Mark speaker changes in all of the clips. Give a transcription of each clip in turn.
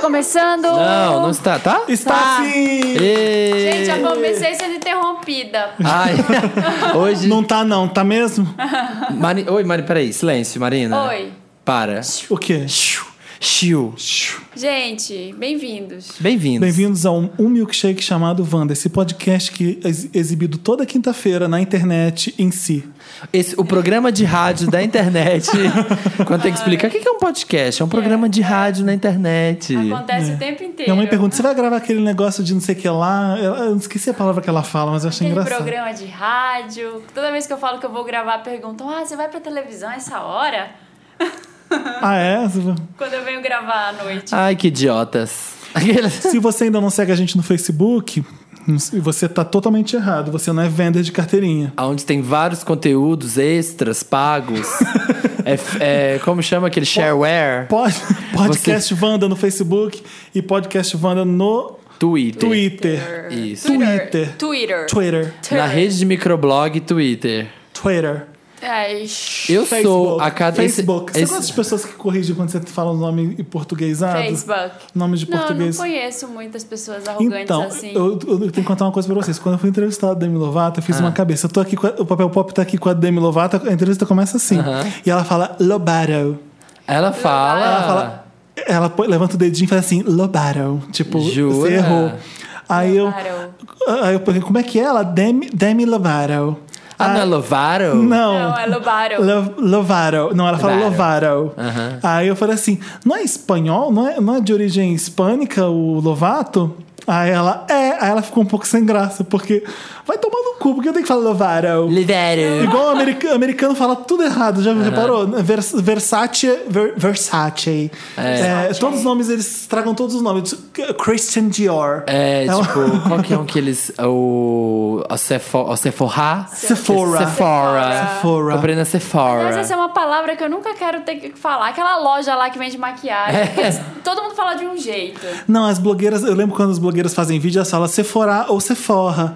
Speaker 1: começando?
Speaker 2: Não, não está, tá?
Speaker 3: Está
Speaker 1: Tá.
Speaker 3: sim!
Speaker 2: Ê!
Speaker 1: Gente, eu comecei sendo interrompida.
Speaker 2: Ai, hoje.
Speaker 3: Não tá, não, tá mesmo?
Speaker 1: Ah,
Speaker 2: Mari... Oi, Mari, peraí, silêncio, Marina.
Speaker 1: Oi.
Speaker 2: Para.
Speaker 3: O quê?
Speaker 2: Shiu, Shiu.
Speaker 1: Gente, bem-vindos.
Speaker 2: Bem-vindos.
Speaker 3: Bem-vindos a um, um milkshake chamado Wanda, esse podcast que é ex- exibido toda quinta-feira na internet em si.
Speaker 2: Esse- o programa de rádio da internet. Quando tem que explicar, o que que é um podcast? É um programa de rádio na internet.
Speaker 1: Acontece o tempo inteiro.
Speaker 3: É. Minha mãe pergunta: você vai gravar aquele negócio de não sei o que lá? Eu, eu esqueci a palavra que ela fala, mas eu achei
Speaker 1: Aquele
Speaker 3: é engraçado.
Speaker 1: programa de rádio. Toda vez que eu falo que eu vou gravar, perguntam: Ah, você vai pra televisão essa hora?
Speaker 3: Ah, é?
Speaker 1: Quando eu venho gravar à noite.
Speaker 2: Ai, que idiotas. Aqueles-
Speaker 3: Se você ainda não segue a gente no Facebook, não sei, você tá totalmente errado. Você não é vender de carteirinha.
Speaker 2: Onde tem vários conteúdos extras, pagos. É f- é, como chama aquele shareware?
Speaker 3: Pod- Podcast Wanda no Facebook e Podcast Wanda no
Speaker 2: Twitter.
Speaker 3: Twitter.
Speaker 2: Isso.
Speaker 3: Twitter.
Speaker 1: Twitter.
Speaker 3: Twitter.
Speaker 2: Na rede de microblog Twitter.
Speaker 3: Twitter.
Speaker 1: Ai,
Speaker 2: Eu sou
Speaker 3: Facebook.
Speaker 2: a cada esse-
Speaker 3: Facebook. Você
Speaker 2: esse-
Speaker 3: gosta de pessoas que corrigem quando você fala o nome em portuguesado?
Speaker 1: Facebook.
Speaker 3: Nomes de
Speaker 1: Não, não
Speaker 3: português.
Speaker 1: conheço muitas pessoas arrogantes
Speaker 3: então,
Speaker 1: assim.
Speaker 3: eu, eu tenho que contar uma coisa pra vocês. Quando eu fui entrevistado da Demi Lovato, eu fiz
Speaker 2: Ah.
Speaker 3: uma cabeça. Eu tô aqui com a- o papel pop tá aqui com a Demi Lovato, a entrevista começa assim. E ela fala Lobato.
Speaker 2: Ela fala.
Speaker 1: Ela
Speaker 3: Fala- ela pô- levanta o dedinho e fala assim, Lobato. Tipo,
Speaker 2: Jura?
Speaker 3: você errou. Aí eu,
Speaker 1: Lobato.
Speaker 3: aí eu perguntei, como é que é ela? Demi, Demi Lovato.
Speaker 2: Ah, não é Lovaro?
Speaker 3: Não.
Speaker 1: Não, é Lobaro.
Speaker 3: Lo- Lovaro. Não, ela fala
Speaker 2: Lovaro.
Speaker 3: Lovaro. Aí eu falei assim: não é espanhol? Não é, não é de origem hispânica o Lovato? Aí ela, é. Aí ela ficou um pouco sem graça, porque vai tomar no cu, porque eu tenho que falar Lovaro.
Speaker 2: Livero.
Speaker 3: Igual o america- americano, fala tudo errado, já reparou? Vers, Versace. Ver- Versace. É, todos os nomes, eles tragam todos os nomes. Christian Dior.
Speaker 2: É,
Speaker 3: Ela-
Speaker 2: tipo, qual que é um que eles. O. A Sephora. A Sephora.
Speaker 3: Sephora.
Speaker 2: Sephora.
Speaker 3: Sephora.
Speaker 2: Comprei na
Speaker 1: Mas
Speaker 2: Sephora.
Speaker 1: essa é uma palavra que eu nunca quero ter que falar. Aquela loja lá que vende maquiagem.
Speaker 2: É.
Speaker 1: porque Todo mundo fala de um jeito.
Speaker 3: Não, as blogueiras, eu lembro quando as blogueiras fazem vídeo, elas falam Sephora ou Sephora.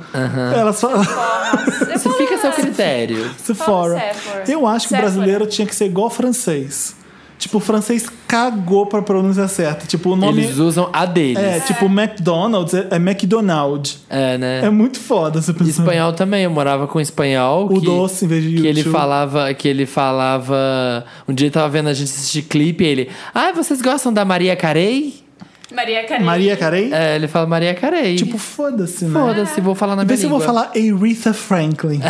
Speaker 3: Elas falam.
Speaker 1: Você
Speaker 2: Isso fica a seu critério.
Speaker 3: Sephora.
Speaker 1: Sephora.
Speaker 3: Eu acho que o
Speaker 1: Sephora.
Speaker 3: brasileiro tinha que ser igual ao francês. Tipo, o francês cagou pra pronúncia certa. Tipo, o nome.
Speaker 2: Eles usam a deles.
Speaker 3: é,
Speaker 2: É,
Speaker 3: tipo, McDonald's é, é McDonald.
Speaker 2: né?
Speaker 3: É muito foda essa pessoa.
Speaker 2: Espanhol também, eu morava com um espanhol.
Speaker 3: O
Speaker 2: que,
Speaker 3: doce em vez de
Speaker 2: Que ele
Speaker 3: YouTube.
Speaker 2: falava, que ele falava. Um dia ele tava vendo a gente assistir clipe e ele. Ah, vocês gostam da Maria Carey?
Speaker 1: Maria Carey.
Speaker 3: Maria Carey?
Speaker 2: É, ele fala Maria Carey.
Speaker 3: Tipo, foda-se, né?
Speaker 2: foda-se, vou falar na minha
Speaker 3: Vê se eu
Speaker 2: língua.
Speaker 3: vou falar Aretha Franklin.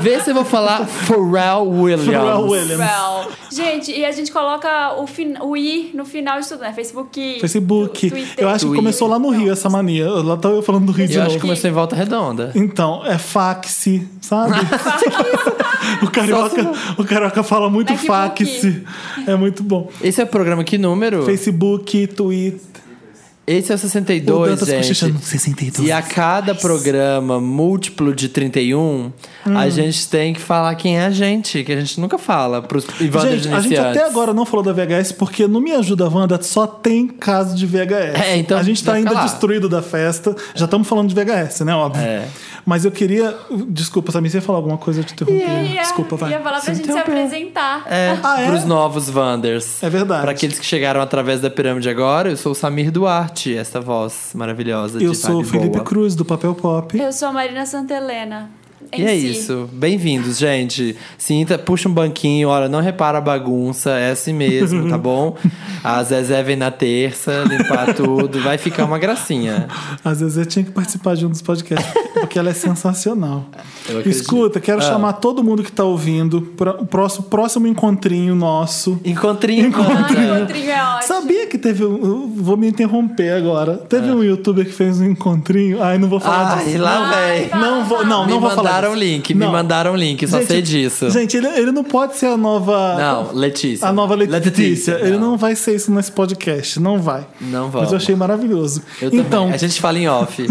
Speaker 2: Vê se eu vou falar Pharrell Williams.
Speaker 3: Pharrell Williams.
Speaker 1: Well. Gente, e a gente coloca o, fin- o i no final de tudo, né? Facebook.
Speaker 3: Facebook.
Speaker 1: tu- Twitter.
Speaker 3: Eu acho que
Speaker 2: Twitter.
Speaker 3: começou lá no Rio essa mania. Lá tava eu falando do Rio de
Speaker 2: Eu
Speaker 3: novo.
Speaker 2: acho que começou em volta redonda.
Speaker 3: Então, é fax, sabe? o, carioca, o carioca fala muito
Speaker 1: MacBook.
Speaker 3: fax. É muito bom.
Speaker 2: Esse é o programa que número?
Speaker 3: Facebook, Twitter.
Speaker 2: Esse é o
Speaker 3: O
Speaker 2: 62,
Speaker 3: Dantas cochichando.
Speaker 2: gente.
Speaker 3: 62.
Speaker 2: E a cada programa múltiplo de 31,
Speaker 3: Hum.
Speaker 2: a gente tem que falar quem é a gente, que a gente nunca fala pros Ivanders
Speaker 3: Gente, a gente até agora não falou da VHS porque no Me Ajuda Wanda só tem caso de VHS.
Speaker 2: É, então
Speaker 3: a gente tá
Speaker 2: vai
Speaker 3: ainda
Speaker 2: ficar lá.
Speaker 3: destruído da festa. Já estamos falando de VHS, né? Óbvio.
Speaker 2: É.
Speaker 3: Mas eu queria. Desculpa, Samir, você ia falar alguma coisa? Eu te interrompi.
Speaker 1: Eu ia-
Speaker 3: Desculpa, vai.
Speaker 1: Ia falar pra gente se apresentar.
Speaker 2: É,
Speaker 3: Ah, é?
Speaker 2: pros novos Wanders.
Speaker 3: É verdade.
Speaker 2: Pra aqueles que chegaram através da pirâmide agora, eu sou o Samir Duarte, essa voz maravilhosa
Speaker 3: Eu
Speaker 2: de
Speaker 3: sou o
Speaker 2: vibe
Speaker 3: Felipe
Speaker 2: boa.
Speaker 3: Cruz, do Papel Pop.
Speaker 1: Eu sou a Marina Santelena. em
Speaker 2: E é
Speaker 1: si.
Speaker 2: isso. Bem-vindos, gente. Sinta, puxa um banquinho, olha, não repara a bagunça, é assim mesmo, tá bom? A Zezé vem na terça, limpar tudo, vai ficar uma gracinha.
Speaker 3: Às vezes eu tinha que participar de um dos podcasts, porque ela é sensacional.
Speaker 2: Eu acredito.
Speaker 3: Escuta, quero
Speaker 2: Ah.
Speaker 3: chamar todo mundo que tá ouvindo para o próximo, próximo encontrinho nosso.
Speaker 2: Encontrinho,
Speaker 1: Ah,
Speaker 2: encontrinho.
Speaker 1: encontrinho é ótimo.
Speaker 3: Sabia que teve um. eu Vou me interromper agora. Teve um youtuber que fez um encontrinho. Ai, não vou falar
Speaker 2: É. Ai,
Speaker 3: disso.
Speaker 2: lá vem.
Speaker 3: Não vou, não,
Speaker 2: me
Speaker 3: não vou falar.
Speaker 2: mandaram
Speaker 3: disso.
Speaker 2: link, me
Speaker 3: Não.
Speaker 2: mandaram link, só sei disso.
Speaker 3: Gente, ele, ele não pode ser a nova.
Speaker 2: não, Letícia.
Speaker 3: A nova Letícia. Ele
Speaker 2: não.
Speaker 3: não vai ser isso nesse podcast. Não vai.
Speaker 2: Não
Speaker 3: Mas
Speaker 2: vamos.
Speaker 3: eu achei maravilhoso.
Speaker 2: Eu também.
Speaker 3: então,
Speaker 2: A gente fala em off.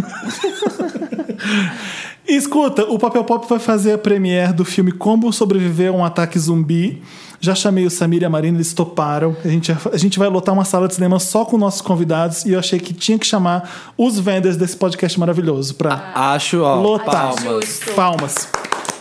Speaker 3: E Escuta, o Papel Pop vai fazer a premiere do filme Como Sobreviver a um Ataque Zumbi. Já chamei o Samir e a Marina, eles toparam. A gente, a gente vai lotar uma sala de cinema só com nossos convidados e eu achei que tinha que chamar os vendors desse podcast maravilhoso
Speaker 2: Ah,
Speaker 3: pra
Speaker 2: Acho, ó,
Speaker 3: lotar.
Speaker 2: palmas.
Speaker 1: Ah, Justo.
Speaker 3: Palmas.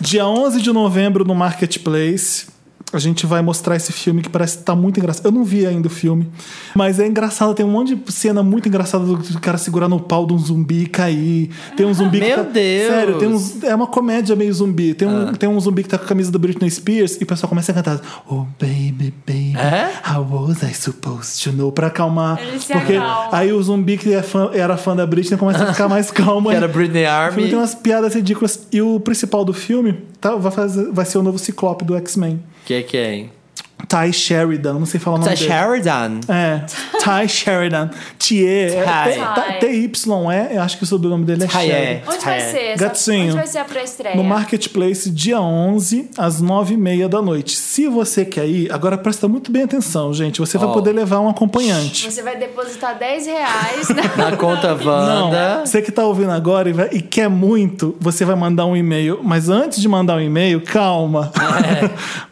Speaker 3: Dia 11 de novembro no Marketplace. A gente vai mostrar esse filme que parece que tá muito engraçado. Eu não vi ainda o filme, mas é engraçado. Tem um monte de cena muito engraçada do, do cara segurando o pau de um zumbi e cair. Tem um zumbi que
Speaker 2: Ah, Meu
Speaker 3: tá,
Speaker 2: Deus! Ah.
Speaker 3: Sério, tem uns, é uma comédia meio zumbi. Tem um, tem um zumbi que tá com a camisa da Britney Spears e o pessoal começa a cantar Oh, baby, baby,
Speaker 2: É?
Speaker 3: how was I supposed to know? Pra acalmar.
Speaker 1: Ele se
Speaker 3: porque
Speaker 1: acalma.
Speaker 3: aí o zumbi que é fã- era fã da Britney começa a ficar mais calmo.
Speaker 2: Que era Britney
Speaker 3: O filme
Speaker 2: Army.
Speaker 3: tem umas piadas ridículas. E o principal do filme tá, vai, fazer- vai ser o novo Ciclope do X-Men.
Speaker 2: Que é quem?
Speaker 3: Ty Sheridan, não sei falar o nome
Speaker 2: Tá
Speaker 3: dele.
Speaker 2: Sheridan.
Speaker 3: É, Ty Sheridan. é, Thier.
Speaker 1: Ty.
Speaker 3: tá, T-Y-E, eu acho que o sobrenome dele é
Speaker 2: Ty é.
Speaker 3: Sheridan.
Speaker 1: Onde vai
Speaker 2: É.
Speaker 1: ser?
Speaker 3: Gatinho.
Speaker 1: Onde vai ser a pré-estreia?
Speaker 3: No Marketplace, dia 11, às 9h30 da noite. Se você quer ir, agora presta muito bem atenção, gente. Você vai
Speaker 2: Ó.
Speaker 3: poder levar um acompanhante.
Speaker 1: Você vai depositar 10 reais na,
Speaker 2: Na conta
Speaker 3: Não,
Speaker 2: Wanda.
Speaker 3: você que tá ouvindo agora e, vai- e quer muito, você vai mandar um e-mail. Mas antes de mandar um e-mail, calma.
Speaker 2: É.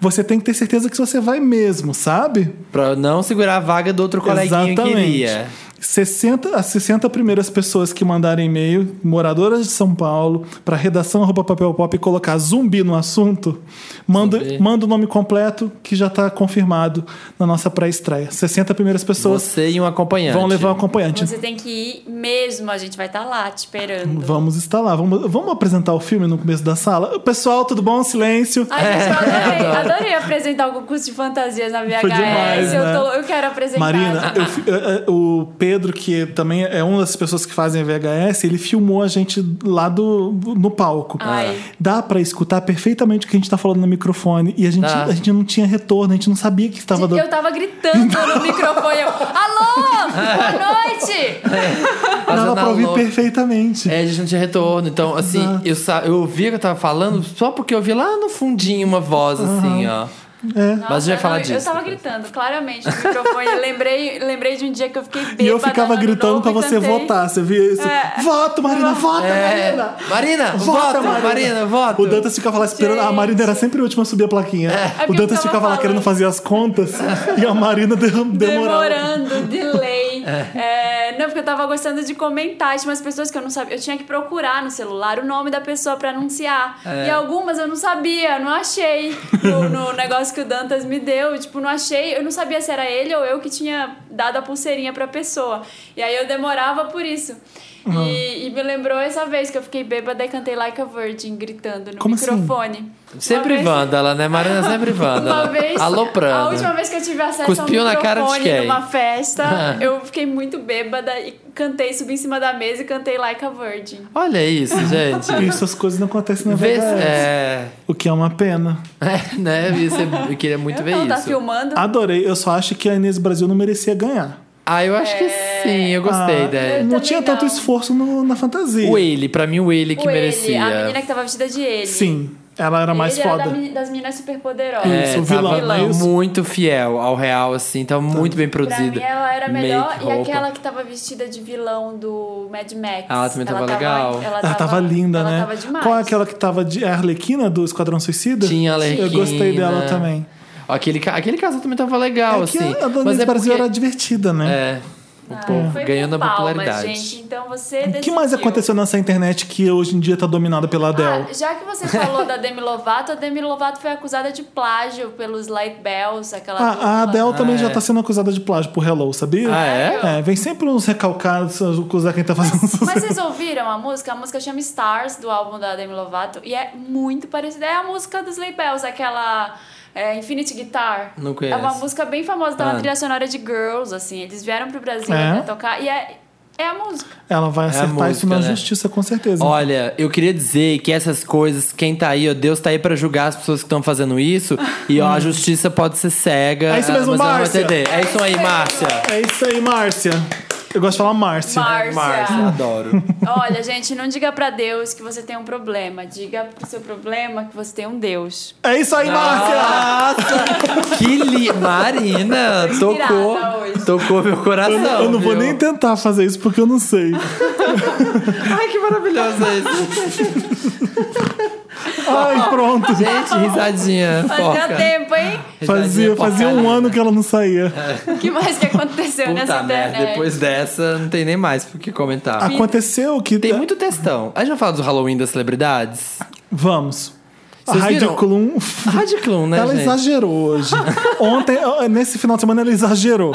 Speaker 3: você tem que ter certeza que você vai mesmo, sabe?
Speaker 2: Pra não segurar a vaga do outro coleguinha que iria.
Speaker 3: 60, as 60 primeiras pessoas que mandarem e-mail, moradoras de São Paulo, para redação arroba papel pop e colocar zumbi no assunto, manda,
Speaker 2: Zumbi.
Speaker 3: manda o nome completo que já está confirmado na nossa pré-estreia. 60 primeiras pessoas
Speaker 2: Você e um acompanhante.
Speaker 3: vão levar o acompanhante.
Speaker 1: Você tem que ir mesmo, a gente vai estar lá te esperando.
Speaker 3: Vamos instalar, vamos, vamos apresentar o filme no começo da sala. Pessoal, tudo bom? Silêncio.
Speaker 1: Ai, gente, eu adorei, adorei apresentar o concurso de fantasias na VHS.
Speaker 3: Foi demais,
Speaker 1: eu,
Speaker 3: né?
Speaker 1: tô- eu quero apresentar.
Speaker 3: Marina, eu fi- eu- eu- o Pedro, que também é uma das pessoas que fazem VHS, ele filmou a gente lá do, no palco.
Speaker 1: Ai.
Speaker 2: Ah.
Speaker 3: Dá pra escutar perfeitamente o que a gente tá falando no microfone. E a gente,
Speaker 2: Dá.
Speaker 3: a gente não tinha retorno, a gente não sabia que estava dando.
Speaker 1: Eu tava gritando no microfone. Eu, Alô! Boa noite!
Speaker 3: Dava
Speaker 2: Fazendo
Speaker 3: pra ouvir
Speaker 2: alô.
Speaker 3: perfeitamente.
Speaker 2: É, a gente não tinha retorno. Então, assim, eu, sa- eu ouvia o que eu tava falando só porque eu ouvi lá no fundinho uma voz, assim, ó.
Speaker 3: É.
Speaker 2: Mas a gente vai falar
Speaker 1: eu,
Speaker 2: disso.
Speaker 1: Eu tava
Speaker 3: né?
Speaker 1: gritando, claramente, no microfone. Eu lembrei, lembrei de um dia que eu fiquei bêbada.
Speaker 3: E eu ficava
Speaker 1: no Ano
Speaker 3: gritando
Speaker 1: Novo
Speaker 3: pra
Speaker 1: e
Speaker 3: você
Speaker 1: cantei. É.
Speaker 3: votar. Você via isso? Voto, Marina, vota,
Speaker 2: É,
Speaker 3: Marina!
Speaker 2: Marina, vota, Marina, vota.
Speaker 3: O Dantas ficava lá esperando. A
Speaker 1: Gente. É
Speaker 3: Marina era sempre a última a subir a plaquinha.
Speaker 2: É.
Speaker 1: porque
Speaker 3: O
Speaker 1: eu
Speaker 3: Dantas
Speaker 1: tava
Speaker 3: ficava lá querendo
Speaker 1: falando.
Speaker 3: fazer as contas e a Marina derram- demorava.
Speaker 1: Demorando, delay. É, não, porque eu tava gostando de comentar. Tinha umas pessoas que eu não sabia. Eu tinha que procurar no celular o nome da pessoa pra anunciar.
Speaker 3: É.
Speaker 1: E algumas eu não sabia, não achei. No, no negócio que o Dantas me deu, tipo, não achei. Eu não sabia se era ele ou eu que tinha dado a pulseirinha pra pessoa. E aí eu demorava por isso. E-
Speaker 3: Uhum.
Speaker 1: E, me lembrou essa vez que eu fiquei bêbada e cantei Like a Virgin, gritando no
Speaker 3: Como assim?
Speaker 1: microfone. Uma
Speaker 2: Sempre
Speaker 1: vez-
Speaker 2: Wanda, ela, né? Marina sempre Wanda.
Speaker 1: uma vez, a última
Speaker 2: Aloprando.
Speaker 1: vez que eu tive acesso
Speaker 2: Cuspiu
Speaker 1: ao
Speaker 2: na cara de
Speaker 1: microfone
Speaker 2: quem? Ah.
Speaker 1: numa festa, eu fiquei muito bêbada e cantei, subi em cima da mesa e cantei Like a Virgin.
Speaker 2: Olha isso, gente.
Speaker 3: Isso, as coisas não acontecem na
Speaker 2: Vê
Speaker 3: VHS.
Speaker 2: é,
Speaker 3: O que é uma pena.
Speaker 2: é, né? Isso, eu queria muito ver
Speaker 1: Então, tá
Speaker 2: isso.
Speaker 1: filmando.
Speaker 3: Adorei. Eu só acho que a Inês Brasil não merecia ganhar.
Speaker 2: Ah, eu acho que sim, eu gostei
Speaker 3: Ah,
Speaker 2: da ideia.
Speaker 3: Não
Speaker 1: também
Speaker 3: tinha tanto
Speaker 1: não.
Speaker 3: esforço no- na fantasia.
Speaker 2: O ele, pra mim o ele que
Speaker 1: o Ele,
Speaker 2: merecia.
Speaker 1: a menina que tava vestida de ele.
Speaker 3: Sim, ela era mais
Speaker 1: ele
Speaker 3: foda.
Speaker 1: Era da meni- das meninas super poderosas.
Speaker 2: É,
Speaker 3: Isso, o
Speaker 2: tava
Speaker 3: vilão, não é isso? Tá.
Speaker 2: muito fiel ao real, assim, tava muito bem
Speaker 1: Pra
Speaker 2: produzido.
Speaker 1: mim ela era melhor
Speaker 2: Make,
Speaker 1: e
Speaker 2: roupa.
Speaker 1: aquela que tava vestida de vilão do Mad Max.
Speaker 2: Ah, ela também tava legal.
Speaker 1: Ela
Speaker 3: Ela
Speaker 1: tava,
Speaker 3: tava linda,
Speaker 1: ela
Speaker 3: né?
Speaker 1: Tava demais.
Speaker 3: Qual é aquela que tava de a Arlequina do Esquadrão Suicida?
Speaker 2: Tinha a
Speaker 3: Eu
Speaker 2: Arlequina.
Speaker 3: gostei dela também.
Speaker 2: Aquele, ca- aquele casal também tava legal,
Speaker 3: é que
Speaker 2: assim.
Speaker 3: a Inês
Speaker 2: Mas é
Speaker 3: Brasil
Speaker 2: porque...
Speaker 3: era divertida,
Speaker 2: É,
Speaker 3: né?
Speaker 1: Ah,
Speaker 2: povo
Speaker 1: foi
Speaker 2: ganhou
Speaker 1: por
Speaker 2: na
Speaker 1: palmas,
Speaker 2: popularidade.
Speaker 1: gente. Então você
Speaker 3: O que mais
Speaker 1: decidiu.
Speaker 3: aconteceu nessa internet que hoje em dia tá dominada pela Adele?
Speaker 1: Ah, já que você falou da Demi Lovato, a Demi Lovato foi acusada de plágio pelos Light Bells, aquela.
Speaker 3: Ah,
Speaker 1: dupla.
Speaker 3: a Adele também
Speaker 2: Ah,
Speaker 3: já
Speaker 2: é.
Speaker 3: tá sendo acusada de plágio por Hello, sabia?
Speaker 2: Ah, é?
Speaker 3: É, vem sempre uns recalcados acusar quem tá fazendo sucesso.
Speaker 1: Mas vocês ouviram a música? A música chama Stars, do álbum da Demi Lovato, e é muito parecida. É a música dos Light Bells, aquela é, Infinity Guitar.
Speaker 2: Não
Speaker 1: É uma
Speaker 2: conheço.
Speaker 1: música bem famosa da
Speaker 2: Ah.
Speaker 1: uma trilha sonora de Girls, assim. Eles vieram pro Brasil
Speaker 3: É?
Speaker 1: né, tocar, e é, é a música.
Speaker 3: Ela vai acertar
Speaker 2: música,
Speaker 3: isso na
Speaker 2: né?
Speaker 3: justiça, com certeza.
Speaker 2: Olha, eu queria dizer que essas coisas, quem tá aí, ó, Deus tá aí pra julgar as pessoas que estão fazendo isso. E ó, a justiça pode ser cega.
Speaker 3: É isso
Speaker 2: ah,
Speaker 3: mesmo,
Speaker 2: mas ela vai
Speaker 3: Márcia.
Speaker 2: entender. É isso aí, Márcia.
Speaker 3: É isso aí, Márcia. Eu gosto de falar Márcia.
Speaker 1: Márcia.
Speaker 2: Márcia, adoro.
Speaker 1: Olha, gente, não diga pra Deus que você tem um problema. Diga pro seu problema que você tem um Deus.
Speaker 3: É isso aí, Márcia!
Speaker 2: Nossa! que li... Marina,
Speaker 1: Tô inspirada
Speaker 2: tocou,
Speaker 1: hoje.
Speaker 2: tocou meu coração.
Speaker 3: Eu não, eu não vou
Speaker 2: viu?
Speaker 3: nem tentar fazer isso porque eu não sei.
Speaker 2: Ai, que maravilhoso isso.
Speaker 3: Ai, pronto.
Speaker 2: Gente, risadinha.
Speaker 1: Fazia
Speaker 2: Porca.
Speaker 1: tempo, hein?
Speaker 3: Fazia, fazia um ano que ela não saía.
Speaker 2: É.
Speaker 1: O que mais que aconteceu nessa
Speaker 2: Puta merda,
Speaker 1: internet?
Speaker 2: depois dessa não tem nem mais o que comentar.
Speaker 3: Aconteceu que.
Speaker 2: Tem muito textão. A gente vai falar do Halloween das celebridades?
Speaker 3: Vamos. A Heidi
Speaker 2: viram?
Speaker 3: Klum.
Speaker 2: Rádio Clown, né,
Speaker 3: ela
Speaker 2: gente?
Speaker 3: exagerou hoje. Ontem, ó, nesse final de semana, ela exagerou.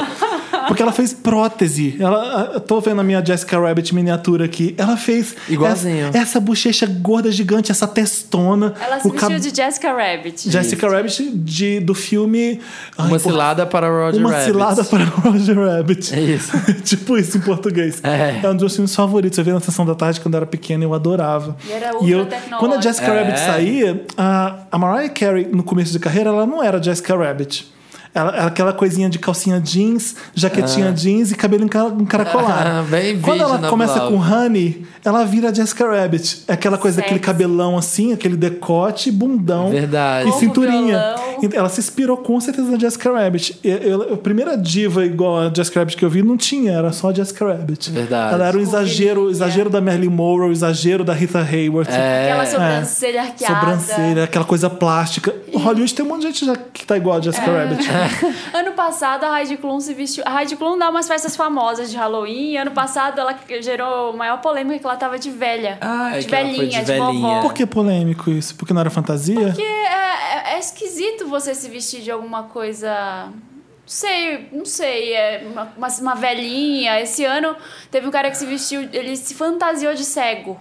Speaker 3: Porque ela fez prótese. Ela, eu tô vendo a minha Jessica Rabbit miniatura aqui. Ela fez
Speaker 2: Igualzinho.
Speaker 3: essa, essa bochecha gorda gigante, essa testona.
Speaker 1: Ela se
Speaker 3: o
Speaker 1: vestiu
Speaker 3: cab-
Speaker 1: de Jessica Rabbit.
Speaker 3: Jessica Rabbit de, do filme.
Speaker 2: Uma
Speaker 3: Ai, porra,
Speaker 2: cilada para Roger
Speaker 3: uma
Speaker 2: Rabbit.
Speaker 3: cilada para Roger Rabbit.
Speaker 2: É isso.
Speaker 3: tipo isso em português.
Speaker 2: É.
Speaker 3: um dos meus filmes favoritos. Eu vi na sessão da tarde quando eu era pequena, eu adorava.
Speaker 1: E era ultra
Speaker 3: eu,
Speaker 1: tecnológico.
Speaker 3: quando a Jessica
Speaker 2: É.
Speaker 3: Rabbit saía, a, a Mariah Carey no começo de carreira, ela não era Jessica Rabbit. Ela era aquela coisinha de calcinha jeans, jaquetinha jeans e cabelo enca- encaracolado.
Speaker 2: Ah, bem
Speaker 3: Quando ela
Speaker 2: Virgin
Speaker 3: começa
Speaker 2: Abloh.
Speaker 3: com Honey, ela vira a Jessica Rabbit. É aquela coisa daquele
Speaker 1: Sexy.
Speaker 3: cabelão assim, aquele decote, bundão.
Speaker 2: Verdade.
Speaker 3: E
Speaker 1: Pouco
Speaker 3: cinturinha.
Speaker 1: violão.
Speaker 3: Ent- Ela se inspirou com certeza na Jessica Rabbit. E- eu- a primeira diva igual a Jessica Rabbit que eu vi não tinha, era só a Jessica Rabbit.
Speaker 2: Verdade.
Speaker 3: Ela era um
Speaker 1: Com
Speaker 3: exagero,
Speaker 1: virilha.
Speaker 3: exagero da Marilyn Monroe, exagero da Rita Hayworth.
Speaker 1: Aquela
Speaker 3: É.
Speaker 1: sobrancelha arqueada.
Speaker 3: Sobrancelha, aquela coisa plástica. Hollywood tem um monte de gente já que tá igual a Jessica Rabbit.
Speaker 1: Ano passado a Heidi Klum se vestiu. A Heidi Klum dá umas festas famosas de Halloween. E ano passado ela gerou maior polêmica que ela tava de velha.
Speaker 2: Ah, é
Speaker 1: de
Speaker 2: que ela foi
Speaker 1: velhinha,
Speaker 2: de
Speaker 1: de, vovó.
Speaker 2: velhinha.
Speaker 3: Por que polêmico isso? Porque não era fantasia?
Speaker 1: Porque é, é- é esquisito você se vestir de alguma coisa. Não sei, não sei. É uma, uma, uma velhinha. Esse ano teve um cara que se vestiu. Ele se fantasiou de cego.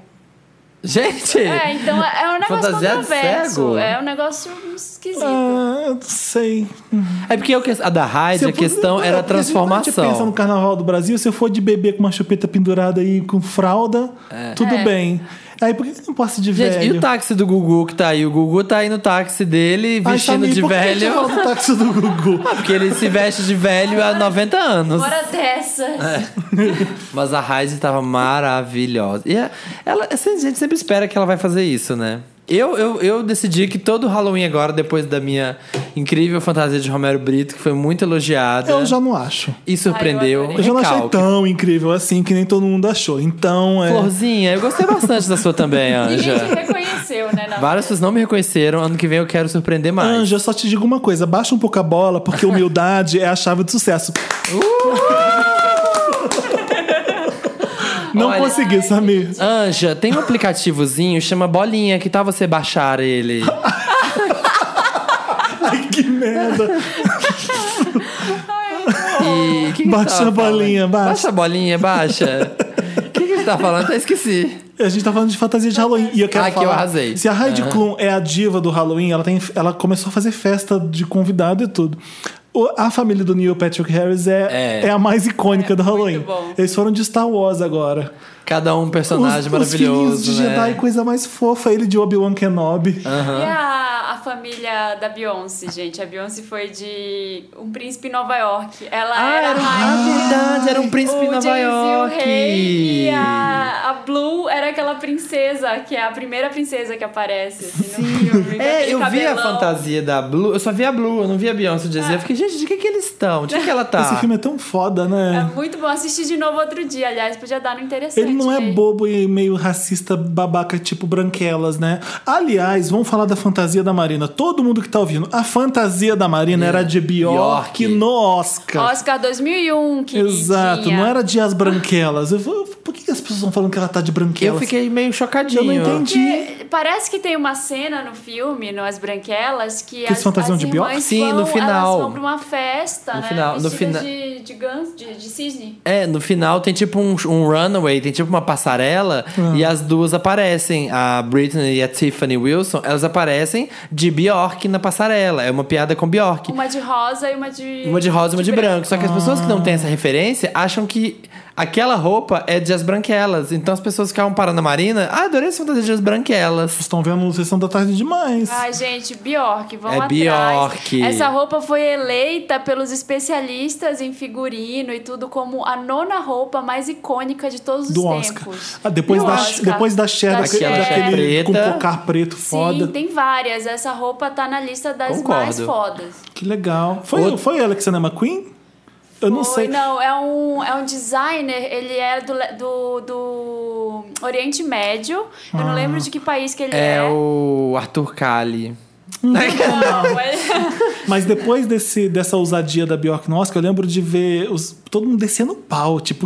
Speaker 2: Gente!
Speaker 1: É, então é é um negócio
Speaker 2: Fantasiado de
Speaker 1: controverso.
Speaker 2: cego?
Speaker 1: É um negócio esquisito.
Speaker 3: Ah, eu não sei.
Speaker 2: É porque eu que- a da Hyde,
Speaker 3: Se eu
Speaker 2: a
Speaker 3: for-
Speaker 2: questão
Speaker 3: é,
Speaker 2: era a
Speaker 3: porque A gente pensa no
Speaker 2: transformação.
Speaker 3: carnaval do Brasil, se eu for de bebê com uma chupeta pendurada e com fralda, tudo
Speaker 1: É.
Speaker 3: bem. Aí por que que eu não posso ir de
Speaker 2: Gente,
Speaker 3: velho?
Speaker 2: e o táxi do Gugu que tá aí? O Gugu tá aí no táxi dele,
Speaker 3: Ai,
Speaker 2: vestindo
Speaker 3: Samir,
Speaker 2: de
Speaker 3: por que que
Speaker 2: velho.
Speaker 3: você fala do táxi do Gugu.
Speaker 2: Porque ele se veste de velho há 90 anos.
Speaker 1: Fora dessas.
Speaker 2: Ah, Mas a Hyde tava maravilhosa. E a- ela, assim, a gente sempre espera que ela vai fazer isso, né? Eu, eu, eu decidi que todo Halloween agora, depois da minha incrível fantasia de Romero Brito, que foi muito elogiada
Speaker 3: Eu já não acho.
Speaker 2: e surpreendeu.
Speaker 1: Ai,
Speaker 3: Eu já não achei
Speaker 2: recalque.
Speaker 3: tão incrível assim que nem todo mundo achou. Então, é.
Speaker 2: Florzinha, eu gostei bastante da sua também,
Speaker 1: Ninguém te
Speaker 2: Anja.
Speaker 1: reconheceu, né? na
Speaker 2: Várias pessoas não me reconheceram. Ano que vem eu quero surpreender mais.
Speaker 3: Anja, eu só te digo uma coisa: baixa um pouco a bola, porque humildade é a chave do sucesso.
Speaker 2: Uh!
Speaker 3: não
Speaker 2: Olha-
Speaker 3: consegui, Samir.
Speaker 2: Anja, tem um aplicativozinho, chama Bolinha, que tal você baixar ele?
Speaker 3: Ai, que merda.
Speaker 2: E, que que
Speaker 3: Baixa
Speaker 2: você tava
Speaker 3: a bolinha,
Speaker 2: falando?
Speaker 3: baixa.
Speaker 2: Baixa a bolinha, baixa. O que, que você tá falando? Até esqueci.
Speaker 3: A gente tá falando de fantasia de Halloween. E eu quero
Speaker 2: Ah, que
Speaker 3: falar,
Speaker 2: eu arrasei.
Speaker 3: Se a Heidi Klum é a diva do Halloween, ela, tem, ela começou a fazer festa de convidado e tudo. O- a família do Neil Patrick Harris é,
Speaker 2: É.
Speaker 3: é. a mais icônica do Halloween.
Speaker 1: bom.
Speaker 3: Eles foram de Star Wars agora.
Speaker 2: Cada um um personagem
Speaker 3: os,
Speaker 2: maravilhoso.
Speaker 3: Os filhinhos de
Speaker 2: né?
Speaker 3: Jedi, coisa mais fofa. Ele de Obi-Wan Kenobi.
Speaker 1: E a, a família da Beyoncé, gente? A Beyoncé foi de um príncipe em Nova York. Ela
Speaker 2: Ah,
Speaker 1: era,
Speaker 2: era um,
Speaker 1: a
Speaker 2: ah, verdade, era um príncipe
Speaker 1: o
Speaker 2: em Nova
Speaker 1: Jay-Z, o
Speaker 2: York.
Speaker 1: rei, e a, a Blue era aquela princesa, que é a primeira princesa que aparece assim, no filme. com
Speaker 2: É,
Speaker 1: aquele
Speaker 2: eu vi a
Speaker 1: cabelão.
Speaker 2: fantasia da Blue, eu só vi a Blue, eu não vi a Beyoncé o Jay-Z. Eu fiquei, gente, de que que eles estão? De que que ela tá?
Speaker 3: Esse filme é tão foda,
Speaker 1: É
Speaker 3: né?
Speaker 1: muito bom assistir de novo outro dia. Aliás, podia dar no interessante.
Speaker 3: Ele não é
Speaker 1: né?
Speaker 3: bobo e meio racista babaca, tipo branquelas, né? Aliás, vamos falar da fantasia da Marina. Todo mundo que tá ouvindo, a fantasia da Marina era de Bjork
Speaker 2: É. Bjork.
Speaker 3: no Oscar.
Speaker 1: Oscar 2001, que
Speaker 3: Exato, não era de as branquelas. Eu vou- por que que as pessoas estão falando que ela tá de
Speaker 2: Eu
Speaker 3: branquelas?
Speaker 2: fiquei meio chocadinho.
Speaker 3: Eu não entendi.
Speaker 1: Porque parece que tem uma cena no filme, no As Branquelas, que,
Speaker 3: eles
Speaker 1: as,
Speaker 3: fantasiam
Speaker 1: as
Speaker 3: de
Speaker 1: irmãs
Speaker 3: Bjork?
Speaker 2: Sim,
Speaker 1: vão,
Speaker 2: no final.
Speaker 1: Elas vão pra uma festa,
Speaker 2: No
Speaker 1: né?
Speaker 2: final- no
Speaker 1: Vestidas
Speaker 2: fina-
Speaker 1: de, de ganso, de, de cisne.
Speaker 2: É, no final tem tipo um, um runaway, tem tipo uma passarela
Speaker 3: Ah.
Speaker 2: e as duas aparecem, a Britney e a Tiffany Wilson, elas aparecem de Bjork na passarela. É uma piada com Bjork.
Speaker 1: Uma de rosa e uma de...
Speaker 2: Uma de rosa e uma de branco. Só que as pessoas que não
Speaker 3: Ah.
Speaker 2: têm essa referência acham que aquela roupa é de as branquelas. Então as pessoas ficavam parando na Marina. Ah, adorei essa fantasia de as branquelas.
Speaker 3: Vocês estão vendo no Sessão da Tarde demais.
Speaker 1: Ai, gente, Bjork, vamos
Speaker 2: É
Speaker 1: atrás.
Speaker 2: Bjork.
Speaker 1: Essa roupa foi eleita pelos especialistas em figurino e tudo como a nona roupa mais icônica de todos os
Speaker 3: do Oscar.
Speaker 1: tempos.
Speaker 3: Ah, depois,
Speaker 1: Do
Speaker 3: da,
Speaker 1: Oscar.
Speaker 3: depois da Cher,
Speaker 1: Da
Speaker 3: daquele,
Speaker 1: Cher.
Speaker 3: daquele com
Speaker 2: Preta.
Speaker 3: cocar preto foda.
Speaker 1: Sim, tem várias. Essa roupa tá na lista das
Speaker 2: Concordo.
Speaker 1: mais fodas.
Speaker 3: Que legal. Foi,
Speaker 2: Outro-
Speaker 3: foi ela que você lembra Queen? Eu não
Speaker 1: Foi,
Speaker 3: sei.
Speaker 1: Não, é um, é um designer, ele é do, le- do, do Oriente Médio. Eu
Speaker 3: Ah.
Speaker 1: não lembro de que país que ele é.
Speaker 2: É o Arthur Kali.
Speaker 1: Não, é-
Speaker 3: Mas depois desse, dessa ousadia da Bjork no Oscar, eu lembro de ver os, todo mundo descendo pau, tipo,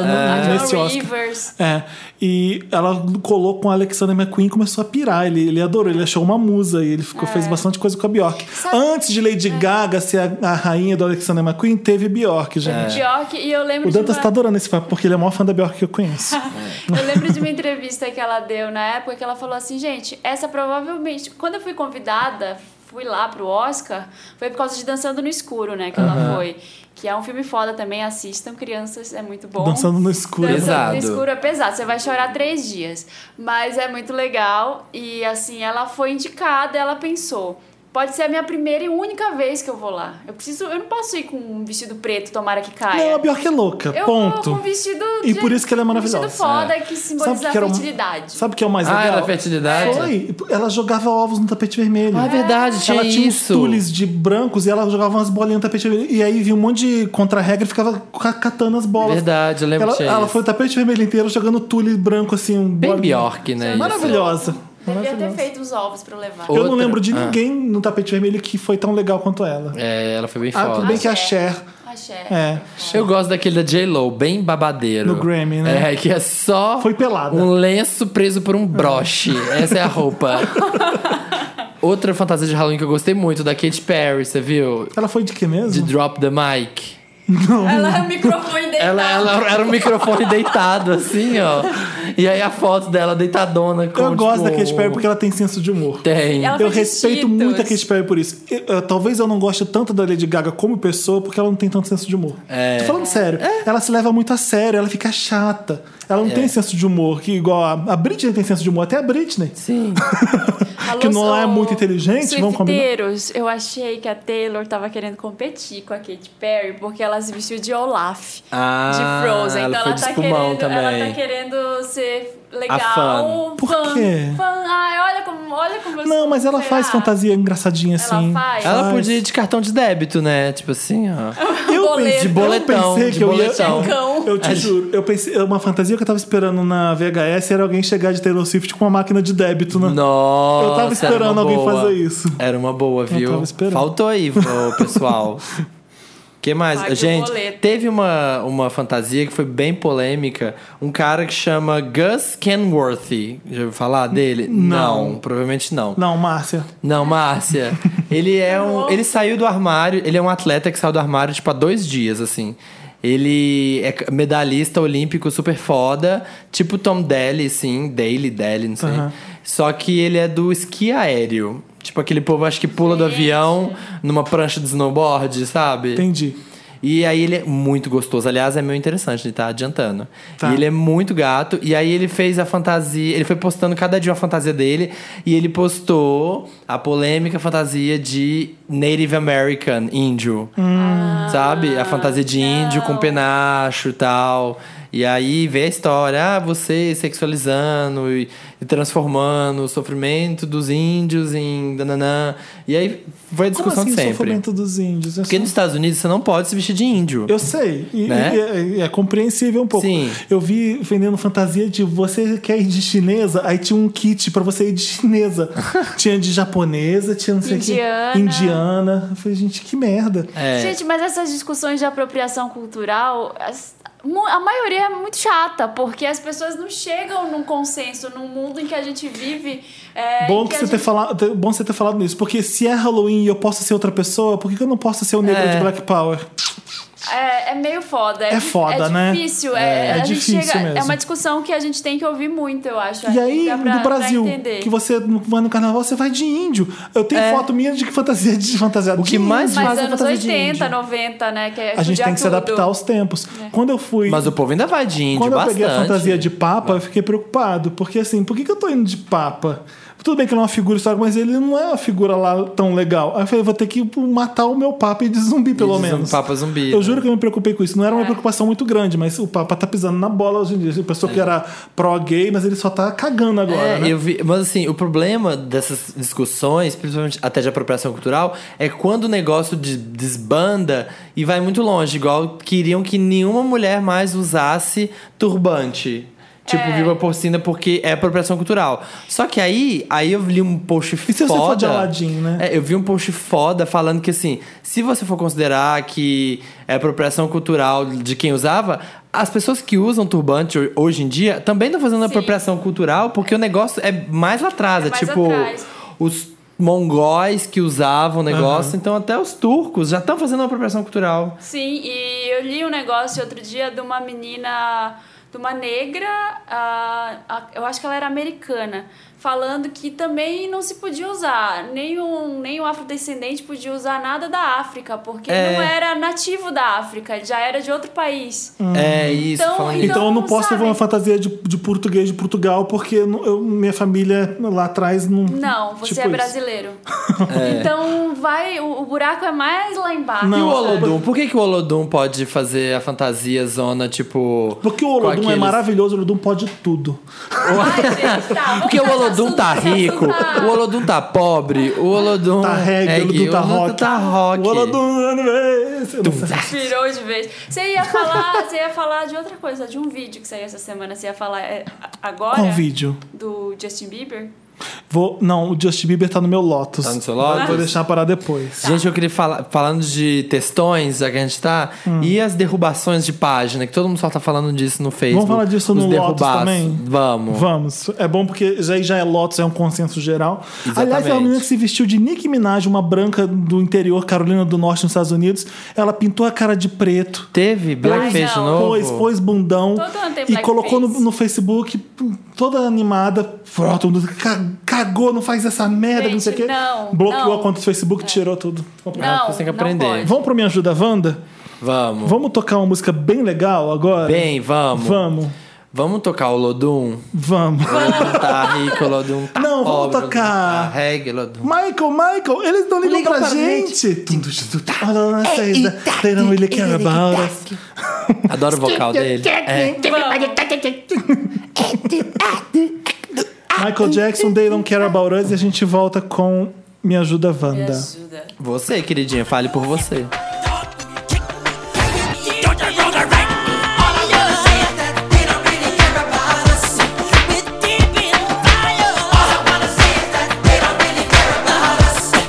Speaker 1: Falando "Ah,
Speaker 3: né,
Speaker 1: da
Speaker 3: nesse
Speaker 1: Joan
Speaker 3: Oscar.
Speaker 1: Rivers.
Speaker 3: É, e ela colou com a Alexander McQueen e começou a pirar. Ele, ele adorou, ele achou uma musa e ele ficou,
Speaker 1: É.
Speaker 3: fez bastante coisa com a Bjork.
Speaker 1: Sabe-
Speaker 3: Antes de Lady
Speaker 1: é.
Speaker 3: Gaga ser a, a rainha do Alexander McQueen, teve Bjork, gente.
Speaker 1: Bjork, e eu lembro
Speaker 3: É. O
Speaker 1: de
Speaker 3: Dantas
Speaker 1: uma-
Speaker 3: tá adorando esse papo, porque ele é o maior fã da Bjork que eu conheço.
Speaker 1: Eu lembro de uma entrevista que ela deu na época que ela falou assim, gente, essa provavelmente. Quando eu fui convidada, fui lá pro Oscar, foi por causa de Dançando no Escuro, né? Que ela foi. Que é um filme foda também, assistam, crianças, é muito bom.
Speaker 3: Dançando no escuro.
Speaker 2: Dança-
Speaker 1: Dançando
Speaker 2: Pesado.
Speaker 1: no escuro é pesado, você vai chorar três dias. Mas é muito legal. E assim, ela foi indicada, ela pensou. Pode ser a minha primeira e única vez que eu vou lá. Eu preciso. Eu não posso ir com um vestido preto, tomara que
Speaker 3: Não, a
Speaker 1: caia.
Speaker 3: Bjork é louca.
Speaker 1: eu
Speaker 3: ponto.
Speaker 1: vou com um vestido.
Speaker 3: E
Speaker 1: de-
Speaker 3: por isso que ela é
Speaker 1: um
Speaker 3: maravilhosa.
Speaker 1: vestido foda que simboliza
Speaker 3: que era
Speaker 1: a
Speaker 3: um-
Speaker 1: fertilidade.
Speaker 3: Sabe o que é o mais
Speaker 2: Ah,
Speaker 3: legal?
Speaker 2: era fertilidade?
Speaker 3: Foi. Ela jogava ovos no tapete vermelho.
Speaker 2: Ah, é verdade, tinha
Speaker 3: ela tinha um
Speaker 2: isso.
Speaker 3: uns tules de brancos e ela jogava umas bolinhas no tapete vermelho. E aí vinha um monte de contra-regra e ficava ca- catando as bolas.
Speaker 2: Verdade, eu lembro
Speaker 3: Ela,
Speaker 2: que tinha
Speaker 3: ela
Speaker 2: isso.
Speaker 3: foi o tapete vermelho inteiro jogando tule branco, assim, um
Speaker 2: Bem
Speaker 3: bolinho.
Speaker 2: Bjork, né? isso.
Speaker 3: Maravilhosa.
Speaker 1: Devia ter
Speaker 3: Maravilhosa.
Speaker 1: feito os ovos pra eu levar.
Speaker 2: Ou-
Speaker 3: Eu não
Speaker 2: Outra-
Speaker 3: lembro de
Speaker 2: Ah.
Speaker 3: ninguém no tapete vermelho que foi tão legal quanto ela.
Speaker 2: É, ela foi bem
Speaker 3: Ah,
Speaker 2: foda.
Speaker 3: tudo bem que a
Speaker 1: Cher.
Speaker 3: Cher.
Speaker 1: Axé.
Speaker 3: É.
Speaker 2: Eu gosto daquele da J-Lo, bem babadeiro.
Speaker 3: No Grammy, né?
Speaker 2: É, que é só.
Speaker 3: Foi pelada.
Speaker 2: Um lenço preso por um broche. Essa é a roupa. Outra fantasia de Halloween que eu gostei muito, da Katy Perry, você viu?
Speaker 3: Ela foi de que mesmo?
Speaker 2: De Drop the Mic.
Speaker 1: Ela é o microfone deitado.
Speaker 2: Ela, ela era um microfone deitado, assim, ó. E aí a foto dela deitadona com.
Speaker 3: Eu gosto
Speaker 2: tipo,
Speaker 3: da Katy Perry porque ela tem senso de humor.
Speaker 2: Tem.
Speaker 1: Ela-
Speaker 3: Eu
Speaker 1: faz
Speaker 3: respeito
Speaker 1: Cheetos.
Speaker 3: muito a Katy Perry por isso. Eu- eu- talvez eu não goste tanto da Lady Gaga como pessoa, porque ela não tem tanto senso de humor.
Speaker 2: É.
Speaker 3: Tô falando sério.
Speaker 1: É.
Speaker 3: Ela se leva muito a sério, ela fica chata. Ela
Speaker 2: É.
Speaker 3: não tem senso de humor, que igual a, a Britney tem senso de humor, até a Britney.
Speaker 2: Sim.
Speaker 1: Alô,
Speaker 3: que não é
Speaker 1: sou-
Speaker 3: muito inteligente, vamos combinar?
Speaker 1: Swifteteiros, eu achei que a Taylor tava querendo competir com a Katy Perry porque ela se vestiu de Olaf.
Speaker 2: Ah,
Speaker 1: de Frozen.
Speaker 2: ela
Speaker 1: Então
Speaker 2: foi
Speaker 1: ela
Speaker 2: de
Speaker 1: tá,
Speaker 2: espumão
Speaker 1: querendo, ela
Speaker 2: também.
Speaker 1: tá querendo ser legal.
Speaker 2: A fã.
Speaker 3: Por
Speaker 1: fã,
Speaker 3: quê?
Speaker 1: fã. Ai, olha como, olha como eu
Speaker 3: Não,
Speaker 1: sou,
Speaker 3: mas ela
Speaker 1: será?
Speaker 3: faz fantasia engraçadinha
Speaker 1: Ela
Speaker 3: assim.
Speaker 1: faz?
Speaker 2: Ela
Speaker 3: Faz.
Speaker 2: podia ir de cartão de débito, né? Tipo assim, ó.
Speaker 3: Eu pensei,
Speaker 1: De
Speaker 2: boletão,
Speaker 3: eu pensei
Speaker 2: de
Speaker 3: que eu ia.
Speaker 2: boletão.
Speaker 1: Checão.
Speaker 3: Eu te juro, eu pensei, uma fantasia que eu tava esperando na VHS era alguém chegar de Taylor Swift com uma máquina de débito, né?
Speaker 2: Nossa,
Speaker 3: Eu tava
Speaker 2: era
Speaker 3: esperando
Speaker 2: uma
Speaker 3: alguém
Speaker 2: boa.
Speaker 3: fazer isso.
Speaker 2: Era uma boa, viu?
Speaker 3: tava esperando.
Speaker 2: Faltou aí, vô, pessoal. que mais?
Speaker 1: Pague o
Speaker 2: Gente,
Speaker 1: boleto.
Speaker 2: teve uma, uma fantasia que foi bem polêmica. Um cara que chama Gus Kenworthy. Já ouviu falar dele? Não. provavelmente não.
Speaker 3: Não, Márcia.
Speaker 2: Não, Márcia. Ele é um. Ele saiu do armário. Ele é um atleta que saiu do armário, tipo, há dois dias, assim. Ele é c- medalhista olímpico super foda, tipo Tom Daly, sim, Daly, Daly, não sei.
Speaker 3: Aham.
Speaker 2: Só que ele é do esqui aéreo. Tipo aquele povo, acho que pula do avião numa prancha de snowboard, sabe?
Speaker 3: Entendi.
Speaker 2: E aí ele é muito gostoso. Aliás, é meio interessante, ele tá adiantando.
Speaker 3: Tá.
Speaker 2: E ele é muito gato. E aí ele fez a fantasia. Ele foi postando cada dia uma fantasia dele. E ele postou a polêmica fantasia de Native American índio. Sabe? A fantasia de índio com penacho e tal. E aí vê a história, ah, você sexualizando e, e transformando o sofrimento dos índios em dananã. E aí foi a
Speaker 3: Como
Speaker 2: discussão
Speaker 3: assim,
Speaker 2: de sempre.
Speaker 3: sofrimento dos índios? Eu
Speaker 2: Porque
Speaker 3: sou-
Speaker 2: nos Estados Unidos você não pode se vestir de índio.
Speaker 3: Eu sei, e,
Speaker 2: Né?
Speaker 3: e é- e é, compreensível um pouco.
Speaker 2: Sim.
Speaker 3: Eu vi vendendo fantasia de você quer ir de chinesa, aí tinha um kit pra você ir de chinesa. tinha de japonesa, tinha não sei o que.
Speaker 1: Indiana.
Speaker 3: Indiana. Eu falei, gente, que merda.
Speaker 2: É.
Speaker 1: Gente, mas essas discussões de apropriação cultural, as- mu- a maioria é muito chata, porque as pessoas não chegam num consenso, num mundo em que a gente vive. é,
Speaker 3: Bom,
Speaker 1: em
Speaker 3: que
Speaker 1: que
Speaker 3: você
Speaker 1: a
Speaker 3: ter
Speaker 1: gente-
Speaker 3: falado, bom você ter falado nisso, porque se é Halloween e eu posso ser outra pessoa, por que que eu não posso ser o negro
Speaker 2: É.
Speaker 3: de Black Power?
Speaker 1: É, é meio foda.
Speaker 3: É
Speaker 1: di-
Speaker 3: foda, né?
Speaker 1: É difícil. É,
Speaker 3: É
Speaker 1: a gente
Speaker 3: difícil
Speaker 1: chega-
Speaker 3: mesmo.
Speaker 1: É uma discussão que a gente tem que ouvir muito, eu acho.
Speaker 3: E
Speaker 1: Acho
Speaker 3: aí,
Speaker 1: que dá pra-
Speaker 3: no Brasil,
Speaker 1: pra entender.
Speaker 3: que você não vai no carnaval, você vai de índio. Eu tenho
Speaker 2: É.
Speaker 3: foto minha de fantasia de fantasia
Speaker 2: O que mais
Speaker 1: Mas
Speaker 2: faz a
Speaker 1: anos
Speaker 2: fantasia de
Speaker 1: 80,
Speaker 2: índio.
Speaker 1: 90, né? Que
Speaker 3: A gente tem que se adaptar aos tempos. Quando eu fui.
Speaker 2: Mas o povo ainda vai de índio
Speaker 3: Quando eu
Speaker 2: bastante. né?
Speaker 3: peguei a fantasia de Papa, eu fiquei preocupado. Porque assim, por que, que eu tô indo de Papa? Tudo bem que ele é uma figura histórica, mas ele não é uma figura lá tão legal. Aí eu falei, vou ter que tipo, matar o meu Papa e de zumbi, pelo
Speaker 2: de zumbi-
Speaker 3: menos.
Speaker 2: Papa zumbi,
Speaker 3: Eu
Speaker 2: né?
Speaker 3: juro que eu me preocupei com isso. Não era uma preocupação muito grande, mas o Papa tá pisando na bola hoje em dia. A pessoa que era pró-gay, mas ele só tá cagando agora.
Speaker 2: É,
Speaker 3: né?
Speaker 2: eu vi, mas assim, o problema dessas discussões, principalmente até de apropriação cultural, é quando o negócio de- desbanda e vai muito longe, igual queriam que nenhuma mulher mais usasse turbante. Tipo,
Speaker 3: É.
Speaker 2: Viva Porcina, porque é apropriação cultural. Só que aí, aí eu li um post
Speaker 3: E se você for de
Speaker 2: foda.
Speaker 3: Aladdin, né?
Speaker 2: É, eu vi um post foda falando que assim, se você for considerar que é apropriação cultural de quem usava, as pessoas que usam turbante ho- hoje em dia também estão fazendo
Speaker 1: Sim.
Speaker 2: apropriação cultural, porque o negócio é mais lá atrás,
Speaker 1: É
Speaker 2: é,
Speaker 1: mais
Speaker 2: tipo
Speaker 1: atrás.
Speaker 2: os mongóis que usavam o negócio, então até os turcos já estão fazendo uma apropriação cultural.
Speaker 1: Sim, e eu li um negócio outro dia de uma menina, de uma negra, ah, ah, eu acho que ela era americana, falando que também não se podia usar, nenhum, nenhum afrodescendente podia usar nada da África, porque
Speaker 2: É.
Speaker 1: não era nativo da África, ele já era de outro país.
Speaker 3: Hum.
Speaker 2: É isso,
Speaker 1: Então,
Speaker 2: falando
Speaker 1: então-
Speaker 2: isso.
Speaker 3: Então eu não
Speaker 1: não
Speaker 3: posso
Speaker 1: sabe.
Speaker 3: levar uma fantasia de, de português de Portugal, porque eu não- eu- minha família lá atrás não.
Speaker 1: Não, você
Speaker 3: Tipo
Speaker 1: é
Speaker 3: isso.
Speaker 1: brasileiro.
Speaker 2: É.
Speaker 1: Então vai, o, o buraco é mais lá embaixo.
Speaker 2: E o
Speaker 3: Não,
Speaker 1: sabe?
Speaker 2: Olodum? Por que, que o Olodum pode fazer a fantasia zona, tipo.
Speaker 3: Porque o
Speaker 2: com
Speaker 3: Olodum é
Speaker 2: aqueles-
Speaker 3: maravilhoso, o Olodum pode tudo.
Speaker 1: Ai, gente, tá, vamos
Speaker 2: Porque o
Speaker 1: mudar de
Speaker 2: Olodum
Speaker 1: assunto,
Speaker 2: tá
Speaker 1: esse
Speaker 2: rico,
Speaker 1: assunto tá-
Speaker 2: o Olodum tá pobre, o Olodum
Speaker 3: Tá reggae, o Olodum tá rock.
Speaker 2: tá rock.
Speaker 3: O Olodum. é Eu não sei.
Speaker 1: Virou de vez. Você ia falar, você ia falar de outra coisa, de um vídeo que saiu essa semana. Você ia falar é, a- agora?
Speaker 3: Qual vídeo?
Speaker 1: Do Justin Bieber?
Speaker 3: Vou, não, o Justin Bieber tá no meu Lotus.
Speaker 2: Tá no seu Lotus? Tá.
Speaker 3: Vou deixar parar depois.
Speaker 2: Gente, eu queria falar, falando de textões, já que a gente tá,
Speaker 3: Hum.
Speaker 2: e as derrubações de página, que todo mundo só tá falando disso no Facebook.
Speaker 3: falar disso
Speaker 2: os
Speaker 3: no Lotus
Speaker 2: derrubaços.
Speaker 3: também?
Speaker 2: Vamos.
Speaker 3: Vamos. É bom porque já, já é Lotus, é um consenso geral.
Speaker 2: Exatamente.
Speaker 3: Aliás, é uma menina que se vestiu de Nicki Minaj, uma branca do interior, Carolina do Norte, nos Estados Unidos. Ela pintou a cara de preto.
Speaker 2: Teve
Speaker 3: é
Speaker 2: Blackface de
Speaker 1: não.
Speaker 2: novo?
Speaker 3: Pôs, pôs bundão
Speaker 1: Todo ano tem
Speaker 3: e
Speaker 1: blackface.
Speaker 3: colocou no, no Facebook toda animada. Pô, todo mundo ca- cagou, não faz essa merda, não sei o
Speaker 1: Gente,
Speaker 3: quê.
Speaker 1: não,
Speaker 3: Bloqueou
Speaker 1: não. É.
Speaker 3: a conta do Facebook, tirou tudo.
Speaker 1: Não,
Speaker 2: Ah, você tem que
Speaker 1: não
Speaker 2: aprender.
Speaker 1: pode.
Speaker 3: Vamos pro Me Ajuda Wanda?
Speaker 2: Vamos.
Speaker 3: Vamos tocar uma música bem legal agora?
Speaker 2: Bem, vamos.
Speaker 3: Vamos,
Speaker 2: Vamos tocar o Olodum?
Speaker 3: vamos.
Speaker 2: Olodum tá rico, Olodum tá
Speaker 3: Não, vamos
Speaker 2: pobre, Olodum
Speaker 3: tocar.
Speaker 2: Tá reggae, Olodum.
Speaker 3: Michael, Michael, eles não ligam
Speaker 2: Ligam
Speaker 3: pra,
Speaker 2: pra
Speaker 3: gente. Tum, tum, tum, tum. É, I don't know, says that né? They don't really care about us.
Speaker 2: Adoro o vocal dele. É.
Speaker 3: Michael Jackson, They don't care about us. E a gente volta com Me Ajuda
Speaker 1: Me
Speaker 3: Wanda.
Speaker 1: ajuda.
Speaker 2: Você, queridinha, fale por você.
Speaker 4: Don't you know they're right? All I wanna say is that they don't really care about us. We're deep in fire. All I wanna say is that they don't really care about us. I'm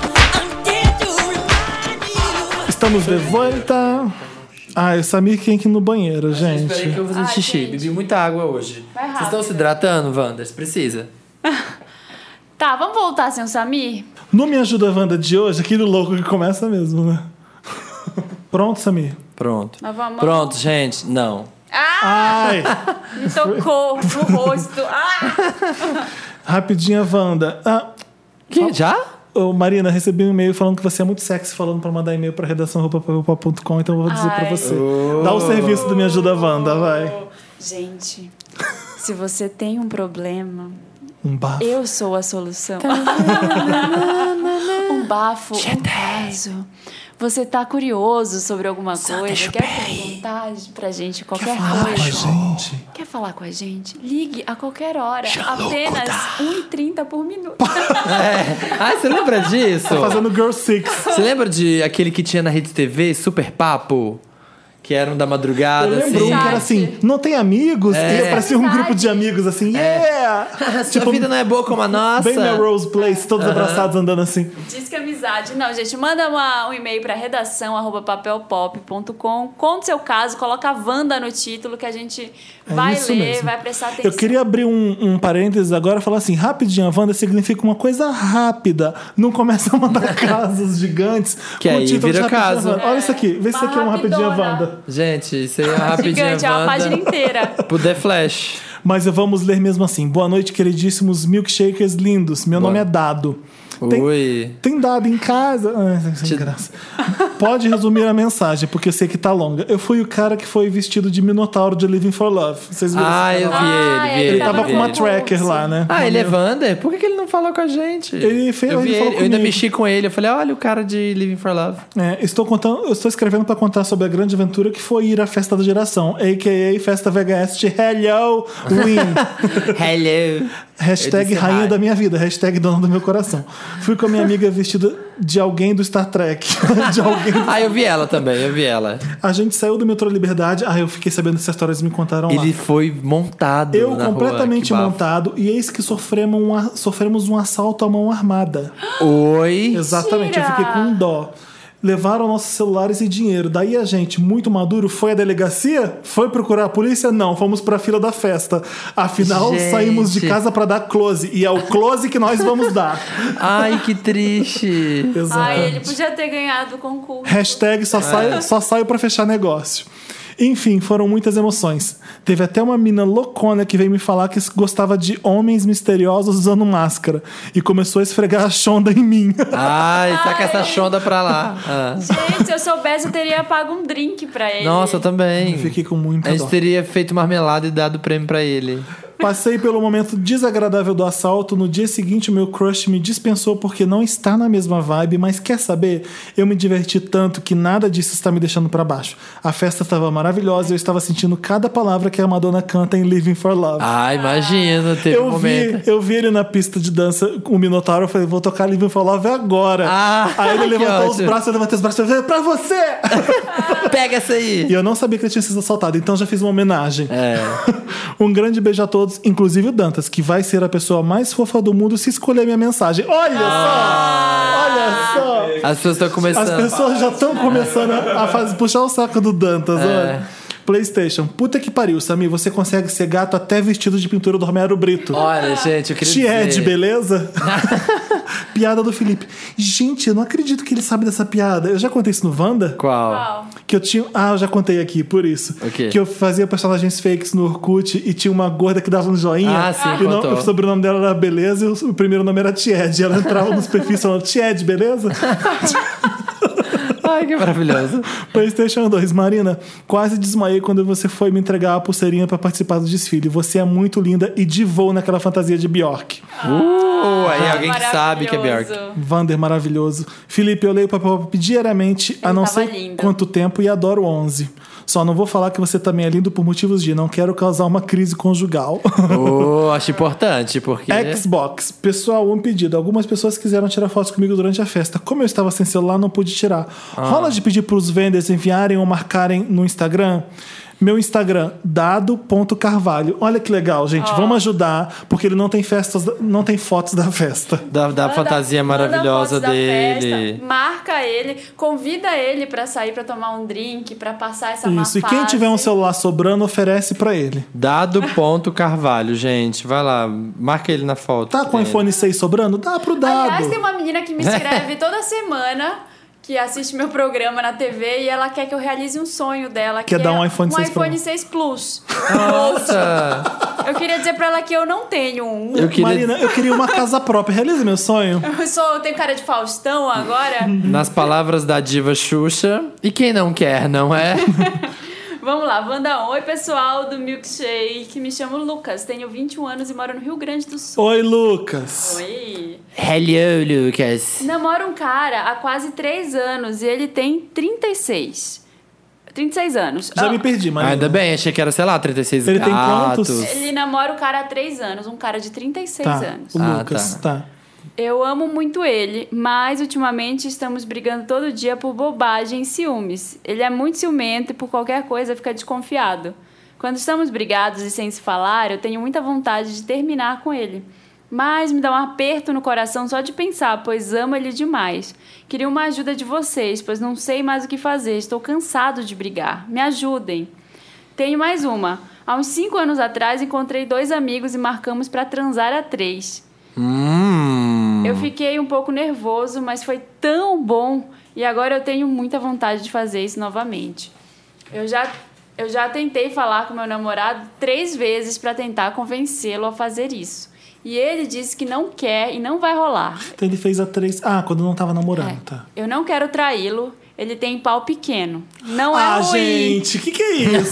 Speaker 4: there to remind you.
Speaker 3: Estamos de volta. Ah, o Samir tem que ir no banheiro,
Speaker 2: Espera aí que
Speaker 3: gente.
Speaker 2: eu vou fazer um
Speaker 1: Ai,
Speaker 2: xixi.
Speaker 1: gente.
Speaker 2: Bebi muita água hoje.
Speaker 1: Vai
Speaker 2: Vocês estão
Speaker 1: rápido.
Speaker 2: se hidratando, Wanders? Precisa.
Speaker 1: Tá, vamos voltar sem o Samir?
Speaker 3: No Me Ajuda Wanda de hoje, aquele louco que começa mesmo, né? Pronto, Samir?
Speaker 2: Pronto.
Speaker 1: Nós vamos-
Speaker 2: Pronto, gente. Não. Ah,
Speaker 3: Ai!
Speaker 1: Ah, Me tocou no rosto. Ah!
Speaker 3: Rapidinha, Wanda. Ah,
Speaker 2: Que? Já?
Speaker 3: Ô, Marina, recebi um e-mail falando que você é muito sexy, falando pra mandar e-mail pra redação roupa.com, então eu vou dizer pra
Speaker 1: Ai.
Speaker 3: você. Dá o serviço do Me Ajuda Wanda, vai.
Speaker 1: Gente, se você tem um problema,
Speaker 3: Um bafo.
Speaker 1: eu sou a solução.
Speaker 2: Tá.
Speaker 1: um bafo, um caso. Você tá curioso sobre alguma coisa? Quer perguntar pra gente qualquer coisa?
Speaker 3: gente.
Speaker 1: Quer falar com a gente? Ligue a qualquer hora. Apenas 1,30 por minuto.
Speaker 2: É. Ai, você lembra disso?
Speaker 3: Tá Fazendo Girl Six.
Speaker 2: Você lembra de aquele que tinha na Rede TV, Super Papo? Que eram da
Speaker 3: Eu
Speaker 2: madrugada,
Speaker 3: lembro um
Speaker 2: assim.
Speaker 3: que era assim, não tem amigos?
Speaker 2: É.
Speaker 3: E aparecia um
Speaker 1: Verdade.
Speaker 3: grupo de amigos assim, yeah!
Speaker 2: Sua vida não é boa como a nossa.
Speaker 3: Tipo, bem Melrose
Speaker 1: É.
Speaker 3: Place, todos abraçados andando assim.
Speaker 1: Diz que é amizade. Não, gente, manda uma- um e-mail pra redação arroba papelpop.com. Conta seu caso, coloca a Wanda no título que a gente
Speaker 3: É
Speaker 1: vai
Speaker 3: isso
Speaker 1: ler,
Speaker 3: mesmo.
Speaker 1: vai prestar atenção.
Speaker 3: Eu queria abrir um, um parênteses agora e falar assim: rapidinho, a Wanda significa uma coisa rápida. Não começa a mandar casos gigantes.
Speaker 2: Que
Speaker 3: com o
Speaker 2: aí
Speaker 3: título de
Speaker 2: vira
Speaker 3: Rapidinha
Speaker 2: caso.
Speaker 3: Wanda. Olha isso aqui, vê se isso aqui é
Speaker 1: Uma
Speaker 3: uma rapidinha
Speaker 1: rapidona.
Speaker 3: Wanda.
Speaker 2: Gente, isso aí é rapidinho.
Speaker 1: Gigante, é uma
Speaker 2: Wanda.
Speaker 1: página inteira.
Speaker 2: Pro Tipo, The Flash.
Speaker 3: Mas vamos ler mesmo assim. Boa noite, queridíssimos milkshakers lindos. Meu
Speaker 2: Boa.
Speaker 3: nome é Dado. Tem-
Speaker 2: Ui.
Speaker 3: Tem dado em casa. Ah, sem graça. Pode resumir a mensagem, porque eu sei que tá longa. Eu fui o cara que foi vestido de Minotauro de Living for Love. Vocês viram
Speaker 2: Ah,
Speaker 3: esse
Speaker 2: eu vi
Speaker 3: canal?
Speaker 2: ele,
Speaker 1: Ah, é,
Speaker 2: vi
Speaker 1: ele
Speaker 2: ele.
Speaker 3: Tava
Speaker 2: vi
Speaker 3: com uma
Speaker 2: ele.
Speaker 3: tracker lá, né?
Speaker 2: Ah, ele é Vander? Por que que ele não falou com a gente?
Speaker 3: Ele fez-
Speaker 2: eu, vi
Speaker 3: ele falou
Speaker 2: eu ainda
Speaker 3: comigo.
Speaker 2: mexi com ele. Eu falei, olha o cara de Living for Love.
Speaker 3: É, estou contando, eu estou escrevendo para contar sobre a grande aventura que foi ir à festa da geração, a.k.a. festa VHS de Hello ruim.
Speaker 2: Hello.
Speaker 3: Hashtag
Speaker 2: Eu disse
Speaker 3: rainha
Speaker 2: hi.
Speaker 3: da minha vida, hashtag dona do meu coração. Fui com a minha amiga vestida de alguém do Star Trek. de alguém.
Speaker 2: Ah, eu vi ela também, eu vi ela.
Speaker 3: A gente saiu do metrô Liberdade, ah, eu fiquei sabendo dessas histórias me contaram lá.
Speaker 2: Ele foi montado.
Speaker 3: Eu
Speaker 2: na
Speaker 3: completamente
Speaker 2: rua, que bafo.
Speaker 3: montado, e eis que sofremos um, a- sofremos um assalto à mão armada.
Speaker 2: Oi.
Speaker 3: Exatamente, eu fiquei com dó. Levaram nossos celulares e dinheiro. Daí a gente, muito maduro, foi à delegacia? Foi procurar a polícia? Não, fomos pra fila da festa. Afinal,
Speaker 2: Gente.
Speaker 3: saímos de casa pra dar close. E é o close que nós vamos dar.
Speaker 2: Ai, que triste.
Speaker 3: Exato.
Speaker 1: Ai, ele podia ter ganhado o concurso.
Speaker 3: Hashtag
Speaker 2: É.
Speaker 3: só, saio, só saio pra fechar negócio. Enfim, foram muitas emoções. Teve até uma mina loucona que veio me falar que gostava de homens misteriosos usando máscara. E começou a esfregar a chonda em mim.
Speaker 2: Ai, saca
Speaker 1: Ai.
Speaker 2: essa chonda pra lá. Ah.
Speaker 3: É.
Speaker 1: Gente, se eu soubesse, eu teria pago um drink pra ele.
Speaker 2: Nossa, eu também.
Speaker 3: Fiquei com muita
Speaker 2: A gente
Speaker 3: dó.
Speaker 2: teria feito marmelada e dado o prêmio pra ele.
Speaker 3: Passei pelo momento desagradável do assalto. No dia seguinte, o meu crush me dispensou porque não está na mesma vibe. Mas quer saber? Eu me diverti tanto que nada disso está me deixando pra baixo. A festa estava maravilhosa e eu estava sentindo cada palavra que a Madonna canta em Living for Love.
Speaker 2: Ah, imagina, teve um
Speaker 3: Eu vi,
Speaker 2: momento.
Speaker 3: eu vi ele na pista de dança com o Minotauro. Eu falei, vou tocar Living for Love agora.
Speaker 2: Ah,
Speaker 3: Aí ele
Speaker 2: que
Speaker 3: levantou os
Speaker 2: ótimo.
Speaker 3: braços, eu levantei os braços e falei, "É pra você!
Speaker 2: Pega essa
Speaker 3: E
Speaker 2: aí.
Speaker 3: eu não sabia que ele tinha sido assaltado, então já fiz uma homenagem.
Speaker 2: É.
Speaker 3: um grande beijo a todos, inclusive o Dantas, que vai ser a pessoa mais fofa do mundo se escolher minha mensagem. Olha
Speaker 2: Ah!
Speaker 3: só! Olha só!
Speaker 2: As pessoas estão
Speaker 3: As
Speaker 2: começando.
Speaker 3: pessoas já estão começando a faz- puxar o saco do
Speaker 2: É.
Speaker 3: Dantas, olha. PlayStation. Puta que pariu, Samir. Você consegue ser gato até vestido de pintura do Romero Brito.
Speaker 2: Olha, gente, eu queria
Speaker 3: Tied,
Speaker 2: dizer...
Speaker 3: beleza? piada do Felipe. Gente, eu não acredito que ele sabe dessa piada. Eu já contei isso no Wanda?
Speaker 2: Qual?
Speaker 1: Uau.
Speaker 3: Que eu tinha. Ah, eu já contei aqui, por isso.
Speaker 2: O quê?
Speaker 3: Que eu fazia personagens fakes no Orkut e tinha uma gorda que dava um joinha.
Speaker 2: Ah, sim,
Speaker 3: e não-
Speaker 2: contou.
Speaker 3: o sobrenome dela era Beleza e o, o primeiro nome era Tied. Ela entrava nos perfis falando Tied, beleza?
Speaker 2: Ai, que maravilhoso.
Speaker 3: PlayStation 2. Marina, quase desmaiei quando você foi me entregar a pulseirinha pra participar do desfile. Você é muito linda e divou naquela fantasia de Bjork.
Speaker 2: Uh, aí alguém que
Speaker 1: Ah, Maravilhoso.
Speaker 2: sabe que é Bjork.
Speaker 3: Vander maravilhoso. Felipe, eu leio o papel Pop diariamente há
Speaker 1: Ele
Speaker 3: não
Speaker 1: tava
Speaker 3: sei
Speaker 1: lindo.
Speaker 3: quanto tempo e adoro 11. Só não vou falar que você também é lindo por motivos de não quero causar uma crise conjugal.
Speaker 2: Oh, acho importante, porque...
Speaker 3: Xbox. Pessoal, um pedido. Algumas pessoas quiseram tirar fotos comigo durante a festa. Como eu estava sem celular, não pude tirar. Rola de pedir para os venders enviarem ou marcarem no Instagram? Meu Instagram, dado.carvalho. Olha que legal, gente. Vamos ajudar, porque ele não tem festas, não tem fotos da festa.
Speaker 2: Da, da
Speaker 1: Manda-
Speaker 2: fantasia
Speaker 1: manda
Speaker 2: maravilhosa
Speaker 1: fotos da
Speaker 2: dele.
Speaker 1: festa, marca ele, convida ele pra sair pra tomar um drink, pra passar essa má
Speaker 3: Isso. E quem
Speaker 1: fase.
Speaker 3: tiver um celular sobrando, oferece para ele.
Speaker 2: Dado ponto Carvalho, gente. Vai lá, marca ele na foto.
Speaker 3: Tá com o
Speaker 2: dele.
Speaker 3: iPhone 6 sobrando? Dá pro dado.
Speaker 1: Aliás, tem uma menina que me escreve toda semana que assiste meu programa na TV e ela quer que eu realize um sonho dela.
Speaker 3: Quer
Speaker 1: que
Speaker 3: dar
Speaker 1: é
Speaker 3: um iPhone 6 pra
Speaker 1: iPhone
Speaker 3: ela.
Speaker 1: 6 Plus.
Speaker 2: Nossa!
Speaker 1: Eu queria dizer pra ela que eu não tenho um.
Speaker 2: Eu queria...
Speaker 3: né? Marina, eu queria uma casa própria. Realiza meu sonho.
Speaker 1: Eu sou, eu tenho cara de Faustão agora.
Speaker 2: Nas palavras da diva Xuxa, e quem não quer, não é?
Speaker 1: Vamos lá, Wanda. Oi, pessoal do Milkshake. Me chamo Lucas, tenho 21 anos e moro no Rio Grande do Sul.
Speaker 3: Oi, Lucas.
Speaker 1: Oi.
Speaker 2: Hello, Lucas.
Speaker 1: Namoro um cara há quase 3 anos e ele tem 36. 36 anos.
Speaker 3: Já
Speaker 1: Ah,
Speaker 3: me perdi, Marina.
Speaker 2: Ainda bem, achei que era, sei lá, 36
Speaker 3: Ele tem
Speaker 2: gatos.
Speaker 3: quantos?
Speaker 1: Ele namora o cara há 3 anos, um cara de 36
Speaker 3: tá.
Speaker 1: anos.
Speaker 3: O
Speaker 2: Ah,
Speaker 3: Lucas, tá.
Speaker 1: Eu amo muito ele, mas ultimamente estamos brigando todo dia por bobagem e ciúmes. Ele é muito ciumento e por qualquer coisa fica desconfiado. Quando estamos brigados e sem se falar, eu tenho muita vontade de terminar com ele. Mas me dá um aperto no coração só de pensar, pois amo ele demais. Queria uma ajuda de vocês, pois não sei mais o que fazer, estou cansado de brigar. Me ajudem. Tenho mais uma. Há uns 5 anos atrás, encontrei dois amigos e marcamos pra transar a três.
Speaker 2: Hum.
Speaker 1: Eu fiquei um pouco nervoso, mas foi tão bom. E agora eu tenho muita vontade de fazer isso novamente. Eu já, eu já tentei falar com meu namorado três vezes pra tentar convencê-lo a fazer isso. E ele disse que não quer e não vai rolar.
Speaker 3: Então ele fez a três. Ah, quando não tava namorando, tá.
Speaker 1: Eu não quero traí-lo. Ele tem pau pequeno. Não é
Speaker 3: ah,
Speaker 1: ruim.
Speaker 3: gente, que que é isso?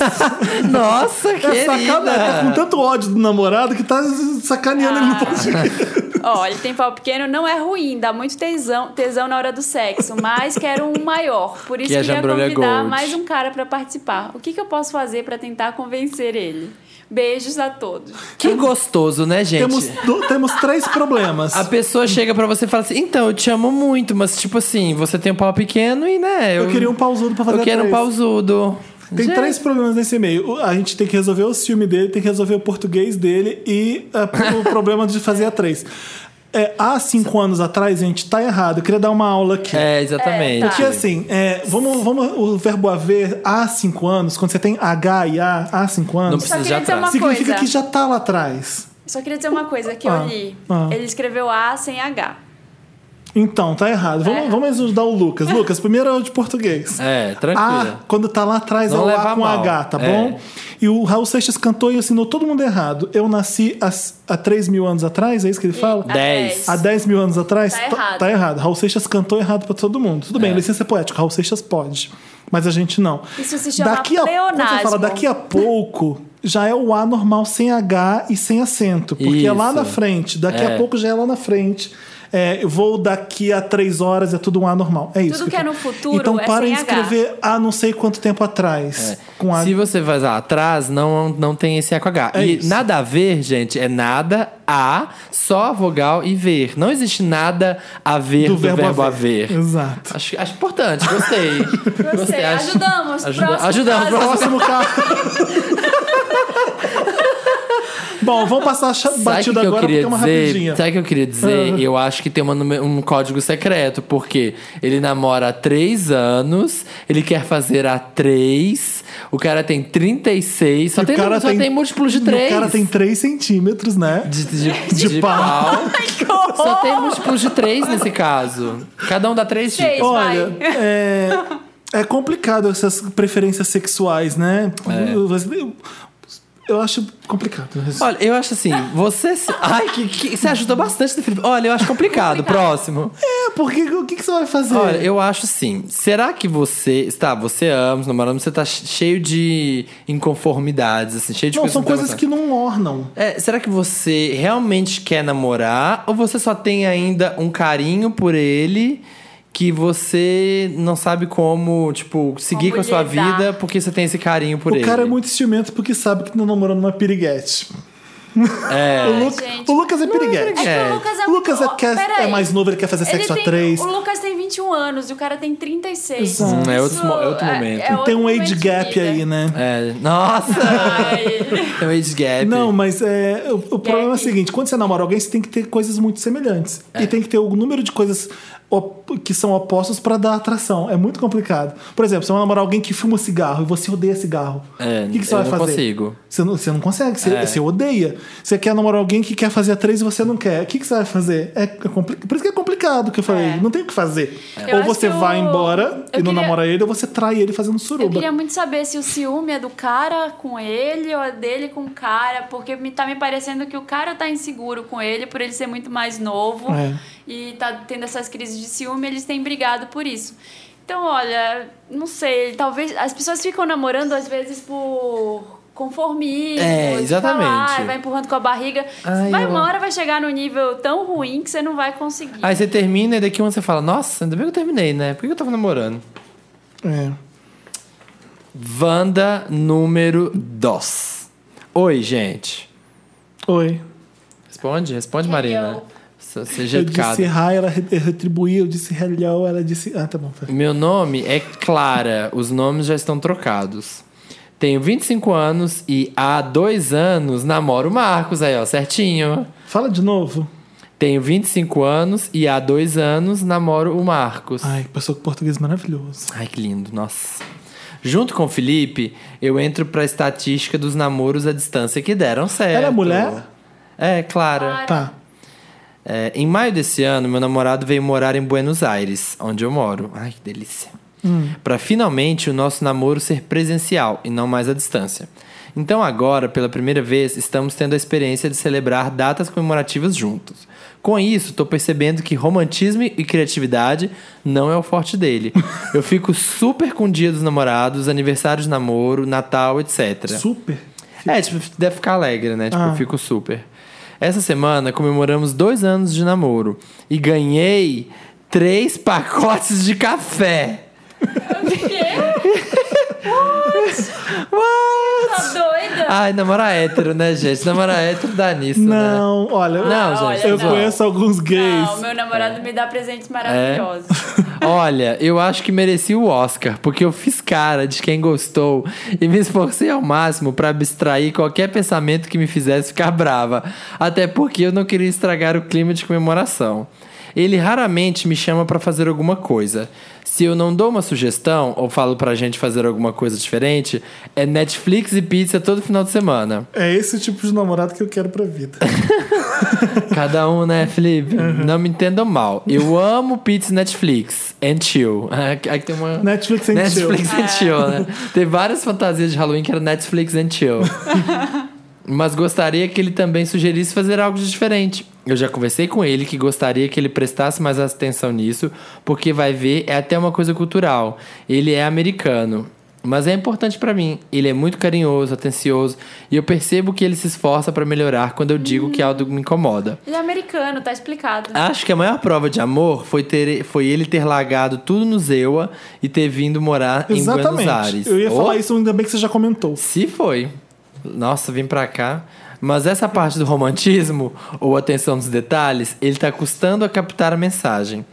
Speaker 2: Nossa, que
Speaker 3: É sacana, tá com
Speaker 2: querida!
Speaker 3: tanto ódio do namorado que tá sacaneando
Speaker 1: Ah.
Speaker 3: ele no podcast.
Speaker 1: Ó, ele tem pau pequeno, não é ruim, dá muito tesão, tesão na hora do sexo, mas quero um maior. Por isso
Speaker 2: Que a
Speaker 1: queria
Speaker 2: jambrolha
Speaker 1: convidar
Speaker 2: gold.
Speaker 1: mais um cara pra participar. O que, que eu posso fazer pra tentar convencer ele? Beijos a todos.
Speaker 2: Que gostoso, né, gente?
Speaker 3: Temos, do- temos três problemas.
Speaker 2: A pessoa chega pra você e fala assim: então, eu te amo muito, mas tipo assim, você tem um pau pequeno e né.
Speaker 3: Eu queria um pausudo pra fazer
Speaker 2: Eu quero um
Speaker 3: três.
Speaker 2: pausudo.
Speaker 3: Tem
Speaker 2: Gente,
Speaker 3: três problemas nesse e-mail. O- A gente tem que resolver o filme dele, tem que resolver o português dele e ah, o problema de fazer a três. É, há cinco anos atrás, gente, tá errado. Eu queria dar uma aula aqui.
Speaker 2: É, exatamente.
Speaker 1: É, tá.
Speaker 3: Porque assim, é, vamos, vamos o verbo haver há cinco anos, quando você tem H e A há cinco
Speaker 2: Não
Speaker 3: anos,
Speaker 1: Só
Speaker 2: precisa de
Speaker 1: queria dizer uma
Speaker 2: atrás.
Speaker 3: significa
Speaker 1: coisa.
Speaker 3: que já tá lá atrás.
Speaker 1: Só queria dizer uma coisa que
Speaker 3: Ah,
Speaker 1: eu li.
Speaker 3: ah.
Speaker 1: Ele escreveu A sem H.
Speaker 3: Então, tá errado. Vamos,
Speaker 1: errado.
Speaker 3: vamos ajudar o Lucas. Lucas, primeiro é o de português.
Speaker 2: É,
Speaker 3: A,
Speaker 2: tranquila.
Speaker 3: quando tá lá atrás,
Speaker 2: Não
Speaker 3: é o
Speaker 2: leva
Speaker 3: A com
Speaker 2: mal.
Speaker 3: H, tá
Speaker 2: É.
Speaker 3: bom? E o Raul Seixas cantou e assinou todo mundo errado. Eu nasci há, há 3 mil anos atrás, é isso que ele fala?
Speaker 1: a
Speaker 2: Dez.
Speaker 1: dez.
Speaker 3: Há 10 mil anos atrás?
Speaker 1: Tá
Speaker 3: t-
Speaker 1: errado.
Speaker 3: tá errado. Raul Seixas cantou errado pra todo mundo. Tudo
Speaker 2: É.
Speaker 3: bem, licença é poética, Raul Seixas pode. Mas a gente não.
Speaker 1: Isso se chama
Speaker 3: daqui a, quando você fala
Speaker 1: pleonasmo.
Speaker 3: daqui a pouco, já é o A normal sem H e sem acento. Porque é lá
Speaker 2: Isso.
Speaker 3: na frente. Daqui
Speaker 2: É.
Speaker 3: a pouco já é lá na frente. É, eu vou daqui a três horas, é tudo um A normal. É isso.
Speaker 1: Tudo que é
Speaker 3: eu-
Speaker 1: no futuro
Speaker 3: Então
Speaker 1: é
Speaker 3: parem
Speaker 1: sem
Speaker 3: de escrever A não sei quanto tempo atrás.
Speaker 2: É.
Speaker 3: Com A.
Speaker 2: Se você vai lá atrás, não, não tem esse A com H.
Speaker 3: É
Speaker 2: e
Speaker 3: isso.
Speaker 2: nada a ver, gente, é nada a, só vogal e ver. Não existe nada a ver do, verbo, haver.
Speaker 3: Exato.
Speaker 2: Acho, acho importante, gostei.
Speaker 1: Gostei.
Speaker 2: acho-
Speaker 1: Ajudamos.
Speaker 2: ajuda-
Speaker 1: Próximo
Speaker 2: ajudamos,
Speaker 1: caso.
Speaker 3: Próximo carro. Bom, vamos passar a cha-
Speaker 2: Sabe o que
Speaker 3: batida
Speaker 2: eu
Speaker 3: agora porque
Speaker 2: queria
Speaker 3: é uma
Speaker 2: dizer? Tá
Speaker 3: rapidinha.
Speaker 2: Sabe o que eu queria dizer?
Speaker 3: Ah.
Speaker 2: Eu acho que tem uma nume- um código secreto, porque ele namora há três anos, ele quer fazer há três, o cara tem 36, só,
Speaker 3: E
Speaker 2: tem, só tem, múltiplos de três.
Speaker 3: O cara tem 3 centímetros, né?
Speaker 2: de, de,
Speaker 3: de
Speaker 2: de
Speaker 3: pau.
Speaker 2: pau. Só tem múltiplos de três nesse caso. Cada um dá três
Speaker 1: Seis.
Speaker 2: dicas.
Speaker 3: Olha,
Speaker 1: vai.
Speaker 3: é, é complicado essas preferências sexuais, né? Eu,
Speaker 2: É.
Speaker 3: eu acho complicado.
Speaker 2: Olha, eu acho assim, você. se- Ai, que, que- você ajuda bastante, né, Felipe? Olha, eu acho complicado. Próximo.
Speaker 3: É, porque o que, que você vai fazer?
Speaker 2: Olha, eu acho assim. Será que você. Tá, você ama, os namoramos, você tá cheio de inconformidades, assim, cheio de
Speaker 3: não, são
Speaker 2: que não tá
Speaker 3: coisas
Speaker 2: gostando.
Speaker 3: que não ornam.
Speaker 2: É, será que você realmente quer namorar ou você só tem ainda um carinho por ele que você não sabe como, tipo, seguir
Speaker 1: Como
Speaker 2: com a sua
Speaker 1: lidar.
Speaker 2: vida porque você tem esse carinho por
Speaker 3: o
Speaker 2: ele?
Speaker 3: cara é muito estimento porque sabe que tá namorando uma piriguete.
Speaker 2: É.
Speaker 3: o,
Speaker 1: Ai,
Speaker 3: Luca-
Speaker 1: gente.
Speaker 3: o Lucas é piriguete.
Speaker 1: É que
Speaker 2: É.
Speaker 1: o Lucas é
Speaker 3: O Lucas é,
Speaker 1: muito-
Speaker 3: quer-
Speaker 1: Peraí.
Speaker 3: é mais novo, ele quer fazer
Speaker 1: Ele
Speaker 3: sexo a
Speaker 1: tem- um
Speaker 3: três.
Speaker 1: O Lucas tem 21 anos e o cara tem 36.
Speaker 3: Exato.
Speaker 2: Hum, é outro
Speaker 1: Isso
Speaker 2: mo- é outro momento.
Speaker 1: é
Speaker 3: Tem
Speaker 1: outro
Speaker 3: um age
Speaker 1: momento de
Speaker 3: gap
Speaker 1: vida.
Speaker 3: aí, né?
Speaker 2: É, nossa!
Speaker 1: Ai.
Speaker 2: Tem um age gap.
Speaker 3: Não, mas é, o, o problema é o
Speaker 1: aqui.
Speaker 3: seguinte: quando você namora alguém, você tem que ter coisas muito semelhantes.
Speaker 2: É.
Speaker 3: E tem que ter o número de coisas op- que são opostas pra dar atração. É muito complicado. Por exemplo, você vai namorar alguém que fuma cigarro e você odeia cigarro.
Speaker 2: É,
Speaker 3: o que, que você
Speaker 2: eu
Speaker 3: vai
Speaker 2: não
Speaker 3: fazer?
Speaker 2: consigo.
Speaker 3: Você não, você não consegue, você,
Speaker 2: É.
Speaker 3: você odeia. Você quer namorar alguém que quer fazer a três e você não quer. O que, que você vai fazer? É compli- Por isso que é complicado que eu falei.
Speaker 1: É.
Speaker 3: Não tem o que fazer.
Speaker 1: Eu
Speaker 3: Ou
Speaker 1: acho
Speaker 3: você
Speaker 1: que eu-
Speaker 3: vai embora e
Speaker 1: eu
Speaker 3: não
Speaker 1: queria-
Speaker 3: namora ele, ou você trai ele fazendo
Speaker 1: Eu
Speaker 3: suruba.
Speaker 1: queria muito saber se o ciúme é do cara com ele ou é dele com o cara, porque me tá me parecendo que o cara tá inseguro com ele por ele ser muito mais novo
Speaker 3: É.
Speaker 1: e tá tendo essas crises de ciúme, eles têm brigado por isso. Então, olha, não sei, talvez as pessoas ficam namorando às vezes por conformismo,
Speaker 2: É,
Speaker 1: de
Speaker 2: exatamente.
Speaker 1: falar, e vai empurrando com a barriga.
Speaker 2: Ai,
Speaker 1: vai
Speaker 2: eu-
Speaker 1: uma hora vai chegar num nível tão ruim que você não vai conseguir.
Speaker 2: Aí você termina e daqui a um ano você fala, nossa, ainda bem que eu terminei, né? Por que que eu tava namorando?
Speaker 3: É.
Speaker 2: Wanda número 2. Oi, gente.
Speaker 3: Oi.
Speaker 2: Responde, responde,
Speaker 1: Hello.
Speaker 2: Marina. Se- Seja
Speaker 3: Eu disse
Speaker 2: educada.
Speaker 3: hi, ela re- eu retribuí, eu disse hello, ela disse. Ah, tá bom. foi.
Speaker 2: Meu nome é Clara, os nomes já estão trocados. Tenho 25 anos e há dois anos namoro o Marcos, aí ó, certinho.
Speaker 3: Fala de novo.
Speaker 2: Tenho 25 anos e há dois anos namoro o Marcos.
Speaker 3: Ai, que pessoa com português maravilhoso.
Speaker 2: Ai, que lindo, nossa. Junto com o Felipe, eu entro pra estatística dos namoros à distância que deram certo.
Speaker 3: Ela é mulher?
Speaker 2: É, Clara.
Speaker 3: Tá.
Speaker 2: É, em maio desse ano, meu namorado veio morar em Buenos Aires, onde eu moro. Ai, que delícia. Pra finalmente o nosso namoro ser presencial e não mais à distância. Então agora, pela primeira vez, estamos tendo a experiência de celebrar datas comemorativas juntos. Com isso, tô percebendo que romantismo e criatividade não é o forte dele. Eu fico super com o dia dos namorados, aniversário de namoro, Natal, etc.
Speaker 3: Super.
Speaker 2: É, tipo, deve ficar alegre, né? Tipo,
Speaker 3: Ah.
Speaker 2: fico super. Essa semana comemoramos dois anos de namoro e ganhei três pacotes de café. What?
Speaker 1: Tá doida?
Speaker 2: Ai, namorar hétero, né, gente? Namorar hétero dá nisso, né?
Speaker 3: Não, olha.
Speaker 2: Não,
Speaker 1: Ah,
Speaker 2: gente.
Speaker 1: olha,
Speaker 3: eu
Speaker 1: não.
Speaker 3: conheço alguns gays.
Speaker 1: Não, meu
Speaker 2: É.
Speaker 1: namorado me dá presentes maravilhosos.
Speaker 2: Olha, eu acho que mereci o Oscar, porque eu fiz cara de quem gostou e me esforcei ao máximo pra abstrair qualquer pensamento que me fizesse ficar brava, até porque eu não queria estragar o clima de comemoração. Ele raramente me chama pra fazer alguma coisa. Se eu não dou uma sugestão ou falo pra gente fazer alguma coisa diferente, é Netflix e pizza todo final de semana.
Speaker 3: É esse tipo de namorado que eu quero pra vida.
Speaker 2: Cada um, né, Felipe? Não me entendam mal. Eu amo pizza e Netflix and chill. Aqui aqui tem uma.
Speaker 3: Netflix and
Speaker 2: Netflix and chill, né? Tem várias fantasias de Halloween que era Netflix and chill. Mas gostaria que ele também sugerisse fazer algo de diferente. Eu já conversei com ele que gostaria que ele prestasse mais atenção nisso, porque vai ver, é até uma coisa cultural. Ele é americano. Mas é importante pra mim. Ele é muito carinhoso, atencioso, e eu percebo que ele se esforça pra melhorar quando eu digo que algo me incomoda.
Speaker 1: Ele é americano, tá explicado.
Speaker 2: Acho que a maior prova de amor foi, ter, foi ele ter largado tudo no Zewa e ter vindo morar em Buenos Aires.
Speaker 3: Exatamente. Eu ia
Speaker 2: Oh,
Speaker 3: falar isso, ainda bem que você já comentou.
Speaker 2: Se foi. Nossa, vim pra cá. Mas essa parte do romantismo, ou atenção nos detalhes, ele tá custando a captar a mensagem.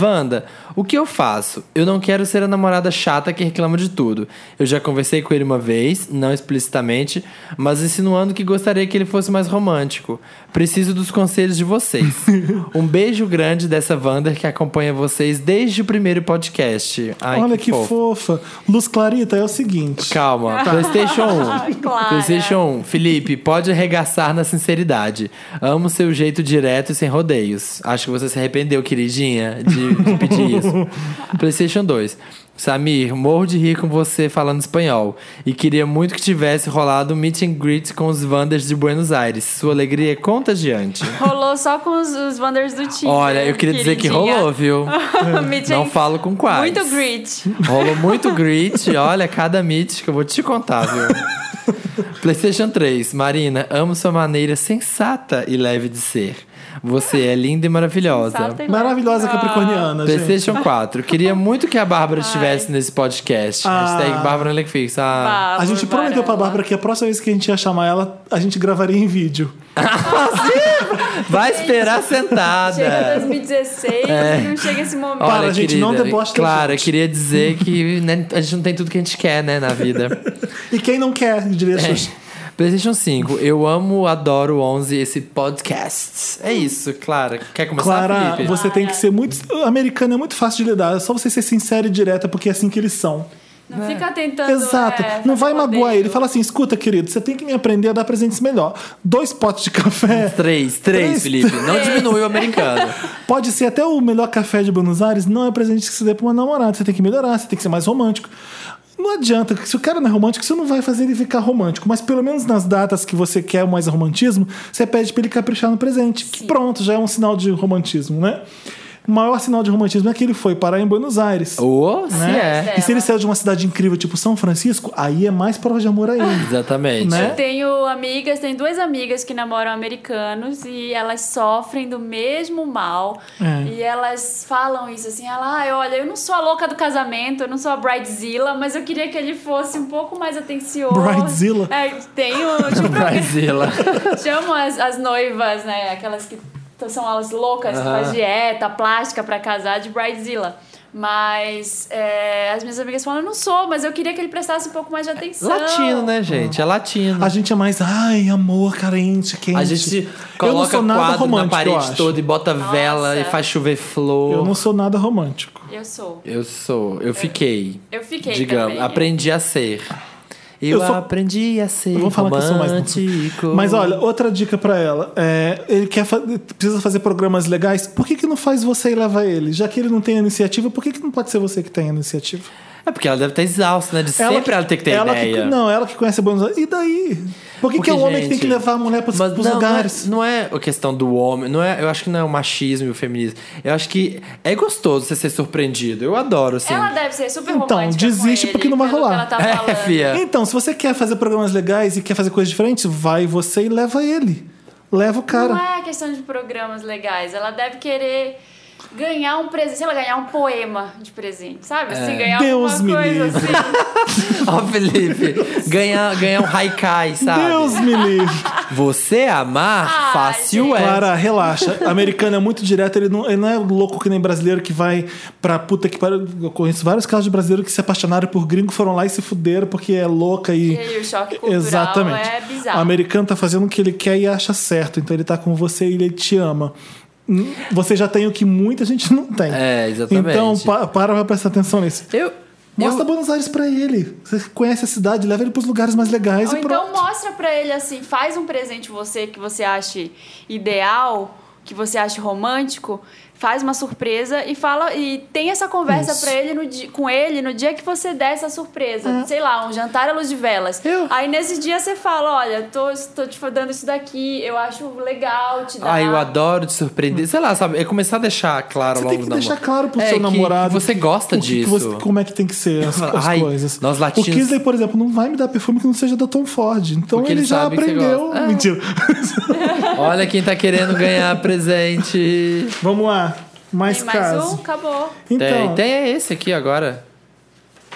Speaker 2: Wanda, o que eu faço? Eu não quero ser a namorada chata que reclama de tudo. Eu já conversei com ele uma vez, não explicitamente, mas insinuando que gostaria que ele fosse mais romântico. Preciso dos conselhos de vocês. um beijo grande dessa Wanda que acompanha vocês desde o primeiro podcast. Ai,
Speaker 3: Olha que,
Speaker 2: fofo.
Speaker 3: fofa. Luz Clarita é o seguinte.
Speaker 2: Calma, PlayStation 1.
Speaker 1: Clara.
Speaker 2: PlayStation 1. Felipe, pode arregaçar na sinceridade. Amo seu jeito direto e sem rodeios. Acho que você se arrependeu, queridinha, de, de pedir isso. PlayStation 2. Samir, morro de rir com você falando espanhol. E queria muito que tivesse rolado um meet and greet com os Wanders de Buenos Aires. Sua alegria é contagiante.
Speaker 1: Rolou só com os, os Wonders do Tinder.
Speaker 2: Olha, eu queria dizer que
Speaker 1: queridinha.
Speaker 2: rolou, viu?
Speaker 1: Meet
Speaker 2: Não
Speaker 1: and-
Speaker 2: falo com quais.
Speaker 1: Muito grit.
Speaker 2: Rolou muito grit. Olha, cada meet que eu vou te contar, viu? PlayStation 3. Marina, amo sua maneira sensata e leve de ser. Você é linda e maravilhosa.
Speaker 1: Sata e
Speaker 3: Maravilhosa capricorniana, Ah, gente.
Speaker 2: PlayStation 4. Queria muito que a Bárbara estivesse nesse podcast.
Speaker 3: Ah.
Speaker 2: Hashtag Bárbara Netflix. Ah.
Speaker 1: Bárbara.
Speaker 3: A gente prometeu pra Bárbara que a próxima vez que a gente ia chamar ela, a gente gravaria em vídeo.
Speaker 2: Vai esperar
Speaker 1: Chega
Speaker 2: sentada.
Speaker 1: 2016
Speaker 2: É.
Speaker 1: não chega esse momento.
Speaker 3: Para, gente, não deboche da
Speaker 2: Claro,
Speaker 3: gente.
Speaker 2: queria dizer que né, a gente não tem tudo que a gente quer, né, na vida.
Speaker 3: E quem não quer,
Speaker 2: É.
Speaker 3: diria Xuxa.
Speaker 2: PlayStation 5, eu amo, adoro 11 esse podcast. É isso, Clara. Quer começar,
Speaker 3: Clara,
Speaker 2: Felipe?
Speaker 3: você tem que ser muito. Americano é muito fácil de lidar, é só você ser sincera e direta, porque é assim que eles são.
Speaker 1: Não fica tentando.
Speaker 3: Exato.
Speaker 1: é,
Speaker 3: não
Speaker 1: fazer
Speaker 3: vai magoar
Speaker 1: rodeio.
Speaker 3: ele. Fala assim: escuta, querido, você tem que me aprender a dar presentes melhor. Dois potes de café.
Speaker 2: Três, três,
Speaker 3: Três.
Speaker 2: Felipe. Não diminui o americano.
Speaker 3: Pode ser até o melhor café de Buenos Aires, não é presente que você dê pra uma namorada. Você tem que melhorar, você tem que ser mais romântico. Não adianta, se o cara não é romântico, você não vai fazer ele ficar romântico. Mas pelo menos nas datas que você quer mais romantismo, você pede pra ele caprichar no presente. Que pronto, já é um sinal de romantismo, né? O maior sinal de romantismo é que ele foi parar em Buenos Aires.
Speaker 2: Ô, se é.
Speaker 3: né? E se ele saiu de uma cidade incrível tipo São Francisco, aí é mais prova de amor ainda.
Speaker 2: Exatamente.
Speaker 3: Né?
Speaker 1: Eu tenho amigas, tenho duas amigas que namoram americanos e elas sofrem do mesmo mal.
Speaker 3: É.
Speaker 1: E elas falam isso assim, ela, "Ai, olha, eu não sou a louca do casamento, eu não sou a bridezilla, mas eu queria que ele fosse um pouco mais atencioso.
Speaker 3: Bridezilla?
Speaker 1: É, tenho, tipo,
Speaker 2: Brazila.
Speaker 1: chamam as, as noivas, né, aquelas que t- são as loucas, que
Speaker 2: Aham.
Speaker 1: faz dieta, plástica pra casar, de bridezilla. Mas é, as minhas amigas falam, eu não sou, mas eu queria que ele prestasse um pouco mais de atenção.
Speaker 2: Latino, né, gente? É latino.
Speaker 3: A gente é mais, ai, amor, carente, quente.
Speaker 2: A gente
Speaker 3: eu não
Speaker 2: coloca
Speaker 3: sou nada
Speaker 2: quadro na
Speaker 3: romântico, eu
Speaker 2: parede
Speaker 3: acho.
Speaker 2: toda e bota vela
Speaker 1: Nossa.
Speaker 2: e faz chover flor.
Speaker 3: Eu não sou nada romântico.
Speaker 1: Eu sou.
Speaker 2: Eu sou. Eu fiquei.
Speaker 1: Eu fiquei
Speaker 2: Digamos,
Speaker 1: também.
Speaker 2: aprendi a ser. Eu,
Speaker 3: Eu sou-
Speaker 2: aprendi a ser
Speaker 3: Eu vou falar que eu sou mais
Speaker 2: romântico.
Speaker 3: Mas olha, outra dica pra ela. É, ele quer fa- precisa fazer programas legais. Por que, que não faz você e leva ele? Já que ele não tem a iniciativa, por que, que não pode ser você que tem a iniciativa?
Speaker 2: É porque ela deve estar exausta, né? De sempre
Speaker 3: que-
Speaker 2: ela tem que ter
Speaker 3: ela
Speaker 2: ideia.
Speaker 3: não, ela que conhece Buenos Aires. E daí? Por que, que é o
Speaker 2: Porque,
Speaker 3: homem que tem
Speaker 2: gente,
Speaker 3: que levar a mulher pros,
Speaker 2: Mas
Speaker 3: pros
Speaker 2: não,
Speaker 3: lugares?
Speaker 2: Não é, não é a questão do homem, não é, eu acho que não é o machismo e o feminismo. Eu acho que é gostoso você ser surpreendido. Eu adoro, assim.
Speaker 1: Ela deve ser super
Speaker 3: Então,
Speaker 1: romântica
Speaker 3: desiste
Speaker 1: com ele,
Speaker 3: porque não vai
Speaker 1: pelo
Speaker 3: rolar.
Speaker 1: que ela tá
Speaker 2: é,
Speaker 1: falando.
Speaker 2: fia.
Speaker 3: Então, se você quer fazer programas legais e quer fazer coisas diferentes, vai você e leva ele. Leva
Speaker 1: Não
Speaker 3: o cara.
Speaker 1: é questão de programas legais. Ela deve querer ganhar um presente, sei lá, ganhar um poema de presente, sabe? Assim, ganhar
Speaker 3: É. Deus
Speaker 1: alguma
Speaker 3: me
Speaker 1: coisa
Speaker 3: livre.
Speaker 1: assim.
Speaker 2: Ó, Felipe, ganhar ganha um haikai, sabe?
Speaker 3: Deus me livre.
Speaker 2: Você amar,
Speaker 1: Ah,
Speaker 2: fácil
Speaker 1: gente.
Speaker 2: é.
Speaker 3: Clara, relaxa. Americano é muito direto, ele não, ele não é louco que nem brasileiro que vai pra puta que pariu. Eu conheço vários casos de brasileiro que se apaixonaram por gringo, foram lá e se fuderam porque é louca e.
Speaker 1: E aí o choque cultural
Speaker 3: Exatamente.
Speaker 1: é bizarro.
Speaker 3: O americano tá fazendo o que ele quer e acha certo, então ele tá com você e ele te ama. Hum, Você já tem o que muita gente não tem.
Speaker 2: É, exatamente.
Speaker 3: Então pa- para pra prestar atenção nisso.
Speaker 2: Eu,
Speaker 3: Mostra
Speaker 2: eu,
Speaker 3: Buenos Aires pra ele. Você conhece a cidade, leva ele pros lugares mais legais
Speaker 1: Ou
Speaker 3: e
Speaker 1: então
Speaker 3: pronto.
Speaker 1: mostra pra ele assim, faz um presente você que você ache ideal, que você ache romântico, faz uma surpresa e fala e tem essa conversa
Speaker 3: Isso. É.
Speaker 1: pra ele no di- com ele no dia que você der essa surpresa, sei lá, um jantar à luz de velas.
Speaker 3: Eu-
Speaker 1: Aí nesse dia você fala, olha, tô, tô te dando isso daqui, eu acho legal te dar.
Speaker 2: ai, eu adoro te surpreender. Sei lá, sabe? É começar a deixar claro
Speaker 3: Você
Speaker 2: logo
Speaker 3: tem que
Speaker 2: da
Speaker 3: deixar
Speaker 2: mo-
Speaker 3: claro pro
Speaker 2: É,
Speaker 3: seu
Speaker 2: que-
Speaker 3: namorado.
Speaker 2: que você gosta
Speaker 3: o que que
Speaker 2: disso.
Speaker 3: você- como é que tem que ser as, as
Speaker 2: Ai,
Speaker 3: coisas.
Speaker 2: nós latinos-
Speaker 3: O Kisley, por exemplo, não vai me dar perfume que não seja da Tom Ford. Então
Speaker 2: Porque
Speaker 3: ele,
Speaker 2: ele
Speaker 3: já
Speaker 2: sabe que você
Speaker 3: aprendeu.
Speaker 2: gosta. É.
Speaker 3: Mentira.
Speaker 2: Olha quem tá querendo ganhar presente.
Speaker 3: Vamos lá. Mais
Speaker 1: Tem mais
Speaker 3: caso.
Speaker 1: um, acabou.
Speaker 2: Tem,
Speaker 3: Então,
Speaker 2: tem é esse aqui agora.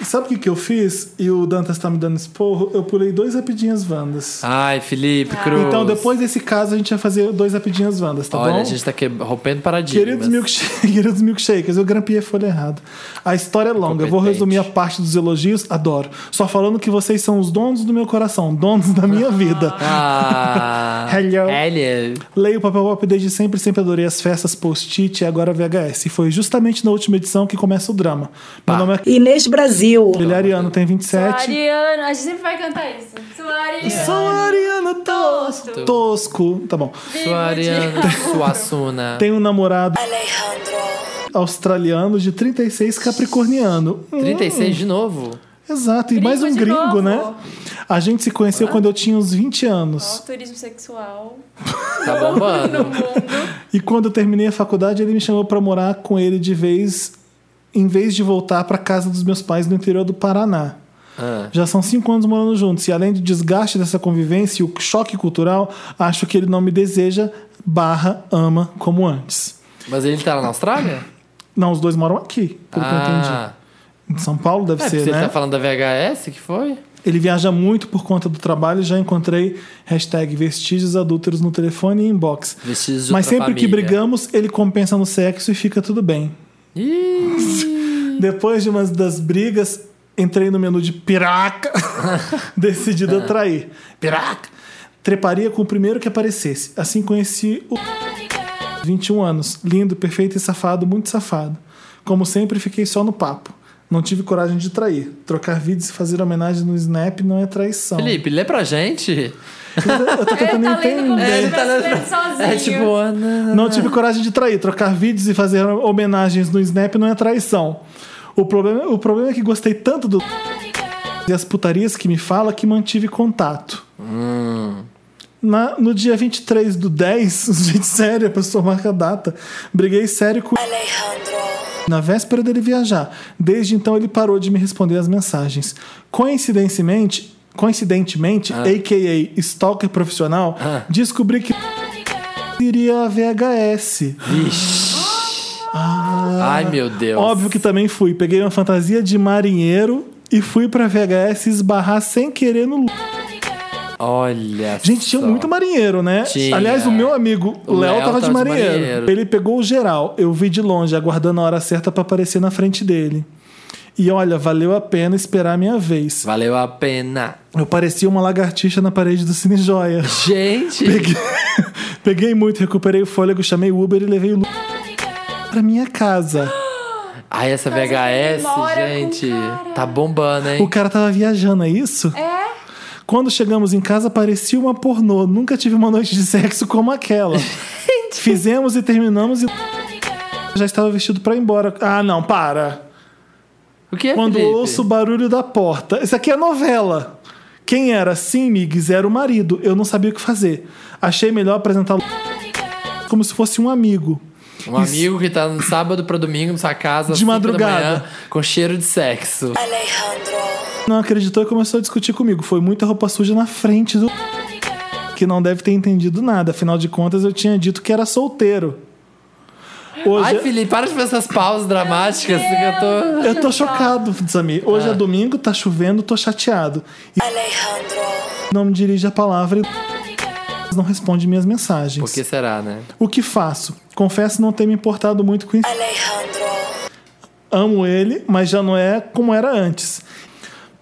Speaker 3: sabe o que, que eu fiz? E o Dantas tá me dando esporro. Eu pulei dois rapidinhas Vandas.
Speaker 2: Ai, Felipe Cruz.
Speaker 3: Então, depois desse caso, a gente vai fazer dois rapidinhas Vandas, tá
Speaker 2: Olha,
Speaker 3: bom?
Speaker 2: a gente tá que... rompendo paradigmas.
Speaker 3: Queridos, milkshake, queridos milkshakers, eu grampeei a folha errada. A história é longa, eu vou
Speaker 2: Competente.
Speaker 3: resumir a parte dos elogios, adoro. Só falando que vocês são os donos do meu coração, donos da minha vida.
Speaker 2: Ah,
Speaker 3: Hello.
Speaker 2: Hello.
Speaker 3: Leio o Papel Pop desde sempre, sempre adorei as festas post-it e agora VHS. E foi justamente na última edição que começa o drama. Meu nome é
Speaker 5: Inês Brasil.
Speaker 3: Ele é Ariano, tem 27.
Speaker 1: Suariano, a gente sempre vai cantar isso. Suariano,
Speaker 3: Sou Ariano Tosco.
Speaker 1: Tosco.
Speaker 3: Tosco. Tá bom.
Speaker 2: Suariana Suassuna.
Speaker 3: Tem um namorado australiano de 36, capricorniano. Hum.
Speaker 2: 36 de novo.
Speaker 3: Exato, e
Speaker 1: Gringo
Speaker 3: mais um
Speaker 1: de
Speaker 3: gringo,
Speaker 1: novo.
Speaker 3: né? A gente se conheceu quando eu tinha uns 20 anos.
Speaker 1: turismo sexual
Speaker 2: Tá
Speaker 1: no
Speaker 2: bombando.
Speaker 1: mundo.
Speaker 3: E quando eu terminei a faculdade, ele me chamou pra morar com ele de vez, em vez de voltar pra casa dos meus pais no interior do Paraná.
Speaker 2: Ah.
Speaker 3: Já são cinco anos morando juntos, e além do desgaste dessa convivência e o choque cultural, acho que ele não me deseja, barra, ama como antes.
Speaker 2: Mas ele tá lá na Austrália?
Speaker 3: Não, os dois moram aqui, pelo que eu entendi.
Speaker 2: ah,
Speaker 3: Em São Paulo deve
Speaker 2: é, porque
Speaker 3: ser,
Speaker 2: ele
Speaker 3: né?
Speaker 2: tá falando da VHS que foi?
Speaker 3: Ele viaja muito por conta do trabalho e já encontrei hashtag vestígios adúlteros no telefone e inbox.
Speaker 2: Vestígios de
Speaker 3: Mas
Speaker 2: outra
Speaker 3: sempre que
Speaker 2: família.
Speaker 3: brigamos, ele compensa no sexo e fica tudo bem.
Speaker 2: Ih,
Speaker 3: Depois de uma das brigas, entrei no menu de piraca, decidido a trair. Piraca! Treparia com o primeiro que aparecesse. Assim conheci o. 21 anos, lindo, perfeito e safado, muito safado. Como sempre, fiquei só no papo. Não tive coragem de trair. Trocar vídeos e fazer homenagem no Snap não é traição.
Speaker 2: Felipe, lê pra gente.
Speaker 3: Eu tô
Speaker 1: Ele
Speaker 3: tentando
Speaker 1: tá lendo como
Speaker 3: entender.
Speaker 1: se
Speaker 2: Ele tá lendo-
Speaker 1: brasileiro sozinho.
Speaker 2: É tipo, Ana.
Speaker 3: ah, Não tive coragem de trair. Trocar vídeos e fazer homenagens no Snap não é traição. O problema, o problema é que gostei tanto do. E as putarias que me fala que mantive contato. Na- no dia 23 do 10, gente, sério, a pessoa marca a data. Briguei sério com. Na véspera dele viajar. Desde então ele parou de me responder as mensagens. Coincidentemente, coincidentemente, a.k.a. stalker profissional, descobri que iria a VHS.
Speaker 2: Ai, meu Deus.
Speaker 3: Óbvio que também fui. Peguei uma fantasia de marinheiro e fui pra VHS esbarrar sem querer no. lu-
Speaker 2: Olha
Speaker 3: Gente, tinha
Speaker 2: só.
Speaker 3: muito marinheiro, né?
Speaker 2: Tinha.
Speaker 3: Aliás, o meu amigo
Speaker 2: O
Speaker 3: Léo
Speaker 2: Léo
Speaker 3: tava, de
Speaker 2: tava de
Speaker 3: marinheiro.
Speaker 2: marinheiro.
Speaker 3: Ele pegou o geral. Eu vi de longe, aguardando a hora certa pra aparecer na frente dele. E olha, valeu a pena esperar a minha vez.
Speaker 2: Valeu a pena.
Speaker 3: Eu parecia uma lagartixa na parede do Cine Joia.
Speaker 2: Gente,
Speaker 3: Peguei, peguei muito, recuperei o fôlego, chamei o Uber e levei o Lu pra minha casa.
Speaker 2: ai, Ah, essa
Speaker 1: Mas ele
Speaker 2: VHS,
Speaker 1: mora com
Speaker 2: gente,
Speaker 1: cara.
Speaker 2: tá bombando,
Speaker 3: O
Speaker 2: hein?
Speaker 3: cara tava viajando, é isso?
Speaker 1: É.
Speaker 3: Quando chegamos em casa, parecia uma pornô. Nunca tive uma noite de sexo como aquela. Fizemos e terminamos e. Já estava vestido pra ir embora. Ah, não, para.
Speaker 2: O que é,
Speaker 3: Quando
Speaker 2: Felipe?
Speaker 3: ouço o barulho da porta. Isso aqui é novela. Quem era? Sim, Migs, era o marido. Eu não sabia o que fazer. Achei melhor apresentá-lo como se fosse um amigo.
Speaker 2: Um amigo que tá no sábado pra domingo na sua casa, às
Speaker 3: De
Speaker 2: cinco da
Speaker 3: madrugada. É,
Speaker 2: manhã, com cheiro de sexo.
Speaker 3: Não acreditou e começou a discutir comigo. Foi muita roupa suja na frente do. Que não deve ter entendido nada. Afinal de contas, eu tinha dito que era solteiro. Hoje
Speaker 2: Ai,
Speaker 3: é-
Speaker 2: Felipe, para de fazer essas pausas dramáticas que eu tô.
Speaker 3: Eu tô chocado, Samir. Hoje é domingo, tá chovendo, tô chateado. E não me dirige a palavra e não responde minhas mensagens.
Speaker 2: Por que será, né?
Speaker 3: O que faço? Confesso não ter me importado muito com isso. Amo ele, mas já não é como era antes.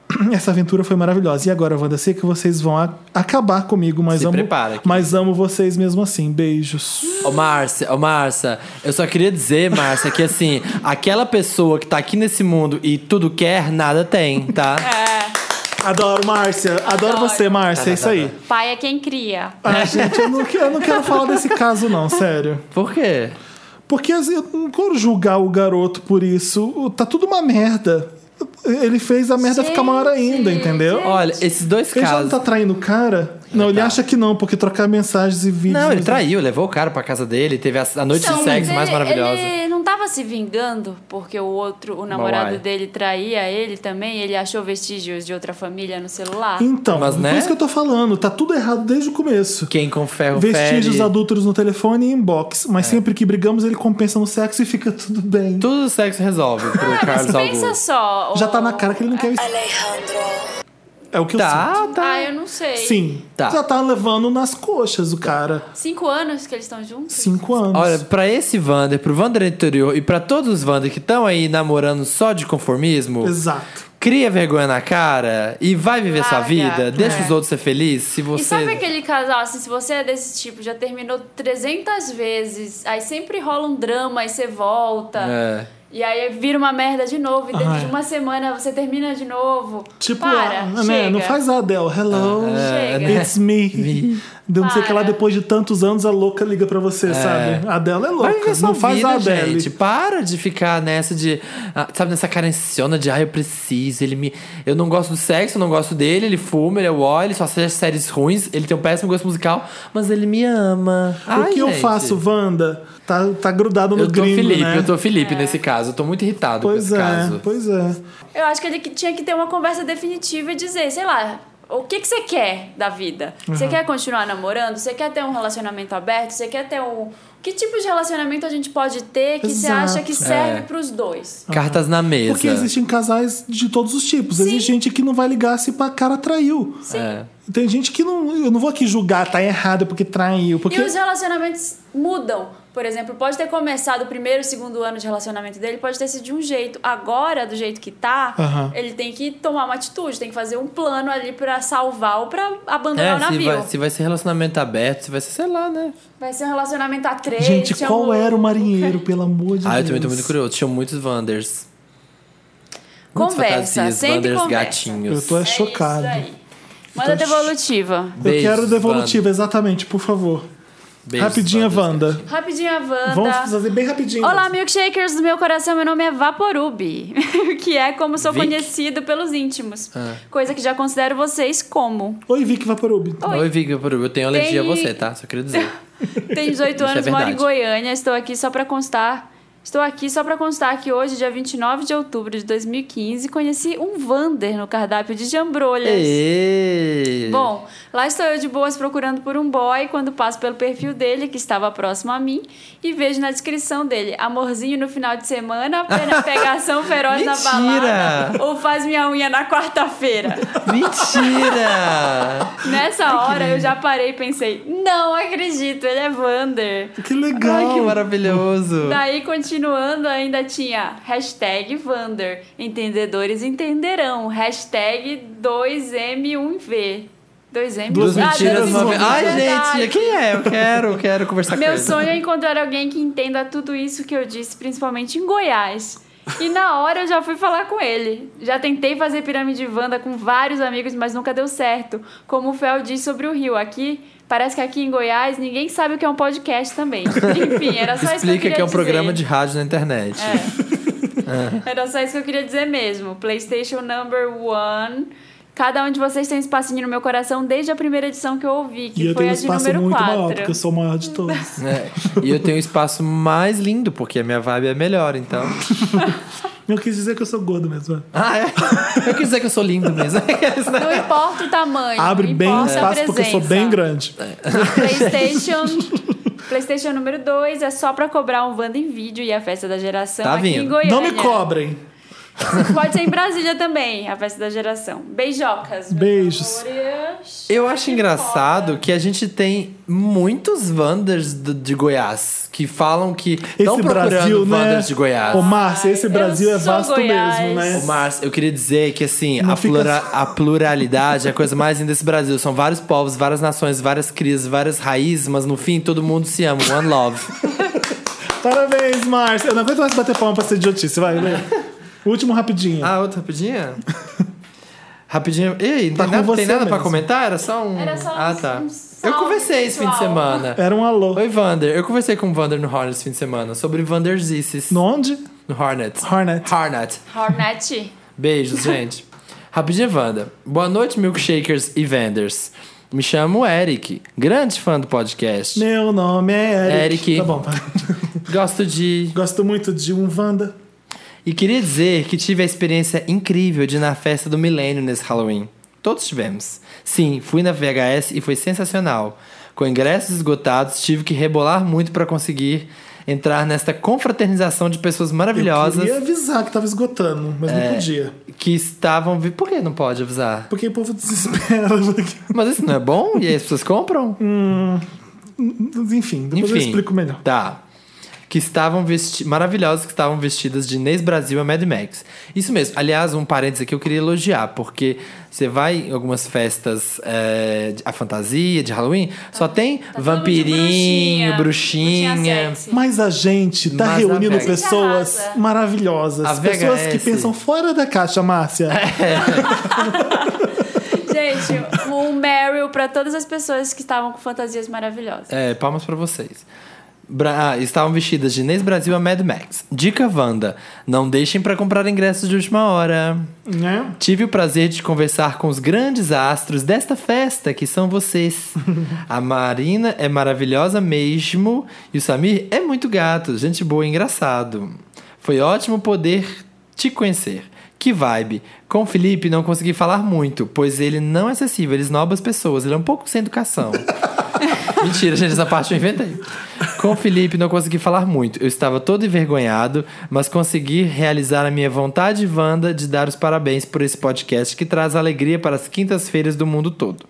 Speaker 3: Essa aventura foi maravilhosa. E agora, Wanda, sei que vocês vão a- acabar comigo, mas
Speaker 2: Se
Speaker 3: amo.
Speaker 2: prepara, querido.
Speaker 3: mas amo vocês mesmo assim. Beijos.
Speaker 2: Ô, Márcia, ô, Márcia, eu só queria dizer, Márcia, que assim, aquela pessoa que tá aqui nesse mundo e tudo quer, nada tem, tá?
Speaker 1: É,
Speaker 3: Adoro, Márcia. Adoro,
Speaker 1: Adoro.
Speaker 3: você, Márcia.
Speaker 2: Tá,
Speaker 3: é isso aí.
Speaker 1: pai é quem cria.
Speaker 3: Ah, gente, eu não, que- eu não quero falar desse caso, não, sério.
Speaker 2: Por quê?
Speaker 3: Porque assim, eu não quero julgar o garoto por isso. O- Tá tudo uma merda. Ele fez a merda ficar maior ainda,
Speaker 1: Gente,
Speaker 3: entendeu?
Speaker 2: Olha, esses dois
Speaker 3: Ele já não
Speaker 2: casos. tá.
Speaker 3: tá traindo o cara? Não, ele acha que não, porque trocar mensagens e vídeos. né?
Speaker 2: Não, ele traiu, levou o cara pra casa dele, teve a, a noite
Speaker 1: Então,
Speaker 2: de sexo
Speaker 1: mas
Speaker 2: mais
Speaker 1: ele-
Speaker 2: maravilhosa.
Speaker 1: Ele não tava se vingando porque o outro, o namorado
Speaker 2: Mauai.
Speaker 1: dele traía ele também, ele achou vestígios de outra família no celular.
Speaker 3: Então,
Speaker 2: Mas,
Speaker 3: por
Speaker 2: né?
Speaker 3: isso que eu tô falando, tá tudo errado desde o começo.
Speaker 2: Quem com ferro
Speaker 3: Vestígios
Speaker 2: fere, É.
Speaker 3: adúlteros no telefone e inbox. Mas sempre que brigamos, ele compensa no sexo e fica tudo bem.
Speaker 2: Tudo o sexo resolve pro Carlos
Speaker 1: Ah, pensa
Speaker 2: Augusto.
Speaker 1: só. oh,
Speaker 3: Já
Speaker 1: o-
Speaker 3: tá na cara que ele não quer isso. É o que eu sinto.
Speaker 2: Tá, tá.
Speaker 1: Ah, eu não sei.
Speaker 3: Sim.
Speaker 2: Tá.
Speaker 3: Já tá levando nas coxas o cara.
Speaker 1: Cinco anos que eles estão juntos?
Speaker 3: Cinco anos.
Speaker 2: Olha, pra esse Vander, pro Vander anterior e pra todos os Vander que estão aí namorando só de conformismo,
Speaker 3: Exato.
Speaker 2: cria vergonha na cara e vai viver sua
Speaker 1: Larga,
Speaker 2: vida, deixa
Speaker 1: é.
Speaker 2: os outros ser felizes. Se
Speaker 1: E
Speaker 2: você.
Speaker 1: sabe aquele casal, assim, se você é desse tipo, já terminou 300 vezes, aí sempre rola um drama, aí você volta.
Speaker 2: É.
Speaker 1: E aí vira uma merda de novo, e dentro
Speaker 3: Ah,
Speaker 1: de
Speaker 3: é.
Speaker 1: uma semana você termina de novo.
Speaker 3: Tipo,
Speaker 1: Para,
Speaker 3: ah,
Speaker 1: chega.
Speaker 3: né? Não faz a Adele. Hello.
Speaker 1: Chega.
Speaker 2: né?
Speaker 3: It's me. Deu não sei o que lá,
Speaker 1: Para.
Speaker 3: depois de tantos anos, a louca liga pra você, sabe? A Adele é
Speaker 2: Vai
Speaker 3: louca.
Speaker 2: viver sua
Speaker 3: não faz
Speaker 2: vida,
Speaker 3: a Adele.
Speaker 2: gente. Para de ficar nessa de. ah, Sabe, nessa carenciona de, ah, eu preciso, ele me. Eu não gosto do sexo, eu não gosto dele, ele fuma, ele é o ele só assiste séries ruins, ele tem um péssimo gosto musical, mas ele me ama.
Speaker 3: o que eu faço, Wanda? Tá, tá grudado no
Speaker 2: Eu tô
Speaker 3: gringo,
Speaker 2: Felipe,
Speaker 3: né?
Speaker 2: eu tô Felipe
Speaker 1: É.
Speaker 2: nesse caso. Eu tô muito irritado
Speaker 3: Pois
Speaker 2: com esse
Speaker 3: é,
Speaker 2: caso.
Speaker 3: pois é.
Speaker 1: Eu acho que ele que tinha que ter uma conversa definitiva e dizer, sei lá, o que, que você quer da vida? Você quer continuar namorando? Você quer ter um relacionamento aberto? Você quer ter um. Que tipo de relacionamento a gente pode ter que você
Speaker 3: Exato.
Speaker 1: acha que serve
Speaker 2: É.
Speaker 1: pros dois?
Speaker 2: Cartas na mesa.
Speaker 3: Porque existem casais de todos os tipos. Existe gente que não vai ligar se a cara traiu.
Speaker 2: É.
Speaker 3: Tem gente que não. Eu não vou aqui julgar, tá errado porque traiu. Porque
Speaker 1: E os relacionamentos mudam. Por exemplo, pode ter começado o primeiro, segundo ano de relacionamento dele, pode ter sido de um jeito. Agora, do jeito que tá,
Speaker 3: Aham.
Speaker 1: ele tem que tomar uma atitude, tem que fazer um plano ali pra salvar ou pra abandonar
Speaker 2: É,
Speaker 1: o
Speaker 2: se
Speaker 1: navio.
Speaker 2: vai, se vai ser relacionamento aberto, se vai ser, sei lá, né?
Speaker 1: Vai ser um relacionamento a três.
Speaker 3: Gente,
Speaker 1: chama
Speaker 3: qual era o marinheiro, pelo amor de Deus?
Speaker 2: Ah, eu também tô muito curioso. Tinha muitos Wanders. Muitas
Speaker 1: Conversa,
Speaker 2: fantasias,
Speaker 1: sempre
Speaker 2: Wanders
Speaker 1: conversa.
Speaker 2: gatinhos.
Speaker 3: Eu tô é
Speaker 1: É
Speaker 3: chocado.
Speaker 1: isso aí. Manda
Speaker 3: Então,
Speaker 1: devolutiva.
Speaker 3: eu
Speaker 2: Beijos,
Speaker 3: quero devolutiva, exatamente, por favor.
Speaker 2: Beijos,
Speaker 3: Rapidinha,
Speaker 2: Wanders
Speaker 3: Wanda.
Speaker 1: Rapidinho a Wanda.
Speaker 3: Vamos fazer bem rapidinho.
Speaker 1: Olá, milkshakers do meu coração, meu nome é Vaporubi, que é como sou
Speaker 2: Vic.
Speaker 1: conhecido pelos íntimos.
Speaker 2: Ah.
Speaker 1: Coisa que já considero vocês como.
Speaker 3: Oi, Vicky Vaporub.
Speaker 1: Oi.
Speaker 2: Oi, Vicky, eu tenho alergia
Speaker 1: Tem-
Speaker 2: a você, tá? Só queria dizer.
Speaker 1: Tenho 18
Speaker 2: Isso é
Speaker 1: anos, moro em
Speaker 2: verdade.
Speaker 1: Goiânia, estou aqui só para constar. Estou aqui só para constar que hoje, dia 29 de outubro de 2015, conheci um Vander no cardápio de jambrolhas.
Speaker 2: Ê!
Speaker 1: Bom, lá estou eu de boas procurando por um boy quando passo pelo perfil dele, que estava próximo a mim, e vejo na descrição dele: amorzinho no final de semana, pena- pegação feroz na
Speaker 2: Mentira!
Speaker 1: balada, ou faz minha unha na quarta-feira.
Speaker 2: Mentira!
Speaker 1: Nessa hora eu já parei e pensei: não acredito, ele é Vander.
Speaker 3: Que legal.
Speaker 2: Ai, que maravilhoso!
Speaker 1: Daí, continuando, ainda tinha hashtag Vander. Entendedores entenderão. Hashtag 2M1V. 2M?
Speaker 2: Duas
Speaker 1: Ah,
Speaker 2: mentiras
Speaker 1: dois
Speaker 2: uma
Speaker 1: M1V,
Speaker 2: vez. Ai,
Speaker 1: verdade.
Speaker 2: gente, quem é? Eu quero, eu quero conversar com
Speaker 1: Meu
Speaker 2: ele.
Speaker 1: sonho é encontrar alguém que entenda tudo isso que eu disse, principalmente em Goiás. E na hora eu já fui falar com ele. Já tentei fazer pirâmide Wanda com vários amigos, mas nunca deu certo. Como o Fel disse sobre o Rio aqui, parece que aqui em Goiás ninguém sabe o que é um podcast também. Enfim, era só isso que eu
Speaker 2: Explica
Speaker 1: queria
Speaker 2: que é um
Speaker 1: dizer. É.
Speaker 2: programa de rádio na internet.
Speaker 1: Era só isso que eu queria dizer mesmo. PlayStation Number One. Cada um de vocês tem um espacinho no meu coração desde a primeira edição que eu ouvi,
Speaker 3: E
Speaker 1: que
Speaker 3: eu
Speaker 1: foi
Speaker 3: tenho um
Speaker 1: a de
Speaker 3: espaço
Speaker 1: número
Speaker 3: muito
Speaker 1: 4.
Speaker 3: maior, porque eu sou o maior de todos.
Speaker 2: É, E eu tenho um espaço mais lindo, porque a minha vibe é melhor, então.
Speaker 3: Eu quis dizer que eu sou gordo mesmo. né?
Speaker 2: Ah, é? Eu quis dizer que eu sou lindo mesmo. É né?
Speaker 1: Não importa o tamanho.
Speaker 3: Abre
Speaker 1: não
Speaker 3: bem o
Speaker 1: importa a É.
Speaker 3: espaço porque eu sou
Speaker 1: presença.
Speaker 3: bem grande.
Speaker 1: PlayStation PlayStation número 2 é só pra cobrar um Wanda em vídeo e a festa da geração
Speaker 2: Tá
Speaker 1: aqui em
Speaker 2: vindo.
Speaker 1: Goiânia.
Speaker 3: Não me cobrem.
Speaker 1: Pode ser em Brasília também, a festa da geração. Beijocas. meus
Speaker 3: Beijos.
Speaker 1: amores.
Speaker 2: Eu acho engraçado que a gente tem muitos Wanders do- de Goiás que falam que estão
Speaker 3: Esse
Speaker 2: procurando
Speaker 3: Brasil,
Speaker 2: Wanders
Speaker 3: né?
Speaker 2: de Goiás.
Speaker 3: Ô, Márcia, esse
Speaker 1: eu
Speaker 3: Brasil é
Speaker 1: sou
Speaker 3: vasto
Speaker 1: Goiás.
Speaker 3: mesmo, né?
Speaker 2: Ô, Márcio, eu queria dizer que assim,
Speaker 3: Não
Speaker 2: a,
Speaker 3: fica
Speaker 2: plura-
Speaker 3: só-
Speaker 2: a pluralidade é a coisa mais linda desse Brasil. São vários povos, várias nações, várias crias, várias raízes, mas no fim todo mundo se ama. One love.
Speaker 3: Parabéns, Márcia. Eu não aguento mais bater palma pra ser idiotice. Vai, lê. Último rapidinho.
Speaker 2: Ah, outra rapidinha? rapidinha. Ei,
Speaker 3: Tá
Speaker 2: tem,
Speaker 3: com
Speaker 2: nada,
Speaker 3: você
Speaker 2: tem nada pra
Speaker 3: mesmo.
Speaker 2: comentar? Era só um.
Speaker 1: Era só
Speaker 2: ah,
Speaker 1: um-
Speaker 2: tá.
Speaker 1: um salve
Speaker 2: eu conversei esse fim de
Speaker 1: pessoal.
Speaker 2: semana.
Speaker 3: Era um alô.
Speaker 2: Oi, Vander. Eu conversei com o Vander no Hornets esse fim de semana sobre Vanderzices.
Speaker 3: No onde?
Speaker 2: No Hornets.
Speaker 3: Hornet.
Speaker 2: Hornet.
Speaker 1: Hornet. tá
Speaker 2: Beijos, gente. Rapidinho, Wanda. Boa noite, milkshakers e venders. Me chamo Eric, grande fã do podcast.
Speaker 3: Meu nome é Eric.
Speaker 2: Eric.
Speaker 3: Tá bom, pai.
Speaker 2: Gosto de.
Speaker 3: Gosto muito de um Wanda.
Speaker 2: E queria dizer que tive a experiência incrível de ir na festa do milênio nesse Halloween. Todos tivemos. Sim, fui na VHS e foi sensacional. Com ingressos esgotados, tive que rebolar muito para conseguir entrar nesta confraternização de pessoas
Speaker 3: Eu
Speaker 2: maravilhosas É.
Speaker 3: queria avisar que tava esgotando, mas não podia.
Speaker 2: que estavam. vi- Por que não pode avisar?
Speaker 3: Porque o povo desespera. porque-
Speaker 2: Mas isso não é bom? E aí as pessoas compram?
Speaker 3: Enfim, depois eu explico melhor.
Speaker 2: Tá. Que estavam vesti maravilhosas que estavam vestidas de Inês Brasil a Mad Max. Isso mesmo. Aliás, um parênteses aqui eu queria elogiar, porque você vai em algumas festas, é, de- a fantasia de Halloween, só tem
Speaker 1: Tá todo mundo de
Speaker 2: vampirinho, bruxinha.
Speaker 1: sexy.
Speaker 3: Mas a gente tá
Speaker 2: Mas a
Speaker 3: reunindo
Speaker 2: VHS.
Speaker 3: pessoas
Speaker 1: Arrasa.
Speaker 3: maravilhosas.
Speaker 2: A é
Speaker 3: pessoas que
Speaker 2: VHS.
Speaker 3: pensam fora da caixa, Márcia.
Speaker 2: É.
Speaker 1: Gente, um Meryl pra todas as pessoas que estavam com fantasias maravilhosas.
Speaker 2: É, palmas pra vocês. Bra- ah, estavam vestidas de Inês Brasil a Mad Max. Dica Wanda: não deixem pra comprar ingressos de última hora.
Speaker 3: Né?
Speaker 2: Tive o prazer de conversar com os grandes astros desta festa, que são vocês. A Marina é maravilhosa mesmo e o Samir é muito gato, gente boa e engraçado. Foi ótimo poder te conhecer. Que vibe! Com o Felipe não consegui falar muito, pois ele não é acessível, ele esnoba as pessoas, ele é um pouco sem educação. Mentira, gente, essa parte eu inventei. Com o Felipe não consegui falar muito. Eu estava todo envergonhado, mas consegui realizar a minha vontade, Wanda, de dar os parabéns por esse podcast que traz alegria para as quintas-feiras do mundo todo.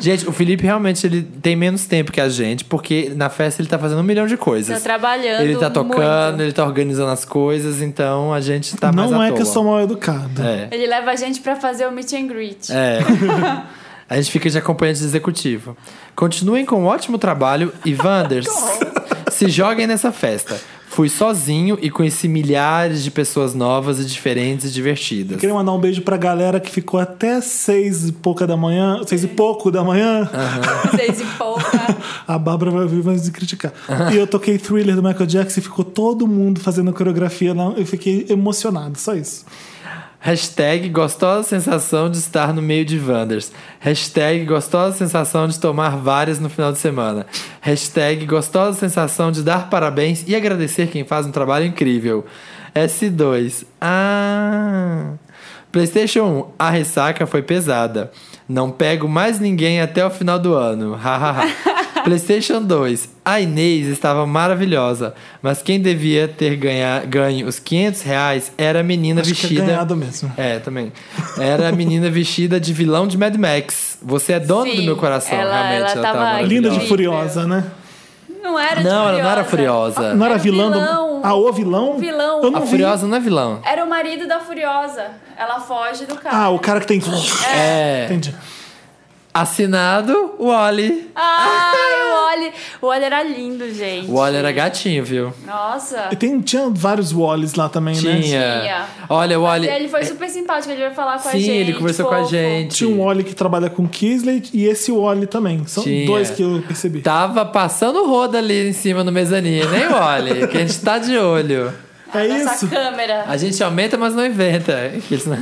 Speaker 2: gente, o Felipe realmente ele tem menos tempo que a gente, porque na festa ele tá fazendo um milhão de coisas.
Speaker 1: Tá trabalhando
Speaker 2: Ele tá tocando,
Speaker 1: muito.
Speaker 2: ele tá organizando as coisas, então a gente tá mais
Speaker 3: não
Speaker 2: à
Speaker 3: é que eu
Speaker 2: toa.
Speaker 3: sou um mal educada.
Speaker 2: É.
Speaker 1: Ele leva a gente pra fazer o meet and greet.
Speaker 2: É. A gente fica de acompanhante executivo. Continuem com um ótimo trabalho e Wanders, se joguem nessa festa. Fui sozinho e conheci milhares de pessoas novas e diferentes e divertidas.
Speaker 3: Queria mandar um beijo pra galera que ficou até seis e pouca da manhã, seis e pouco da manhã.
Speaker 1: Seis e pouca.
Speaker 3: A Bárbara vai ouvir mas de criticar. E eu toquei thriller do Michael Jackson e ficou todo mundo fazendo coreografia. lá. Eu fiquei emocionado, só isso.
Speaker 2: Hashtag gostosa sensação de estar no meio de Wanders. Hashtag gostosa sensação de tomar várias no final de semana. Hashtag gostosa sensação de dar parabéns e agradecer quem faz um trabalho incrível. S2. Ah. PlayStation 1. A ressaca foi pesada. Não pego mais ninguém até o final do ano. Hahaha. PlayStation 2. A Inês estava maravilhosa, mas quem devia ter ganha- ganho os 500 reais era a menina
Speaker 3: Acho que é
Speaker 2: vestida.
Speaker 3: ganhado mesmo.
Speaker 2: É, também. Era a menina vestida de vilão de Mad Max. Você é dona do
Speaker 1: Sim,
Speaker 2: meu coração,
Speaker 1: ela-
Speaker 2: realmente.
Speaker 1: ela
Speaker 2: Ela,
Speaker 1: tava
Speaker 2: tava
Speaker 3: Linda de
Speaker 1: Maravilhosa.
Speaker 3: furiosa, né?
Speaker 1: Não era de
Speaker 2: Não, ela não era
Speaker 1: furiosa.
Speaker 2: furiosa.
Speaker 3: Ah, Não um era,
Speaker 1: Era
Speaker 3: vilã?
Speaker 1: É vilão.
Speaker 3: Do... Ah, o vilão?
Speaker 1: O vilão.
Speaker 3: Eu não
Speaker 2: A
Speaker 3: vi.
Speaker 2: furiosa não é vilão.
Speaker 1: Era o marido da Furiosa. Ela foge do carro.
Speaker 3: Ah, o cara que tem...
Speaker 2: É.
Speaker 3: Entendi.
Speaker 2: Assinado o Wally.
Speaker 1: Ai, Ah, o Oli. O Oli era lindo, gente.
Speaker 2: O Wally era gatinho, viu?
Speaker 1: Nossa.
Speaker 3: E tem, tinha vários Wallis lá também, né?
Speaker 2: Tinha.
Speaker 1: Tinha.
Speaker 2: Olha, o Wally.
Speaker 1: E ele foi super simpático, ele veio falar com a
Speaker 2: Sim,
Speaker 1: gente.
Speaker 2: ele conversou com a
Speaker 1: fofo.
Speaker 2: gente.
Speaker 3: Tinha um Wally que trabalha com Kisley e esse Wally também. São
Speaker 2: Tinha. Tá.
Speaker 3: dois que eu percebi.
Speaker 2: Tava passando roda ali em cima no mezanino, hein, Wally? que a gente tá de olho.
Speaker 3: É
Speaker 1: Nossa
Speaker 3: isso.
Speaker 1: câmera.
Speaker 2: A gente aumenta, mas não inventa. Que isso, né?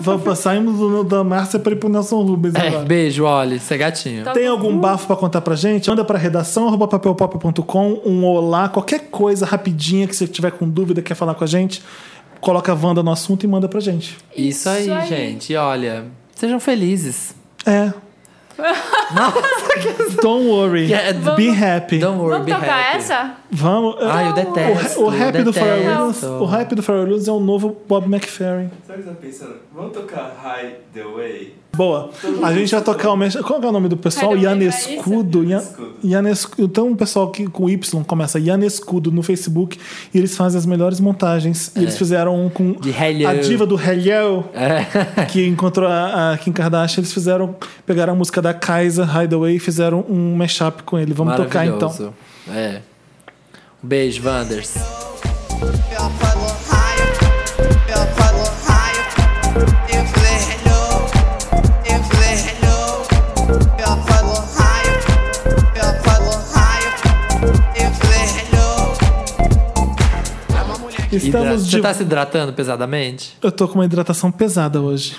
Speaker 3: Vamos saímos do- da Márcia pra ir pro Nelson Rubens
Speaker 2: É,
Speaker 3: agora.
Speaker 2: beijo, Wally. Você é gatinho.
Speaker 3: Tem algum bafo pra contar pra gente? Manda pra redação arroba papelpop.com, um olá, qualquer coisa rapidinha que você tiver com dúvida, quer falar com a gente, coloca a Wanda no assunto e manda pra gente.
Speaker 2: Isso, aí,
Speaker 1: Isso aí.
Speaker 2: gente. Olha, sejam felizes.
Speaker 3: É. Don't worry.
Speaker 2: Yeah,
Speaker 3: Be
Speaker 1: vamos-
Speaker 3: happy.
Speaker 2: Don't worry,
Speaker 1: Vamos
Speaker 2: be
Speaker 1: tocar
Speaker 2: happy.
Speaker 1: essa?
Speaker 3: Vamos.
Speaker 2: Ai, eu
Speaker 3: O-
Speaker 2: detesto,
Speaker 3: O, rap do Pharrell
Speaker 2: detesto.
Speaker 3: Williams, o rap do Pharrell Williams é o novo Bob McFerrin.
Speaker 5: Sabe o que eu tava pensando? Vamos tocar High the Way?
Speaker 3: Boa. A gente vai tocar o mexa. Qual que é o nome do pessoal?
Speaker 1: Vai dar um
Speaker 3: Ian
Speaker 1: beijo pra
Speaker 3: Escudo. Ian-
Speaker 5: Escudo.
Speaker 3: Ian Escudo. Então, o pessoal que com Y começa Ian Escudo no Facebook e eles fazem as melhores montagens. E eles fizeram um com
Speaker 2: É. De É. Hello.
Speaker 3: a diva do Hello, que encontrou a, a Kim Kardashian. Eles fizeram, pegaram a música da Kaisa Hideaway e fizeram um mashup com ele. Vamos tocar então.
Speaker 2: Maravilhoso. É. Um beijo, Wanders.
Speaker 6: I'll follow higher, I'll follow higher, if they hello, if they hello, I'll follow higher, I'll follow higher, if they hello.
Speaker 3: Estamos
Speaker 2: Hidra-
Speaker 3: de
Speaker 2: Você tá se hidratando pesadamente?
Speaker 3: Eu tô com uma hidratação pesada hoje.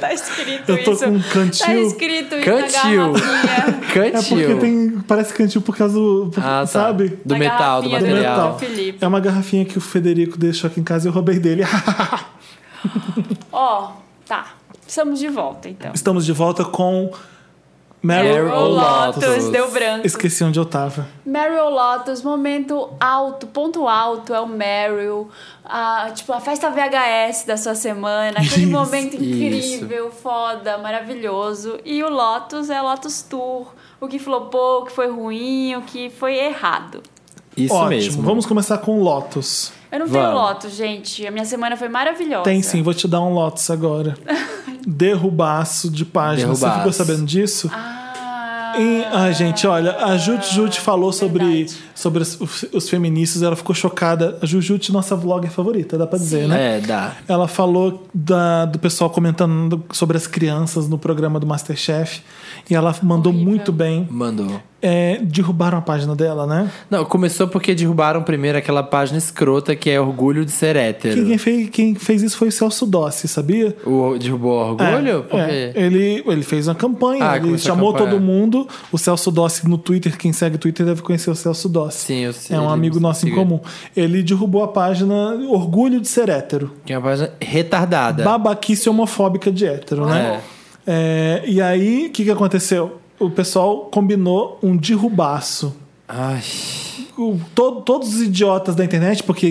Speaker 1: Tá escrito
Speaker 3: Eu tô
Speaker 1: isso.
Speaker 3: com um cantil.
Speaker 1: Tá escrito isso
Speaker 2: Cantil.
Speaker 1: na garrafinha.
Speaker 3: É porque
Speaker 2: Cantil.
Speaker 3: tem. Parece cantil por causa do. por-
Speaker 2: Ah, tá.
Speaker 3: Sabe?
Speaker 2: Do
Speaker 1: Na
Speaker 2: metal, do
Speaker 1: garrafinha do
Speaker 2: material.
Speaker 1: metal. Felipe.
Speaker 3: É uma garrafinha que o Federico deixou aqui em casa e eu roubei dele.
Speaker 1: Ó, tá. Estamos de volta, então.
Speaker 3: Estamos de volta com Meryl.
Speaker 2: Meryl.
Speaker 1: Meryl
Speaker 2: Lotus.
Speaker 1: Lotus, deu branco.
Speaker 3: Esqueci onde eu tava.
Speaker 1: Meryl Lotus, momento alto, ponto alto é o Meryl. A, tipo, a festa VHS da sua semana, aquele
Speaker 3: Isso,
Speaker 1: momento incrível, foda, maravilhoso. E o Lotus é Lotus Tour. O que flopou, o que foi ruim, o que foi errado.
Speaker 2: Isso
Speaker 3: Ótimo.
Speaker 2: mesmo.
Speaker 3: Vamos começar com Lotus.
Speaker 1: Eu não tenho
Speaker 2: Vamos.
Speaker 1: Lotus, gente. A minha semana foi maravilhosa.
Speaker 3: Tem sim, vou te dar um Lotus agora. Derrubaço de página. Você
Speaker 2: Derrubaço.
Speaker 3: ficou sabendo disso?
Speaker 1: Ah,
Speaker 3: E, ai, gente, olha, a Jut Jut falou sobre,
Speaker 1: Verdade.
Speaker 3: sobre os, os feministas, ela ficou chocada. A Jujut, nossa vlogger favorita, dá pra dizer, né?
Speaker 2: É, dá.
Speaker 3: Ela falou da- do pessoal comentando sobre as crianças no programa do Masterchef. E ela mandou muito bem.
Speaker 2: Mandou.
Speaker 3: É, derrubaram a página dela, né?
Speaker 2: Não, começou porque derrubaram primeiro aquela página escrota que é Orgulho de Ser Hétero.
Speaker 3: Quem, é? quem fez, quem fez isso foi o Celso Dossi, sabia?
Speaker 2: O, derrubou Orgulho?
Speaker 3: É,
Speaker 2: Por quê?
Speaker 3: é. ele, ele fez uma campanha,
Speaker 2: Ah,
Speaker 3: ele
Speaker 2: começou a
Speaker 3: chamou
Speaker 2: campanha.
Speaker 3: todo mundo. O Celso Dossi no Twitter, quem segue o Twitter deve conhecer o Celso Dossi.
Speaker 2: Sim, eu sei,
Speaker 3: É um
Speaker 2: ele-
Speaker 3: amigo nosso em
Speaker 2: sigo ele.
Speaker 3: comum. Ele derrubou a página Orgulho de Ser Hétero.
Speaker 2: Que é uma página retardada.
Speaker 3: babaquice homofóbica de hétero, né? É, e aí, o que, que aconteceu? O pessoal combinou um derrubaço.
Speaker 2: Ai,
Speaker 3: O- to- todos os idiotas da internet, porque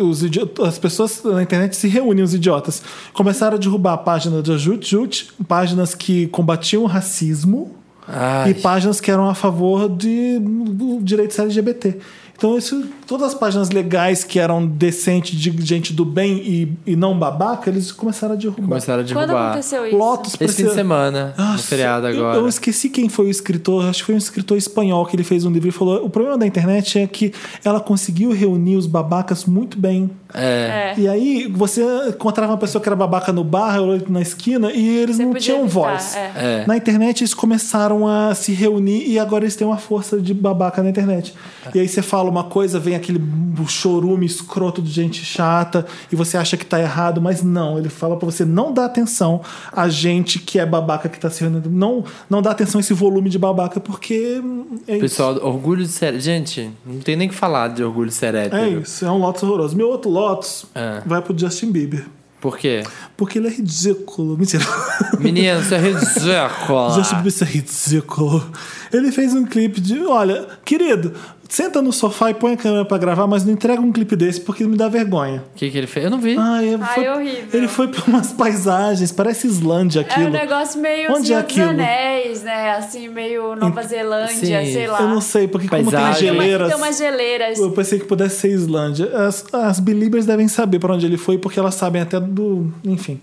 Speaker 3: os idi- as pessoas na internet se reúnem, os idiotas, começaram a derrubar a página da Jut Jut, páginas que combatiam o racismo
Speaker 2: ai.
Speaker 3: e páginas que eram a favor de do direitos LGBT. Então, isso, todas as páginas legais que eram decentes de gente do bem e, e não babaca, eles começaram a derrubar.
Speaker 2: Começaram a
Speaker 1: Quando
Speaker 2: derrubar.
Speaker 1: aconteceu isso?
Speaker 3: Lotus
Speaker 2: Esse fim de semana, no
Speaker 3: Nossa, então
Speaker 2: feriado
Speaker 3: eu-
Speaker 2: agora.
Speaker 3: Eu esqueci quem foi o escritor, acho que foi um escritor espanhol que ele fez um livro e falou: o problema da internet é que ela conseguiu reunir os babacas muito bem.
Speaker 2: É.
Speaker 1: É.
Speaker 3: E aí você encontrava uma pessoa que era babaca no bar, ou na esquina, e eles
Speaker 1: Você
Speaker 3: não
Speaker 1: podia
Speaker 3: tinham
Speaker 1: evitar,
Speaker 3: voz.
Speaker 1: é.
Speaker 2: É.
Speaker 3: Na internet eles começaram a se reunir e agora eles têm uma força de babaca na internet.
Speaker 2: É.
Speaker 3: E aí você fala uma coisa, vem aquele chorume escroto de gente chata e você acha que tá errado, mas não. Ele fala pra você não dar atenção a gente que é babaca que tá se reunindo. Não, não dá atenção a esse volume de babaca porque hum, é isso.
Speaker 2: Pessoal, orgulho de ser. Gente, não tem nem o que falar de orgulho de ser hétero.
Speaker 3: É isso, é um Lotus horroroso. Meu outro Lotus
Speaker 2: É.
Speaker 3: vai pro Justin Bieber.
Speaker 2: Por quê?
Speaker 3: Porque ele é ridículo. Mentira.
Speaker 2: Menino, você é ridículo.
Speaker 3: Justin Bieber isso é ridículo. Ele fez um clipe de. Olha, querido, senta no sofá e põe a câmera pra gravar, mas não entrega um clipe desse porque me dá vergonha.
Speaker 2: O que, que ele fez? Eu não vi.
Speaker 3: Ai,
Speaker 1: Ai,
Speaker 3: foi-
Speaker 1: horrível.
Speaker 3: Ele foi pra umas paisagens, parece Islândia
Speaker 1: É um
Speaker 3: aquilo.
Speaker 1: negócio meio
Speaker 3: Onde é
Speaker 1: Senhor dos
Speaker 3: aquilo?
Speaker 1: Anéis, né? Assim, meio Nova Zelândia,
Speaker 2: sim.
Speaker 1: sei lá.
Speaker 3: Eu não sei, porque como
Speaker 2: Paisagem.
Speaker 3: tem
Speaker 1: Tem uma-
Speaker 3: geleiras.
Speaker 1: Tem umas geleiras.
Speaker 3: Eu pensei que pudesse ser Islândia. As, as believers devem saber pra onde ele foi, porque elas sabem até do. Enfim.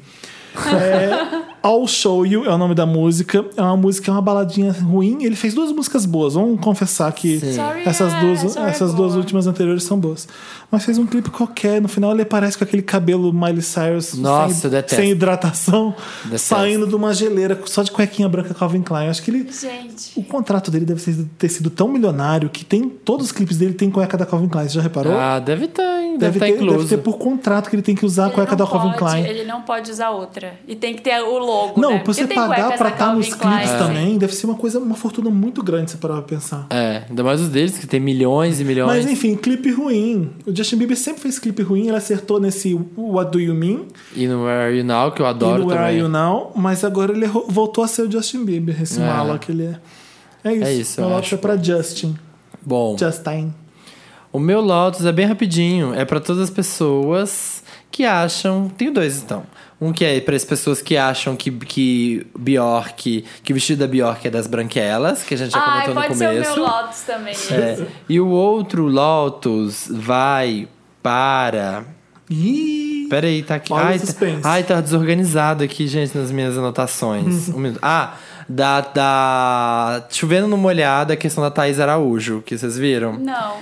Speaker 3: É, I'll Show You é o nome da música. É uma música, é uma baladinha ruim. Ele fez duas músicas boas. Vamos confessar que
Speaker 2: Sim.
Speaker 1: Sorry,
Speaker 3: essas,
Speaker 1: é,
Speaker 3: duas,
Speaker 1: sorry,
Speaker 3: essas
Speaker 1: boa.
Speaker 3: duas últimas anteriores são boas. Mas fez um clipe qualquer. No final ele aparece com aquele cabelo Miley Cyrus
Speaker 2: Nossa, eu
Speaker 3: sem,
Speaker 2: detesto.
Speaker 3: sem hidratação,
Speaker 2: Detesto.
Speaker 3: saindo de uma geleira só de cuequinha branca Calvin Klein. Acho que ele
Speaker 1: Gente.
Speaker 3: o contrato dele deve ser- ter sido tão milionário que tem todos os clipes dele tem cueca da Calvin Klein, você já reparou?
Speaker 2: Ah, deve ter, hein? tem, deve,
Speaker 3: Deve,
Speaker 2: estar
Speaker 3: ter, deve
Speaker 2: incluso.
Speaker 3: ter por contrato que ele tem que usar a
Speaker 1: Ele
Speaker 3: cueca
Speaker 1: não
Speaker 3: da Calvin
Speaker 1: pode-
Speaker 3: Klein.
Speaker 1: Ele não pode usar outra. E tem que ter o logo.
Speaker 3: Não,
Speaker 1: né?
Speaker 3: pra
Speaker 1: Porque
Speaker 3: você
Speaker 1: tem
Speaker 3: pagar
Speaker 1: cuecas
Speaker 3: pra
Speaker 1: da
Speaker 3: estar nos
Speaker 1: Calvin Klein,
Speaker 3: clipes
Speaker 1: né?
Speaker 3: também, deve ser uma coisa, uma fortuna muito grande, se parar pra pensar.
Speaker 2: É, ainda mais os deles, que tem milhões e milhões.
Speaker 3: Mas enfim, clipe ruim. O Justin Bieber sempre fez clipe ruim, ele acertou nesse What Do You Mean
Speaker 2: E no Where Are You Now, que eu
Speaker 3: e
Speaker 2: adoro
Speaker 3: no Where Are
Speaker 2: também.
Speaker 3: You Now, mas agora ele errou- voltou a ser o Justin Bieber, esse
Speaker 2: É.
Speaker 3: mala que ele é. É isso.
Speaker 2: isso, eu
Speaker 3: Meu
Speaker 2: acho.
Speaker 3: é pra Justin.
Speaker 2: Bom,
Speaker 3: Justin.
Speaker 2: o meu Lotus é bem rapidinho. É pra todas as pessoas que acham... Tenho dois, então. Um que é para as pessoas que acham que, que Bjork, que o vestido da Bjork é das branquelas, que a gente já
Speaker 1: Ai,
Speaker 2: comentou no
Speaker 1: pode ser o
Speaker 2: começo.
Speaker 1: meu Lotus também.
Speaker 2: É. E o outro Lotus vai para.
Speaker 3: Ih!
Speaker 2: Peraí, tá aqui.
Speaker 3: Olha o
Speaker 2: Ai tá,
Speaker 3: suspense.
Speaker 2: ai, tá desorganizado aqui, gente, nas minhas anotações. um minuto. Ah, da, da. Chovendo no molhado, a questão da Thaís Araújo, que vocês viram.
Speaker 1: Não.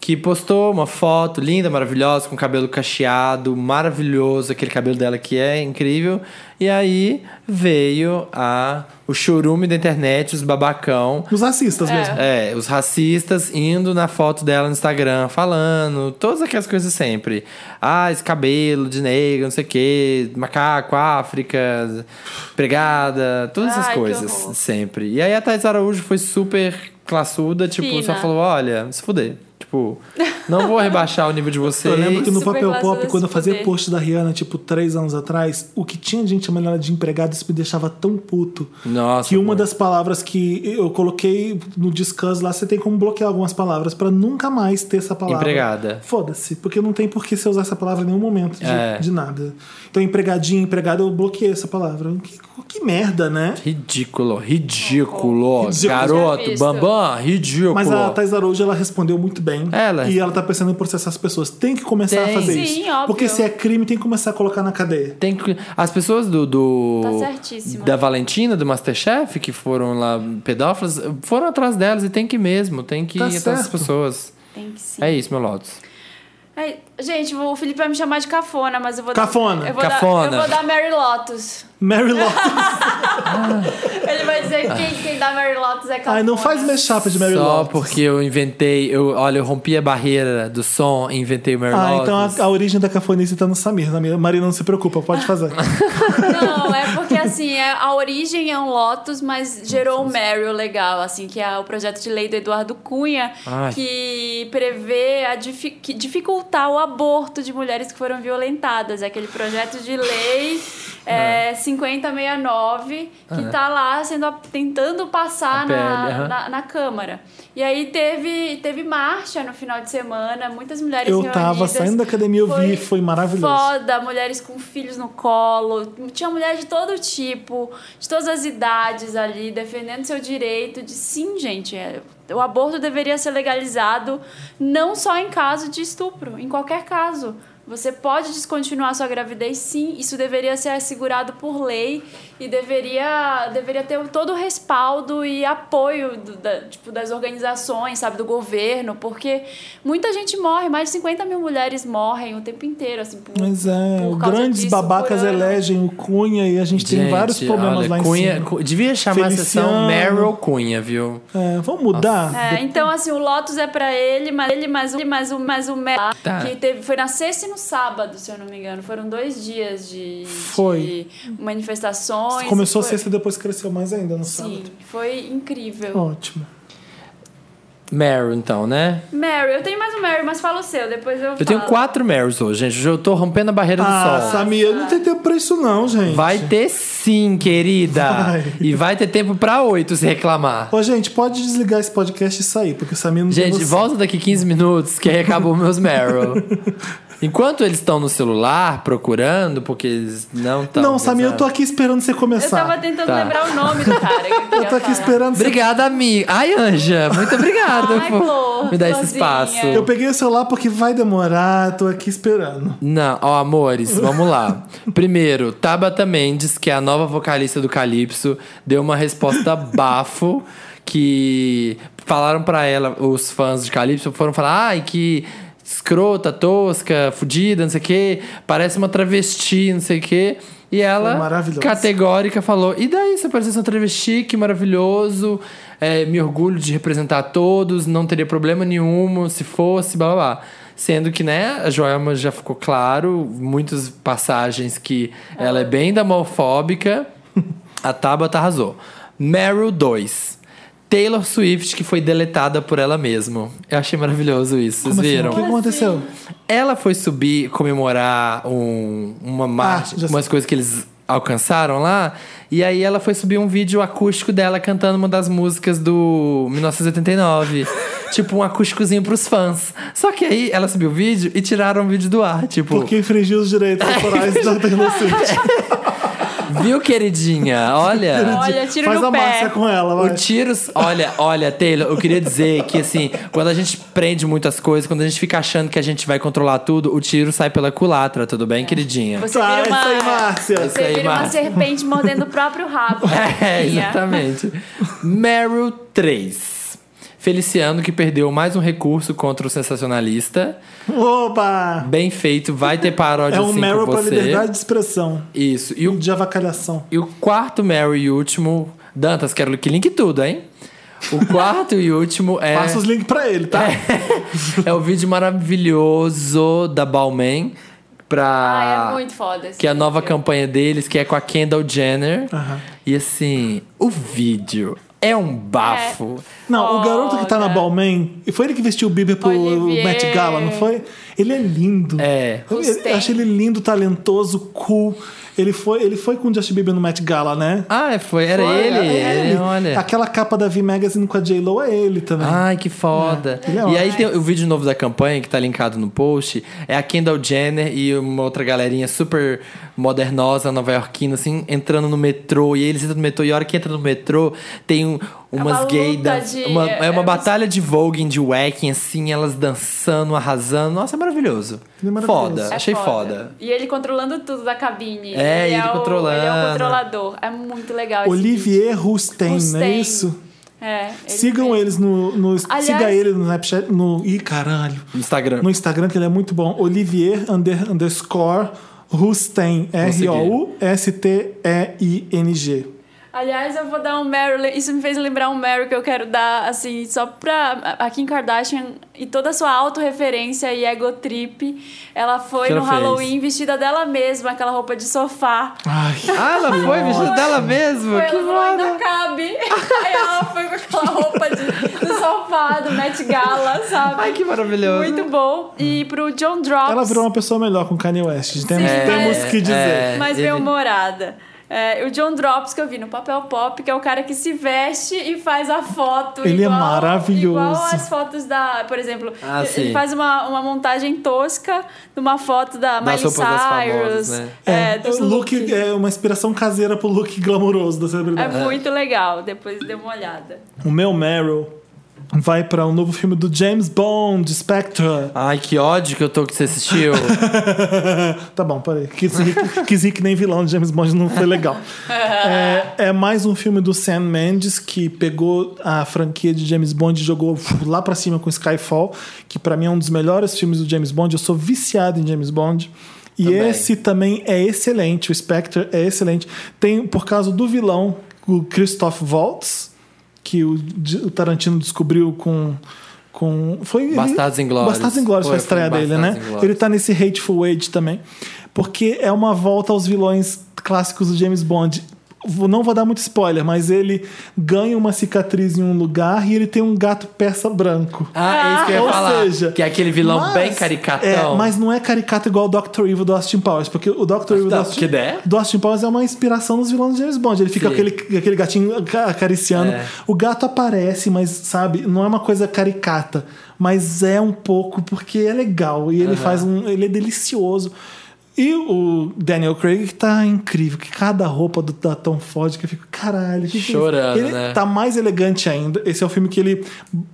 Speaker 2: Que postou uma foto linda, maravilhosa, com cabelo cacheado, maravilhoso, aquele cabelo dela que é incrível. E aí veio a, o chorume da internet, os babacão,
Speaker 3: Os racistas mesmo.
Speaker 2: é, os racistas indo na foto dela no Instagram, falando, todas aquelas coisas sempre. Ah, esse cabelo de negro, não sei o quê, macaco, África, pregada, todas essas
Speaker 1: Ai, que
Speaker 2: coisas
Speaker 1: horror.
Speaker 2: sempre. E aí a Thais Araújo foi super classuda, tipo, só
Speaker 1: Fina.
Speaker 2: falou: olha, se fuder. Tipo, não vou rebaixar o nível de vocês.
Speaker 3: Eu lembro que no
Speaker 1: Super
Speaker 3: papel
Speaker 1: classe
Speaker 3: pop,
Speaker 1: desse
Speaker 3: quando eu fazia
Speaker 1: poder.
Speaker 3: post da Rihanna, tipo, três anos atrás, o que tinha de gente chamando ela de empregada, isso me deixava tão puto.
Speaker 2: Nossa,
Speaker 3: que uma
Speaker 2: muito.
Speaker 3: das palavras que eu coloquei no Discuss lá, você tem como bloquear algumas palavras pra nunca mais ter essa palavra.
Speaker 2: Empregada.
Speaker 3: Foda-se, porque não tem por que você usar essa palavra em nenhum momento de,
Speaker 2: É.
Speaker 3: de nada. Então, empregadinha, empregada, eu bloqueei essa palavra. Que, que merda, né?
Speaker 2: Ridículo, ridículo.
Speaker 3: Ridículo.
Speaker 1: Já
Speaker 2: Garoto,
Speaker 1: visto.
Speaker 2: bambam, ridículo.
Speaker 3: Mas a Thais Araújo, ela respondeu muito bem.
Speaker 2: Ela.
Speaker 3: E ela tá pensando em processar as pessoas. Tem que começar
Speaker 2: Tem.
Speaker 3: a fazer
Speaker 1: Sim,
Speaker 3: isso.
Speaker 1: óbvio.
Speaker 3: Porque se é crime, tem que começar a colocar na cadeia.
Speaker 2: Tem que- as pessoas do. do
Speaker 1: Tá certíssima.
Speaker 2: Da Valentina, do Masterchef, que foram lá pedófilas, foram atrás delas e tem que ir mesmo, tem que
Speaker 3: Tá
Speaker 2: ir atrás das
Speaker 3: certo.
Speaker 2: pessoas.
Speaker 1: Tem que sim.
Speaker 2: É isso, meu Lotus.
Speaker 1: Ai, gente, o Felipe vai me chamar de cafona, mas eu vou dar-
Speaker 3: Cafona.
Speaker 1: eu vou
Speaker 2: Cafona.
Speaker 1: Dar, eu vou dar Mary Lotus.
Speaker 3: Mary Lotus.
Speaker 1: Ele vai dizer que quem, quem dá Mary Lotus é cafona.
Speaker 3: Ai, não faz mechapa de Mary
Speaker 2: Só
Speaker 3: Lotus.
Speaker 2: porque eu inventei, eu, olha, eu rompi a barreira do som e inventei o Mary
Speaker 3: Ah,
Speaker 2: Lotus.
Speaker 3: então a, a origem da cafonice tá no Samir. Samir. Marina, não se preocupa, pode fazer.
Speaker 1: Não, é porque assim, é- a origem é um Lotus, mas gerou um Meryl legal, assim, que é o projeto de lei do Eduardo Cunha,
Speaker 2: Ai.
Speaker 1: que prevê a difi- que dificultar o aborto de mulheres que foram violentadas. É aquele projeto de lei é, 5069, que
Speaker 3: É.
Speaker 1: tá lá sendo, a- tentando passar
Speaker 2: A PL,
Speaker 1: na,
Speaker 2: aham.
Speaker 1: na- na Câmara. E aí teve, teve marcha no final de semana, muitas mulheres
Speaker 3: Eu tava
Speaker 1: reunidas.
Speaker 3: saindo da academia, eu vi, foi maravilhoso.
Speaker 1: Foda, mulheres com filhos no colo. Tinha mulher de todo tipo, de todas as idades ali, defendendo seu direito de sim, gente. é, o aborto deveria ser legalizado não só em caso de estupro, em qualquer caso. Você pode descontinuar sua gravidez, sim. Isso deveria ser assegurado por lei e deveria, deveria ter todo o respaldo e apoio do- da- tipo, das organizações, sabe, do governo, porque muita gente morre, mais de 50 mil mulheres morrem o tempo inteiro, assim, por,
Speaker 3: Mas é,
Speaker 1: por causa
Speaker 3: grandes
Speaker 1: disso,
Speaker 3: babacas
Speaker 1: por ano.
Speaker 3: elegem o Cunha e a gente, tem
Speaker 2: Gente,
Speaker 3: vários problemas
Speaker 2: olha,
Speaker 3: lá em
Speaker 2: Cunha,
Speaker 3: cima.
Speaker 2: Cu- devia chamar a sessão
Speaker 3: Feliciano.
Speaker 2: Meryl Cunha, viu?
Speaker 3: É, vamos mudar?
Speaker 1: É, então assim, o Lotus é pra ele, mas ele mais um, mais um, mais um Mel,
Speaker 2: Tá.
Speaker 1: que teve foi na sexta e no sábado, se eu não me engano, foram dois dias de,
Speaker 3: Foi.
Speaker 1: de manifestações.
Speaker 3: Começou
Speaker 1: então foi,
Speaker 3: sexta e depois cresceu mais ainda no sábado.
Speaker 1: Sim, foi incrível.
Speaker 3: Ótimo.
Speaker 2: Meryl, então, né?
Speaker 1: Mary, eu tenho mais um Mary, mas fala o seu, depois eu falo.
Speaker 2: Eu tenho quatro Meryls hoje, gente. Hoje eu tô rompendo a barreira
Speaker 3: Ah,
Speaker 2: do sol.
Speaker 3: Samir, não tem tempo pra isso não, gente.
Speaker 2: Vai ter sim, querida.
Speaker 3: Vai.
Speaker 2: E vai ter tempo pra oito se reclamar.
Speaker 3: Ô, gente, pode desligar esse podcast e sair, porque o Samir não tem
Speaker 2: Gente,
Speaker 3: noção.
Speaker 2: volta daqui 15 minutos que aí acabou meus Meryl. Enquanto eles estão no celular procurando, porque eles não estão.
Speaker 3: Não, Samir, eu tô aqui esperando você
Speaker 1: Eu
Speaker 3: começar.
Speaker 1: tava tentando
Speaker 2: Tá.
Speaker 1: lembrar o nome do cara. Que eu, queria
Speaker 3: Eu tô aqui
Speaker 1: falar.
Speaker 3: esperando você
Speaker 2: Obrigada, amiga. Ai, Anja, muito obrigada
Speaker 1: Ai,
Speaker 2: por
Speaker 1: Flor,
Speaker 2: me dar esse
Speaker 1: Florzinha.
Speaker 2: espaço.
Speaker 3: Eu peguei o celular porque vai demorar, tô aqui esperando.
Speaker 2: Não, ó, amores, vamos lá. Primeiro, Tabata Mendes, que é a nova vocalista do Calypso, deu uma resposta bafo que falaram pra ela, os fãs de Calypso foram falar, ai, que escrota, tosca, fudida, não sei o quê, parece uma travesti, não sei o quê. E ela,
Speaker 3: maravilhoso.
Speaker 2: categórica, falou: e daí se eu parecesse uma travesti, que maravilhoso, é, me orgulho de representar todos, não teria problema nenhum se fosse, blá blá blá. Sendo que, né, a Joelma já ficou claro, muitas passagens que ela é bem damofóbica. A Tabata arrasou. Meryl 2. Taylor Swift, que foi deletada por ela mesma. Eu achei maravilhoso isso, vocês
Speaker 3: Como assim?
Speaker 2: viram?
Speaker 3: O que aconteceu?
Speaker 2: Ela foi subir comemorar um- uma marcha,
Speaker 3: Ah, já sei.
Speaker 2: umas coisas que eles alcançaram lá. E aí ela foi subir um vídeo acústico dela cantando uma das músicas do 1989. tipo um acústicozinho pros fãs. Só que aí ela subiu o vídeo e tiraram o vídeo do ar. Tipo,
Speaker 3: Porque infringiu os direitos autorais da Taylor Swift.
Speaker 2: viu, queridinha? Olha.
Speaker 1: Olha, tiro
Speaker 3: Faz
Speaker 1: no
Speaker 3: a
Speaker 1: pé.
Speaker 3: massa com ela,
Speaker 2: O
Speaker 3: vai.
Speaker 2: tiros. Olha, olha, Taylor, eu queria dizer que assim, quando a gente prende muitas coisas, quando a gente fica achando que a gente vai controlar tudo, o tiro sai pela culatra, tudo bem, queridinha?
Speaker 1: Você
Speaker 3: Tá,
Speaker 1: vira
Speaker 3: isso aí,
Speaker 1: uma,
Speaker 3: Márcia.
Speaker 2: Isso aí,
Speaker 1: você vira uma
Speaker 2: Márcia.
Speaker 1: serpente mordendo o próprio rabo.
Speaker 2: É,
Speaker 1: Minha.
Speaker 2: exatamente. Meryl 3. Feliciano, que perdeu mais um recurso contra o sensacionalista.
Speaker 3: Opa!
Speaker 2: Bem feito, vai ter paródia
Speaker 3: É um
Speaker 2: sim
Speaker 3: Meryl
Speaker 2: assim com
Speaker 3: pra
Speaker 2: você.
Speaker 3: liberdade de expressão.
Speaker 2: Isso. E o,
Speaker 3: De avacalhação.
Speaker 2: e o quarto Meryl e último... Dantas, quero que link tudo, hein? O quarto e último é...
Speaker 3: Passa os links pra ele, tá?
Speaker 2: é o vídeo maravilhoso da Balmain pra...
Speaker 1: Ah, é muito foda. esse
Speaker 2: Que é a nova
Speaker 1: vídeo.
Speaker 2: campanha deles, que é com a Kendall Jenner. E assim, o vídeo é um bafo.
Speaker 3: Não, o garoto que tá na
Speaker 1: Foda.
Speaker 3: Balmain, e foi ele que vestiu o Bieber pro
Speaker 1: Olivier.
Speaker 3: Met Gala, não foi? Ele é lindo.
Speaker 2: É.
Speaker 3: Eu,
Speaker 1: Gostei.
Speaker 3: eu achei ele lindo, talentoso, cool. Ele foi, ele foi com o Justin Bieber no Met Gala, né?
Speaker 2: Ah, é, foi. Era
Speaker 3: Foi,
Speaker 2: ele.
Speaker 3: era
Speaker 2: ele, olha. Ah,
Speaker 3: Aquela capa da V Magazine com a J-Lo é ele também.
Speaker 2: Ai, que foda.
Speaker 3: É, ele é
Speaker 2: e aí
Speaker 3: ótimo.
Speaker 2: tem o vídeo novo da campanha que tá linkado no post. É a Kendall Jenner e uma outra galerinha super modernosa, nova-iorquina, assim, entrando no metrô. E eles entram no metrô. E a hora que entra no metrô, tem um- umas
Speaker 1: uma
Speaker 2: gay
Speaker 1: luta
Speaker 2: dan-
Speaker 1: de-
Speaker 2: uma-
Speaker 1: é
Speaker 2: É uma
Speaker 1: uma-
Speaker 2: batalha de voguing, de whacking, assim, elas dançando, arrasando. Nossa, é maravilhoso.
Speaker 3: Ele é maravilhoso.
Speaker 2: Foda.
Speaker 1: É
Speaker 2: Achei foda.
Speaker 1: E ele controlando tudo da cabine.
Speaker 2: É, ele
Speaker 1: o-
Speaker 2: controlando.
Speaker 1: Ele é o controlador. É muito legal esse
Speaker 3: Olivier Rousteing,
Speaker 1: vídeo.
Speaker 3: não é isso?
Speaker 1: É, ele
Speaker 3: Sigam
Speaker 1: fez.
Speaker 3: eles no. no
Speaker 1: Aliás-
Speaker 3: siga ele no Snapchat. No, ih, caralho.
Speaker 2: No Instagram.
Speaker 3: No Instagram, que ele é muito bom. Olivier under- underscore Rousteing.
Speaker 2: seguir.
Speaker 3: R-O-U-S-T-E-I-N-G.
Speaker 1: Aliás, eu vou dar um Meryl. Isso me fez lembrar um Meryl que eu quero dar, assim, só pra a Kim Kardashian e toda a sua autorreferência e ego trip. Ela foi
Speaker 2: Que
Speaker 1: no
Speaker 2: ela fez?
Speaker 1: Halloween vestida dela mesma, aquela roupa de sofá.
Speaker 3: Ai.
Speaker 2: Ah, ela foi vestida dela mesma?
Speaker 1: Foi,
Speaker 2: Ah, Que
Speaker 1: ela falou,
Speaker 2: foda.
Speaker 1: ainda cabe. Aí ela foi com aquela roupa de, do sofá, do Met Gala, sabe?
Speaker 2: Ai, que maravilhoso.
Speaker 1: Muito bom. E pro John Drops.
Speaker 3: Ela virou uma pessoa melhor com Kanye West. Temos,
Speaker 1: Sim,
Speaker 3: temos
Speaker 1: é,
Speaker 3: que dizer.
Speaker 2: é.
Speaker 1: mas
Speaker 2: ele-
Speaker 1: bem humorada. É, o John Drops que eu vi no Papel Pop, que é o cara que se veste e faz a foto.
Speaker 3: Ele é
Speaker 1: igual-
Speaker 3: maravilhoso.
Speaker 1: Igual as fotos da. Por exemplo,
Speaker 2: Ah,
Speaker 1: ele- ele
Speaker 2: sim.
Speaker 1: faz uma, uma montagem tosca de uma foto da
Speaker 2: Das
Speaker 1: Miley
Speaker 2: roupas das famosas,
Speaker 1: Cyrus.
Speaker 2: né?
Speaker 1: é, dos
Speaker 3: o look
Speaker 1: looks.
Speaker 3: é uma inspiração caseira pro look glamouroso da
Speaker 1: É
Speaker 3: celebridade.
Speaker 1: muito legal. Depois dê uma olhada.
Speaker 3: O meu Meryl vai pra um novo filme do James Bond, Spectre.
Speaker 2: Ai, que ódio que eu tô que você assistiu.
Speaker 3: Tá bom, peraí. Quis rir, quis rir que nem vilão de James Bond não foi legal. É, é mais um filme do Sam Mendes que pegou a franquia de James Bond e jogou lá pra cima com Skyfall, que pra mim é um dos melhores filmes do James Bond. Eu sou viciado em James Bond. E
Speaker 2: Também.
Speaker 3: esse também é excelente. O Spectre é excelente. Tem, por causa do vilão, o Christoph Waltz, que o, o Tarantino descobriu com... Com, foi ele-
Speaker 2: Bastardos Inglórios.
Speaker 3: Bastardos Inglórios
Speaker 2: Foi,
Speaker 3: foi a estreia
Speaker 2: foi
Speaker 3: dele, né?
Speaker 2: Bastardos Inglórios.
Speaker 3: Ele tá nesse Hateful Eight também. Porque é uma volta aos vilões clássicos do James Bond. Vou- Não vou dar muito spoiler, mas ele ganha uma cicatriz em um lugar e ele tem um gato persa branco.
Speaker 2: Ah, é isso que eu ia
Speaker 3: Ou
Speaker 2: falar.
Speaker 3: seja,
Speaker 2: que é aquele vilão
Speaker 3: Mas-
Speaker 2: bem caricatão.
Speaker 3: É, mas não é caricato igual o Dr. Evil do Austin Powers, porque o Dr. Evil do
Speaker 2: Não,
Speaker 3: Austin,
Speaker 2: que ideia.
Speaker 3: do Austin Powers é uma inspiração nos vilões de James Bond. Ele fica
Speaker 2: Sim.
Speaker 3: aquele, aquele gatinho aca- acariciando.
Speaker 2: É.
Speaker 3: O gato aparece, mas, sabe, não é uma coisa caricata. Mas é um pouco, porque é legal. E ele faz um. Ele é delicioso. E o Daniel Craig que tá incrível, que cada roupa do, da Tom Ford que eu fico, caralho, que que é isso?
Speaker 2: Chorando,
Speaker 3: ele
Speaker 2: né?
Speaker 3: tá tá mais elegante ainda. Esse é o filme que ele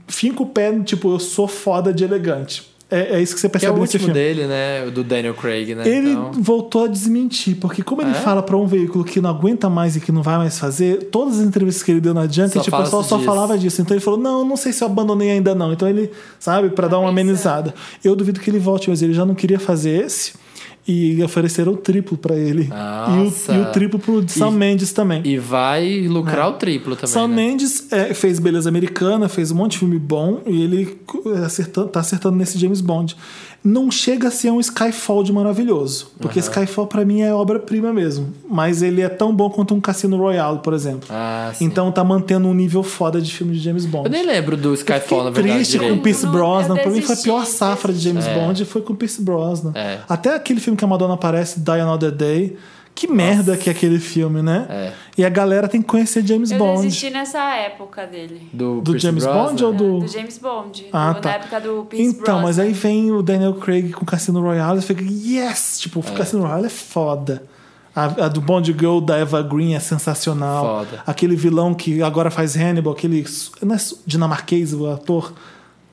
Speaker 3: finca o pé, no, tipo, eu sou foda de elegante. É, é isso que você
Speaker 2: que é
Speaker 3: percebe
Speaker 2: o
Speaker 3: nesse
Speaker 2: último
Speaker 3: filme.
Speaker 2: dele, né? O do Daniel Craig, né?
Speaker 3: Ele
Speaker 2: Então, É?
Speaker 3: voltou a desmentir, porque como ele fala pra um veículo que não aguenta mais e que não vai mais fazer, todas as entrevistas que ele deu na Junket,
Speaker 2: Só
Speaker 3: tipo, o pessoal
Speaker 2: fala-se
Speaker 3: só
Speaker 2: disso.
Speaker 3: falava disso. Então ele falou: "Não, não sei se eu abandonei ainda não". Então ele, sabe, pra dar
Speaker 2: é.
Speaker 3: uma amenizada. Eu duvido que ele volte, mas ele já não queria fazer esse. E ofereceram o triplo pra ele. E
Speaker 2: Nossa.
Speaker 3: o, e o triplo pro Sam
Speaker 2: E-
Speaker 3: Mendes também.
Speaker 2: E vai lucrar
Speaker 3: É.
Speaker 2: o triplo também.
Speaker 3: Sam
Speaker 2: né?
Speaker 3: Mendes é, fez é, Beleza Americana, fez um monte de filme bom e ele co- acertando, tá acertando nesse James Bond. Não chega a ser um Skyfall de maravilhoso, porque Skyfall pra mim é obra-prima mesmo. Mas ele é tão bom quanto um Cassino Royale, por exemplo.
Speaker 2: Ah, sim.
Speaker 3: então tá mantendo um nível foda de filme de James Bond.
Speaker 2: Eu nem lembro do Skyfall, na
Speaker 3: Fiquei
Speaker 2: verdade.
Speaker 3: triste com
Speaker 2: direito.
Speaker 3: o Pierce
Speaker 1: Não,
Speaker 3: Brosnan.
Speaker 1: eu
Speaker 3: Pra mim foi a
Speaker 1: desisti,
Speaker 3: pior safra de James
Speaker 2: desisti.
Speaker 3: Bosond Bond foi com o Pierce Brosnan.
Speaker 2: É.
Speaker 3: Até aquele filme que a Madonna aparece, Die Another Day. Que merda que é aquele filme, né?
Speaker 2: É.
Speaker 3: E a galera tem que conhecer James
Speaker 1: Eu
Speaker 3: Bond.
Speaker 1: desisti nessa época dele.
Speaker 2: Do,
Speaker 3: Do
Speaker 2: Pierce
Speaker 3: James
Speaker 2: Brosnan.
Speaker 3: Bond ou do.
Speaker 1: É, Do James Bond.
Speaker 3: Ah,
Speaker 1: do,
Speaker 3: tá.
Speaker 1: Da época do Pierce
Speaker 3: Então, mas
Speaker 1: Brosnan.
Speaker 3: aí vem o Daniel Craig com Cassino Royale e fica, yes! Tipo, o Cassino Royale é foda. A, a do Bond Girl da Eva Green é sensacional.
Speaker 2: Foda.
Speaker 3: Aquele vilão que agora faz Hannibal, aquele su- não é su- dinamarquês, o ator,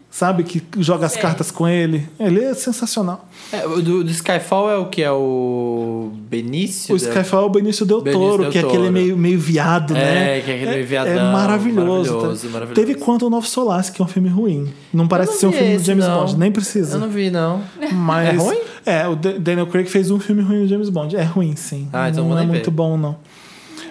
Speaker 3: sabe? Que joga as
Speaker 1: Sei.
Speaker 3: cartas com ele. Ele é sensacional.
Speaker 2: É, o do, do Skyfall é o que? É o Benício?
Speaker 3: O
Speaker 2: né?
Speaker 3: Skyfall é o Benício Del
Speaker 2: Benício
Speaker 3: Toro,
Speaker 2: Del
Speaker 3: que é aquele
Speaker 2: Toro.
Speaker 3: meio, meio viado,
Speaker 2: É,
Speaker 3: né?
Speaker 2: que é aquele meio viadão,
Speaker 3: É maravilhoso.
Speaker 2: maravilhoso,
Speaker 3: tá?
Speaker 2: maravilhoso.
Speaker 3: Teve quanto o Novo Solace, que é um filme ruim. Não parece
Speaker 2: não
Speaker 3: ser um
Speaker 2: vi
Speaker 3: filme do
Speaker 2: esse,
Speaker 3: James
Speaker 2: não.
Speaker 3: Bond, nem precisa.
Speaker 2: Eu não vi, não.
Speaker 3: Mas,
Speaker 2: É ruim?
Speaker 3: É, o Da- Daniel Craig fez um filme ruim do James Bond. É ruim, sim.
Speaker 2: Ah, então
Speaker 3: não
Speaker 2: vou
Speaker 3: é
Speaker 2: nem ver.
Speaker 3: muito bom, não.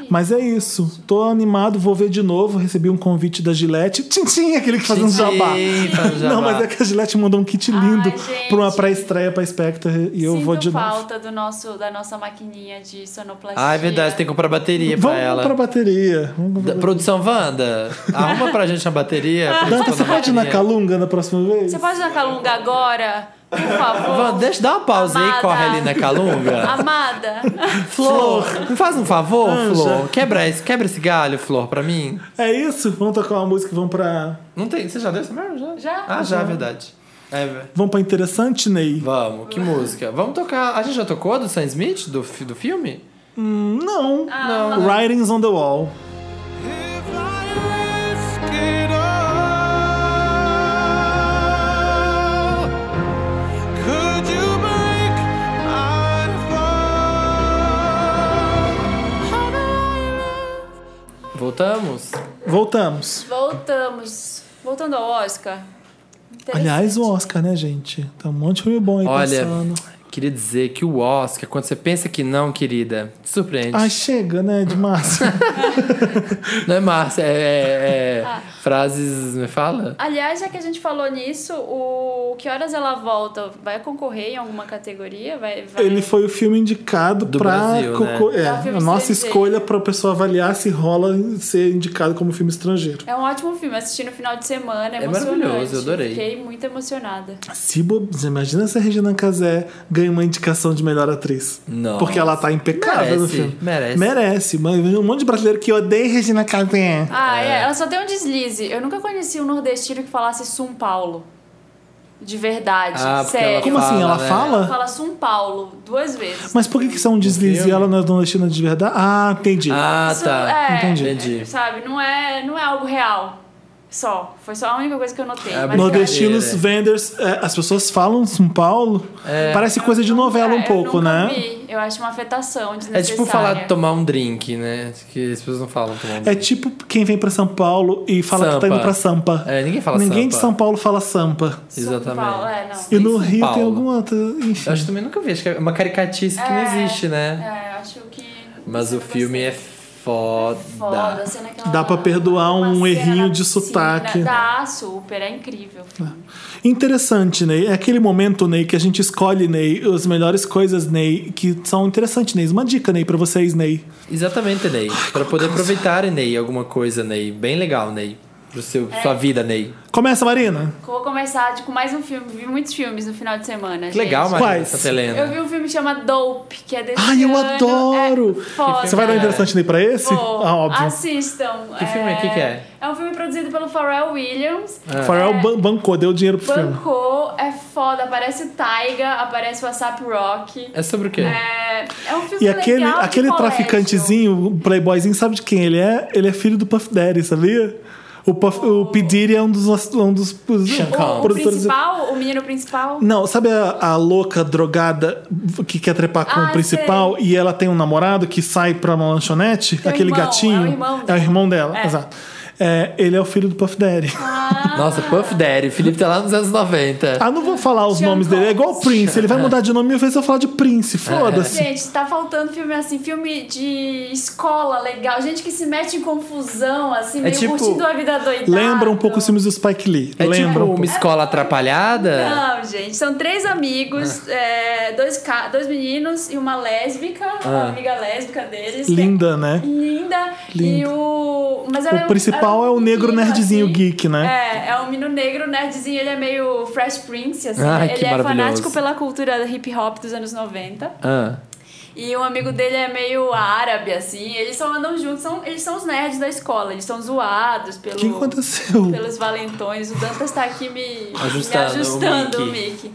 Speaker 3: Mas é isso. Tô animado, vou ver de novo. Recebi um convite da Gillette. Tintim, aquele que faz um jabá.
Speaker 2: Sim, faz um jabá.
Speaker 3: Não, mas é que a Gillette mandou um kit lindo
Speaker 1: gente.
Speaker 3: pra uma pré-estreia pra Spectre e eu
Speaker 1: Sinto
Speaker 3: vou de novo.
Speaker 1: falta do nosso, da nossa maquininha de sonoplastia.
Speaker 2: Ah, é verdade, tem que comprar bateria pra
Speaker 3: Vamos
Speaker 2: ela.
Speaker 3: pra bateria. Vamos
Speaker 2: Da- produção Wanda, arruma pra gente a bateria.
Speaker 3: Danta,
Speaker 2: produção
Speaker 3: você
Speaker 2: da
Speaker 3: pode ir na
Speaker 2: bateria.
Speaker 3: Calunga na próxima vez?
Speaker 1: Você pode dar calunga agora? Por favor.
Speaker 2: Wanda, deixa dar uma pausa aí
Speaker 1: Amada.
Speaker 2: e corre ali na Calunga.
Speaker 1: Amada.
Speaker 2: Flor, faz um favor,
Speaker 3: Anja.
Speaker 2: Flor. Quebra esse, quebra esse galho, Flor, pra mim.
Speaker 3: É isso? Vamos tocar uma música, vamos pra.
Speaker 2: Não tem. Você já deu essa merda? Já?
Speaker 1: Já.
Speaker 2: Ah, já, é verdade. É, vé-
Speaker 3: Vamos pra interessante, Ney?
Speaker 2: Vamos, que música? Vamos tocar. A gente já tocou a do Sam Smith, do, fi- do filme?
Speaker 3: Hum, Não.
Speaker 1: Ah,
Speaker 2: Não.
Speaker 3: Writings on the Wall.
Speaker 2: Voltamos?
Speaker 3: Voltamos.
Speaker 1: Voltamos. Voltando ao Oscar. Interessante.
Speaker 3: Aliás, o Oscar, né, gente? Tá um monte de filme bom aí
Speaker 2: Olha,
Speaker 3: passando.
Speaker 2: queria dizer que o Oscar, quando você pensa que não, querida, te surpreende.
Speaker 3: Ai, chega, né, de massa.
Speaker 2: Não é Márcia, é. é- é Frases. Me fala?
Speaker 1: Aliás, já que a gente falou nisso, o Que Horas Ela Volta vai concorrer em alguma categoria? Vai, vai...
Speaker 3: Ele foi o filme indicado
Speaker 2: Do
Speaker 3: pra...
Speaker 2: Brasil, né?
Speaker 3: co- É,
Speaker 1: Pra Tá, filme
Speaker 3: a nossa
Speaker 1: estrangeiro.
Speaker 3: escolha pra pessoa avaliar se rola em ser indicado como filme estrangeiro.
Speaker 1: É um ótimo filme, assisti no final de semana, é,
Speaker 2: É
Speaker 1: emocionante.
Speaker 2: maravilhoso, eu adorei.
Speaker 1: Fiquei muito emocionada.
Speaker 3: Se bo... Você Imagina se a Regina Casé ganha uma indicação de melhor atriz.
Speaker 2: Nossa.
Speaker 3: Porque ela tá impecável no
Speaker 2: Merece,
Speaker 3: filme.
Speaker 2: merece.
Speaker 3: Merece. Mas um monte de brasileiro que odeia Regina Casé.
Speaker 1: Ah, é. ela só tem um deslize. Eu nunca conheci um nordestino que falasse São Paulo. De verdade,
Speaker 2: Ah, porque
Speaker 1: sério.
Speaker 2: ela
Speaker 3: Como assim?
Speaker 2: fala,
Speaker 3: Ela
Speaker 2: né?
Speaker 1: Ela
Speaker 3: fala?
Speaker 1: fala São Paulo duas vezes.
Speaker 3: Mas por que que isso é um deslize e
Speaker 2: filme?
Speaker 3: ela não é nordestina de verdade? Ah, entendi.
Speaker 2: Ah,
Speaker 1: Isso
Speaker 2: tá.
Speaker 1: é,
Speaker 3: Entendi.
Speaker 2: Entendi.
Speaker 1: Sabe, não é, não é algo real. Só. Foi só a única coisa que eu notei.
Speaker 2: É,
Speaker 1: mas
Speaker 3: Nordestinos,
Speaker 2: Brincadeira. É.
Speaker 3: venders, é, as pessoas falam São Paulo. Parece coisa de novela
Speaker 1: É, eu
Speaker 3: um pouco,
Speaker 1: nunca
Speaker 3: né?
Speaker 1: vi. Eu acho uma afetação
Speaker 2: É
Speaker 1: desnecessária.
Speaker 2: tipo falar de tomar um drink, né? Que as pessoas não falam tomar um
Speaker 3: É
Speaker 2: drink.
Speaker 3: tipo quem vem pra São Paulo e fala que tá
Speaker 2: Sampa.
Speaker 3: indo pra Sampa.
Speaker 2: É, ninguém fala
Speaker 3: Ninguém
Speaker 2: Sampa.
Speaker 3: de São Paulo fala Sampa.
Speaker 1: São
Speaker 2: Exatamente.
Speaker 1: Paulo, é, não.
Speaker 3: E no
Speaker 2: São
Speaker 3: Rio tem
Speaker 2: Paulo.
Speaker 3: algum outro. Enfim.
Speaker 2: Eu acho que também nunca vi. Acho que é uma caricatice que não
Speaker 1: É,
Speaker 2: existe, né?
Speaker 1: É, eu acho que...
Speaker 2: Mas
Speaker 1: eu
Speaker 2: o
Speaker 1: não
Speaker 2: filme é
Speaker 1: gostei.
Speaker 2: foda.
Speaker 1: Foda, a cena que ela-
Speaker 3: Dá pra perdoar
Speaker 1: uma
Speaker 3: um
Speaker 1: cena
Speaker 3: errinho
Speaker 1: na
Speaker 3: de
Speaker 1: piscina.
Speaker 3: sotaque.
Speaker 1: Dá, super, é incrível.
Speaker 3: Interessante, Ney. É aquele momento, Ney, que a gente escolhe, Ney, as melhores coisas, Ney, que são interessantes, Ney. Uma dica, Ney, pra vocês, Ney.
Speaker 2: Exatamente, Ney. Pra poder aproveitar, Ney, alguma coisa, Ney. Bem legal, Ney. Pro seu,
Speaker 1: É.
Speaker 2: sua vida, Ney.
Speaker 3: Começa, Marina.
Speaker 1: Vou começar de- com mais um filme, vi muitos filmes no final de semana.
Speaker 2: Que legal,
Speaker 1: gente.
Speaker 2: Maria
Speaker 3: Quais?
Speaker 2: Santa Helena.
Speaker 1: Eu vi um filme chamado Dope, que é desse
Speaker 3: Ai, eu
Speaker 1: ano.
Speaker 3: adoro!
Speaker 1: É foda.
Speaker 3: Você vai dar um interessante, Ney, pra esse?
Speaker 1: Vou.
Speaker 3: Ah, óbvio.
Speaker 1: Assistam.
Speaker 2: Que filme é? Que que é?
Speaker 1: É um filme produzido pelo Pharrell Williams.
Speaker 3: Farrell ban- bancou, deu dinheiro pro Ah, filme.
Speaker 1: É. Bancou, é foda. Aparece o Taiga, aparece o Asap Rock.
Speaker 2: É sobre o quê?
Speaker 1: É, é um filme
Speaker 3: E aquele,
Speaker 1: legal de
Speaker 3: aquele
Speaker 1: colégio.
Speaker 3: traficantezinho, o playboyzinho, sabe de quem ele é? Ele é filho do Puff Daddy, sabia? O, Puff, o P. Diddy é um dos, um dos
Speaker 2: Sean
Speaker 1: O,
Speaker 2: Connery.
Speaker 1: o
Speaker 3: produtores.
Speaker 1: principal, o menino principal.
Speaker 3: Não, sabe a, a louca drogada que quer trepar com
Speaker 1: Ah,
Speaker 3: o principal e ela tem um namorado que sai pra uma lanchonete?
Speaker 1: Tem um
Speaker 3: aquele
Speaker 1: irmão,
Speaker 3: gatinho.
Speaker 1: é o irmão
Speaker 3: É o
Speaker 1: dela.
Speaker 3: irmão dela,
Speaker 1: É. Ah,
Speaker 3: exato. É, ele é o filho do Puff Daddy.
Speaker 2: Nossa, Puff Daddy. Felipe tá lá nos anos 90.
Speaker 3: Ah, não vou falar os
Speaker 1: Sean
Speaker 3: nomes dele, é igual o
Speaker 1: Combs.
Speaker 3: Prince. Ele vai mudar de nome mil vezes eu falar de
Speaker 2: É.
Speaker 3: Prince. Foda-se.
Speaker 1: Gente, tá faltando filme assim, filme de escola legal, gente que se mete em confusão, assim, meio
Speaker 2: tipo-
Speaker 1: curtindo a vida doidada.
Speaker 3: É Lembra um pouco os filmes do Spike Lee.
Speaker 2: É
Speaker 3: Lembra
Speaker 2: tipo
Speaker 3: um
Speaker 2: uma
Speaker 3: pouco.
Speaker 2: escola atrapalhada?
Speaker 1: Não, gente, são três
Speaker 3: Ah.
Speaker 1: amigos, é, dois, ca- dois meninos e uma lésbica, uma
Speaker 2: Ah.
Speaker 1: amiga lésbica deles. que é
Speaker 3: Linda, né?
Speaker 1: linda. E
Speaker 3: Linda.
Speaker 1: o. Mas ela é
Speaker 3: O
Speaker 1: um-
Speaker 3: principal
Speaker 1: era
Speaker 3: é
Speaker 1: um
Speaker 3: o negro
Speaker 1: menino,
Speaker 3: nerdzinho
Speaker 1: assim.
Speaker 3: geek, né?
Speaker 1: É, é um menino negro, nerdzinho, ele é meio Fresh Prince, assim.
Speaker 2: Ai,
Speaker 1: ele
Speaker 2: que
Speaker 1: é
Speaker 2: maravilhoso.
Speaker 1: fanático pela cultura hip hop dos anos 90.
Speaker 2: Ah.
Speaker 1: E um amigo dele é meio árabe, assim. Eles só andam juntos, são, eles são os nerds da escola, eles são zoados pelo,
Speaker 3: O que aconteceu?
Speaker 1: pelos valentões. O Dantas tá aqui me
Speaker 2: Ajustando
Speaker 1: me
Speaker 2: o
Speaker 1: ajustando o
Speaker 2: Mickey. É.
Speaker 1: Mickey.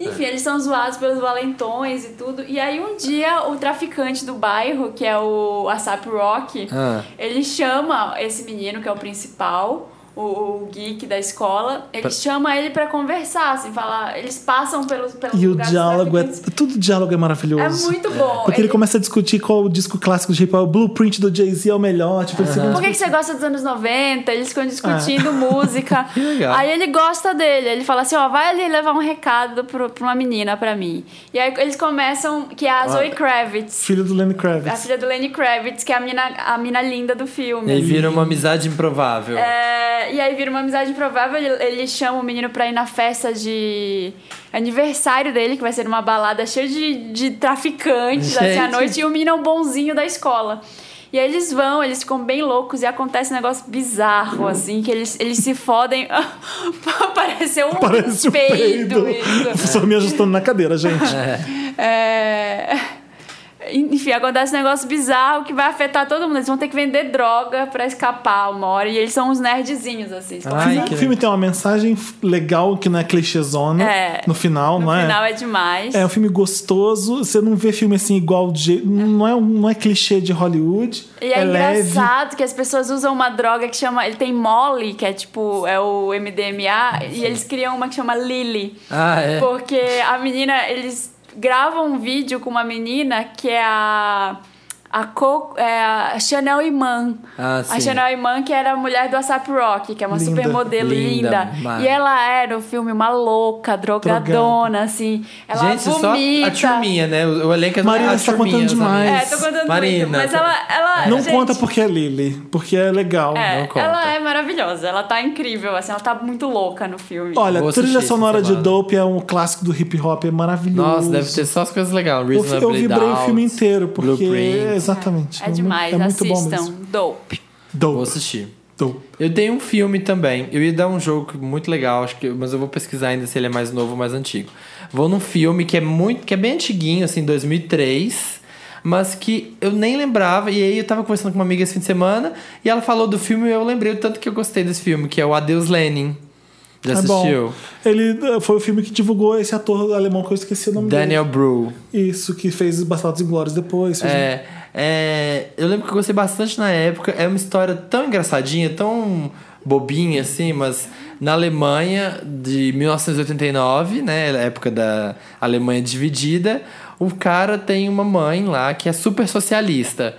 Speaker 1: Enfim, eles são zoados pelos valentões e tudo. E aí um dia o traficante do bairro, que é o ASAP Rock,
Speaker 2: Ah.
Speaker 1: ele chama esse menino, que é o principal, o, o geek da escola, ele
Speaker 2: Pra-
Speaker 1: chama ele pra conversar, assim, falar. Eles passam pelos pelo
Speaker 3: E o
Speaker 1: lugar dos
Speaker 3: diálogo é.
Speaker 1: traficantes.
Speaker 3: Tudo o diálogo é maravilhoso.
Speaker 1: É muito bom.
Speaker 3: Porque ele começa a discutir qual o disco clássico de hip hop, o blueprint do Jay-Z é o melhor. Tipo, ele se
Speaker 1: Por que, que você gosta dos anos 90? Eles ficam discutindo música.
Speaker 2: É. Que legal.
Speaker 1: Aí ele gosta dele. Ele fala assim: ó, vai ali levar um recado pro, pra uma menina pra mim. E aí eles começam, que é a Zoe Kravitz.
Speaker 3: filho do Lenny
Speaker 1: A
Speaker 3: Kravitz.
Speaker 1: filha do Lenny Kravitz, que é a mina, a mina linda do filme.
Speaker 2: E aí vira uma amizade improvável.
Speaker 1: É, e aí vira uma amizade improvável, ele, ele chama o menino pra ir na festa de aniversário dele, que vai ser uma balada cheia de, de traficantes assim, à
Speaker 2: Gente.
Speaker 1: noite, e o menino é o bonzinho da escola. E aí eles vão, eles ficam bem loucos e acontece um negócio bizarro, assim, que eles, eles se fodem. Pareceu um
Speaker 3: Parece o
Speaker 1: peido,
Speaker 3: peido.
Speaker 1: isso.
Speaker 3: Só me ajustando na cadeira, gente.
Speaker 1: É... Enfim, acontece um negócio bizarro que vai afetar todo mundo. Eles vão ter que vender droga pra escapar uma hora. E eles são uns nerdzinhos, assim. Eles estão-
Speaker 2: Ai,
Speaker 3: o
Speaker 2: que
Speaker 3: filme tem uma mensagem legal que não é clichêzona
Speaker 1: É.
Speaker 3: no final,
Speaker 1: no
Speaker 3: não é?
Speaker 1: final é, demais.
Speaker 3: É um filme gostoso, você não vê filme assim igual de. Não é, um- não é clichê de Hollywood.
Speaker 1: E é,
Speaker 3: é leve.
Speaker 1: engraçado que as pessoas usam uma droga que chama. Ele tem mole, que é tipo. É o MDMA. E eles criam uma que chama Lily.
Speaker 2: Ah, é.
Speaker 1: Porque a menina, eles gravam um vídeo com uma menina que é a. A, Coco, é a Chanel Iman.
Speaker 2: Ah,
Speaker 1: a
Speaker 2: sim.
Speaker 1: Chanel Iman, que era a mulher do ASAP Rock, que é uma
Speaker 3: Linda.
Speaker 1: supermodelo linda.
Speaker 2: Linda, mas-
Speaker 1: E ela era o filme uma louca, drogadona,
Speaker 3: Drogada.
Speaker 1: assim. Ela
Speaker 2: Gente, só
Speaker 1: vomita.
Speaker 2: a turminha, né? O o elenco é
Speaker 3: Marina,
Speaker 2: a
Speaker 3: você tá
Speaker 2: turminha,
Speaker 3: contando
Speaker 2: os
Speaker 3: demais.
Speaker 1: É,
Speaker 2: amigos.
Speaker 1: tô contando
Speaker 2: Marina, tá.
Speaker 1: muito. Mas ela. ela
Speaker 3: Não
Speaker 1: gente,
Speaker 3: conta porque é Lily, porque é legal.
Speaker 1: é,
Speaker 2: não conta.
Speaker 1: Ela é maravilhosa, ela tá incrível, assim, ela tá muito louca no filme. É
Speaker 3: Olha,
Speaker 2: Vou
Speaker 3: trilha
Speaker 2: assistir essa
Speaker 3: sonora de
Speaker 2: semana.
Speaker 3: Dope é um clássico do hip hop, é maravilhoso.
Speaker 2: Nossa, deve ter só as coisas legais.
Speaker 3: Eu, fi- eu
Speaker 2: Reasonably
Speaker 3: vibrei o
Speaker 2: Doubt,
Speaker 3: filme inteiro, porque.
Speaker 2: Blueprint.
Speaker 3: Exatamente.
Speaker 1: é demais,
Speaker 3: É muito bom
Speaker 1: assistam.
Speaker 3: mesmo.
Speaker 1: Dope.
Speaker 2: Vou
Speaker 3: Dope.
Speaker 2: assistir.
Speaker 3: Dope.
Speaker 2: Eu dei um filme também. Eu ia dar um jogo muito legal, acho que, mas eu vou pesquisar ainda se ele é mais novo ou mais antigo. Vou num filme que é muito, que é bem antiguinho, assim, 2003, mas que eu nem lembrava. E aí eu tava conversando com uma amiga esse fim de semana e ela falou do filme e eu lembrei o tanto que eu gostei desse filme, que é o Adeus Lenin. Já
Speaker 3: É bom.
Speaker 2: assistiu?
Speaker 3: Ele eh, foi o filme que divulgou esse ator alemão que eu esqueci o nome
Speaker 2: Daniel Brew.
Speaker 3: dele. Isso, que fez Bastardos Inglórios depois. fez um-
Speaker 2: É, é, eu lembro que eu gostei bastante na época. É uma história tão engraçadinha, tão bobinha assim, mas na Alemanha de 1989, né, na época da Alemanha dividida, o cara tem uma mãe lá que é super socialista.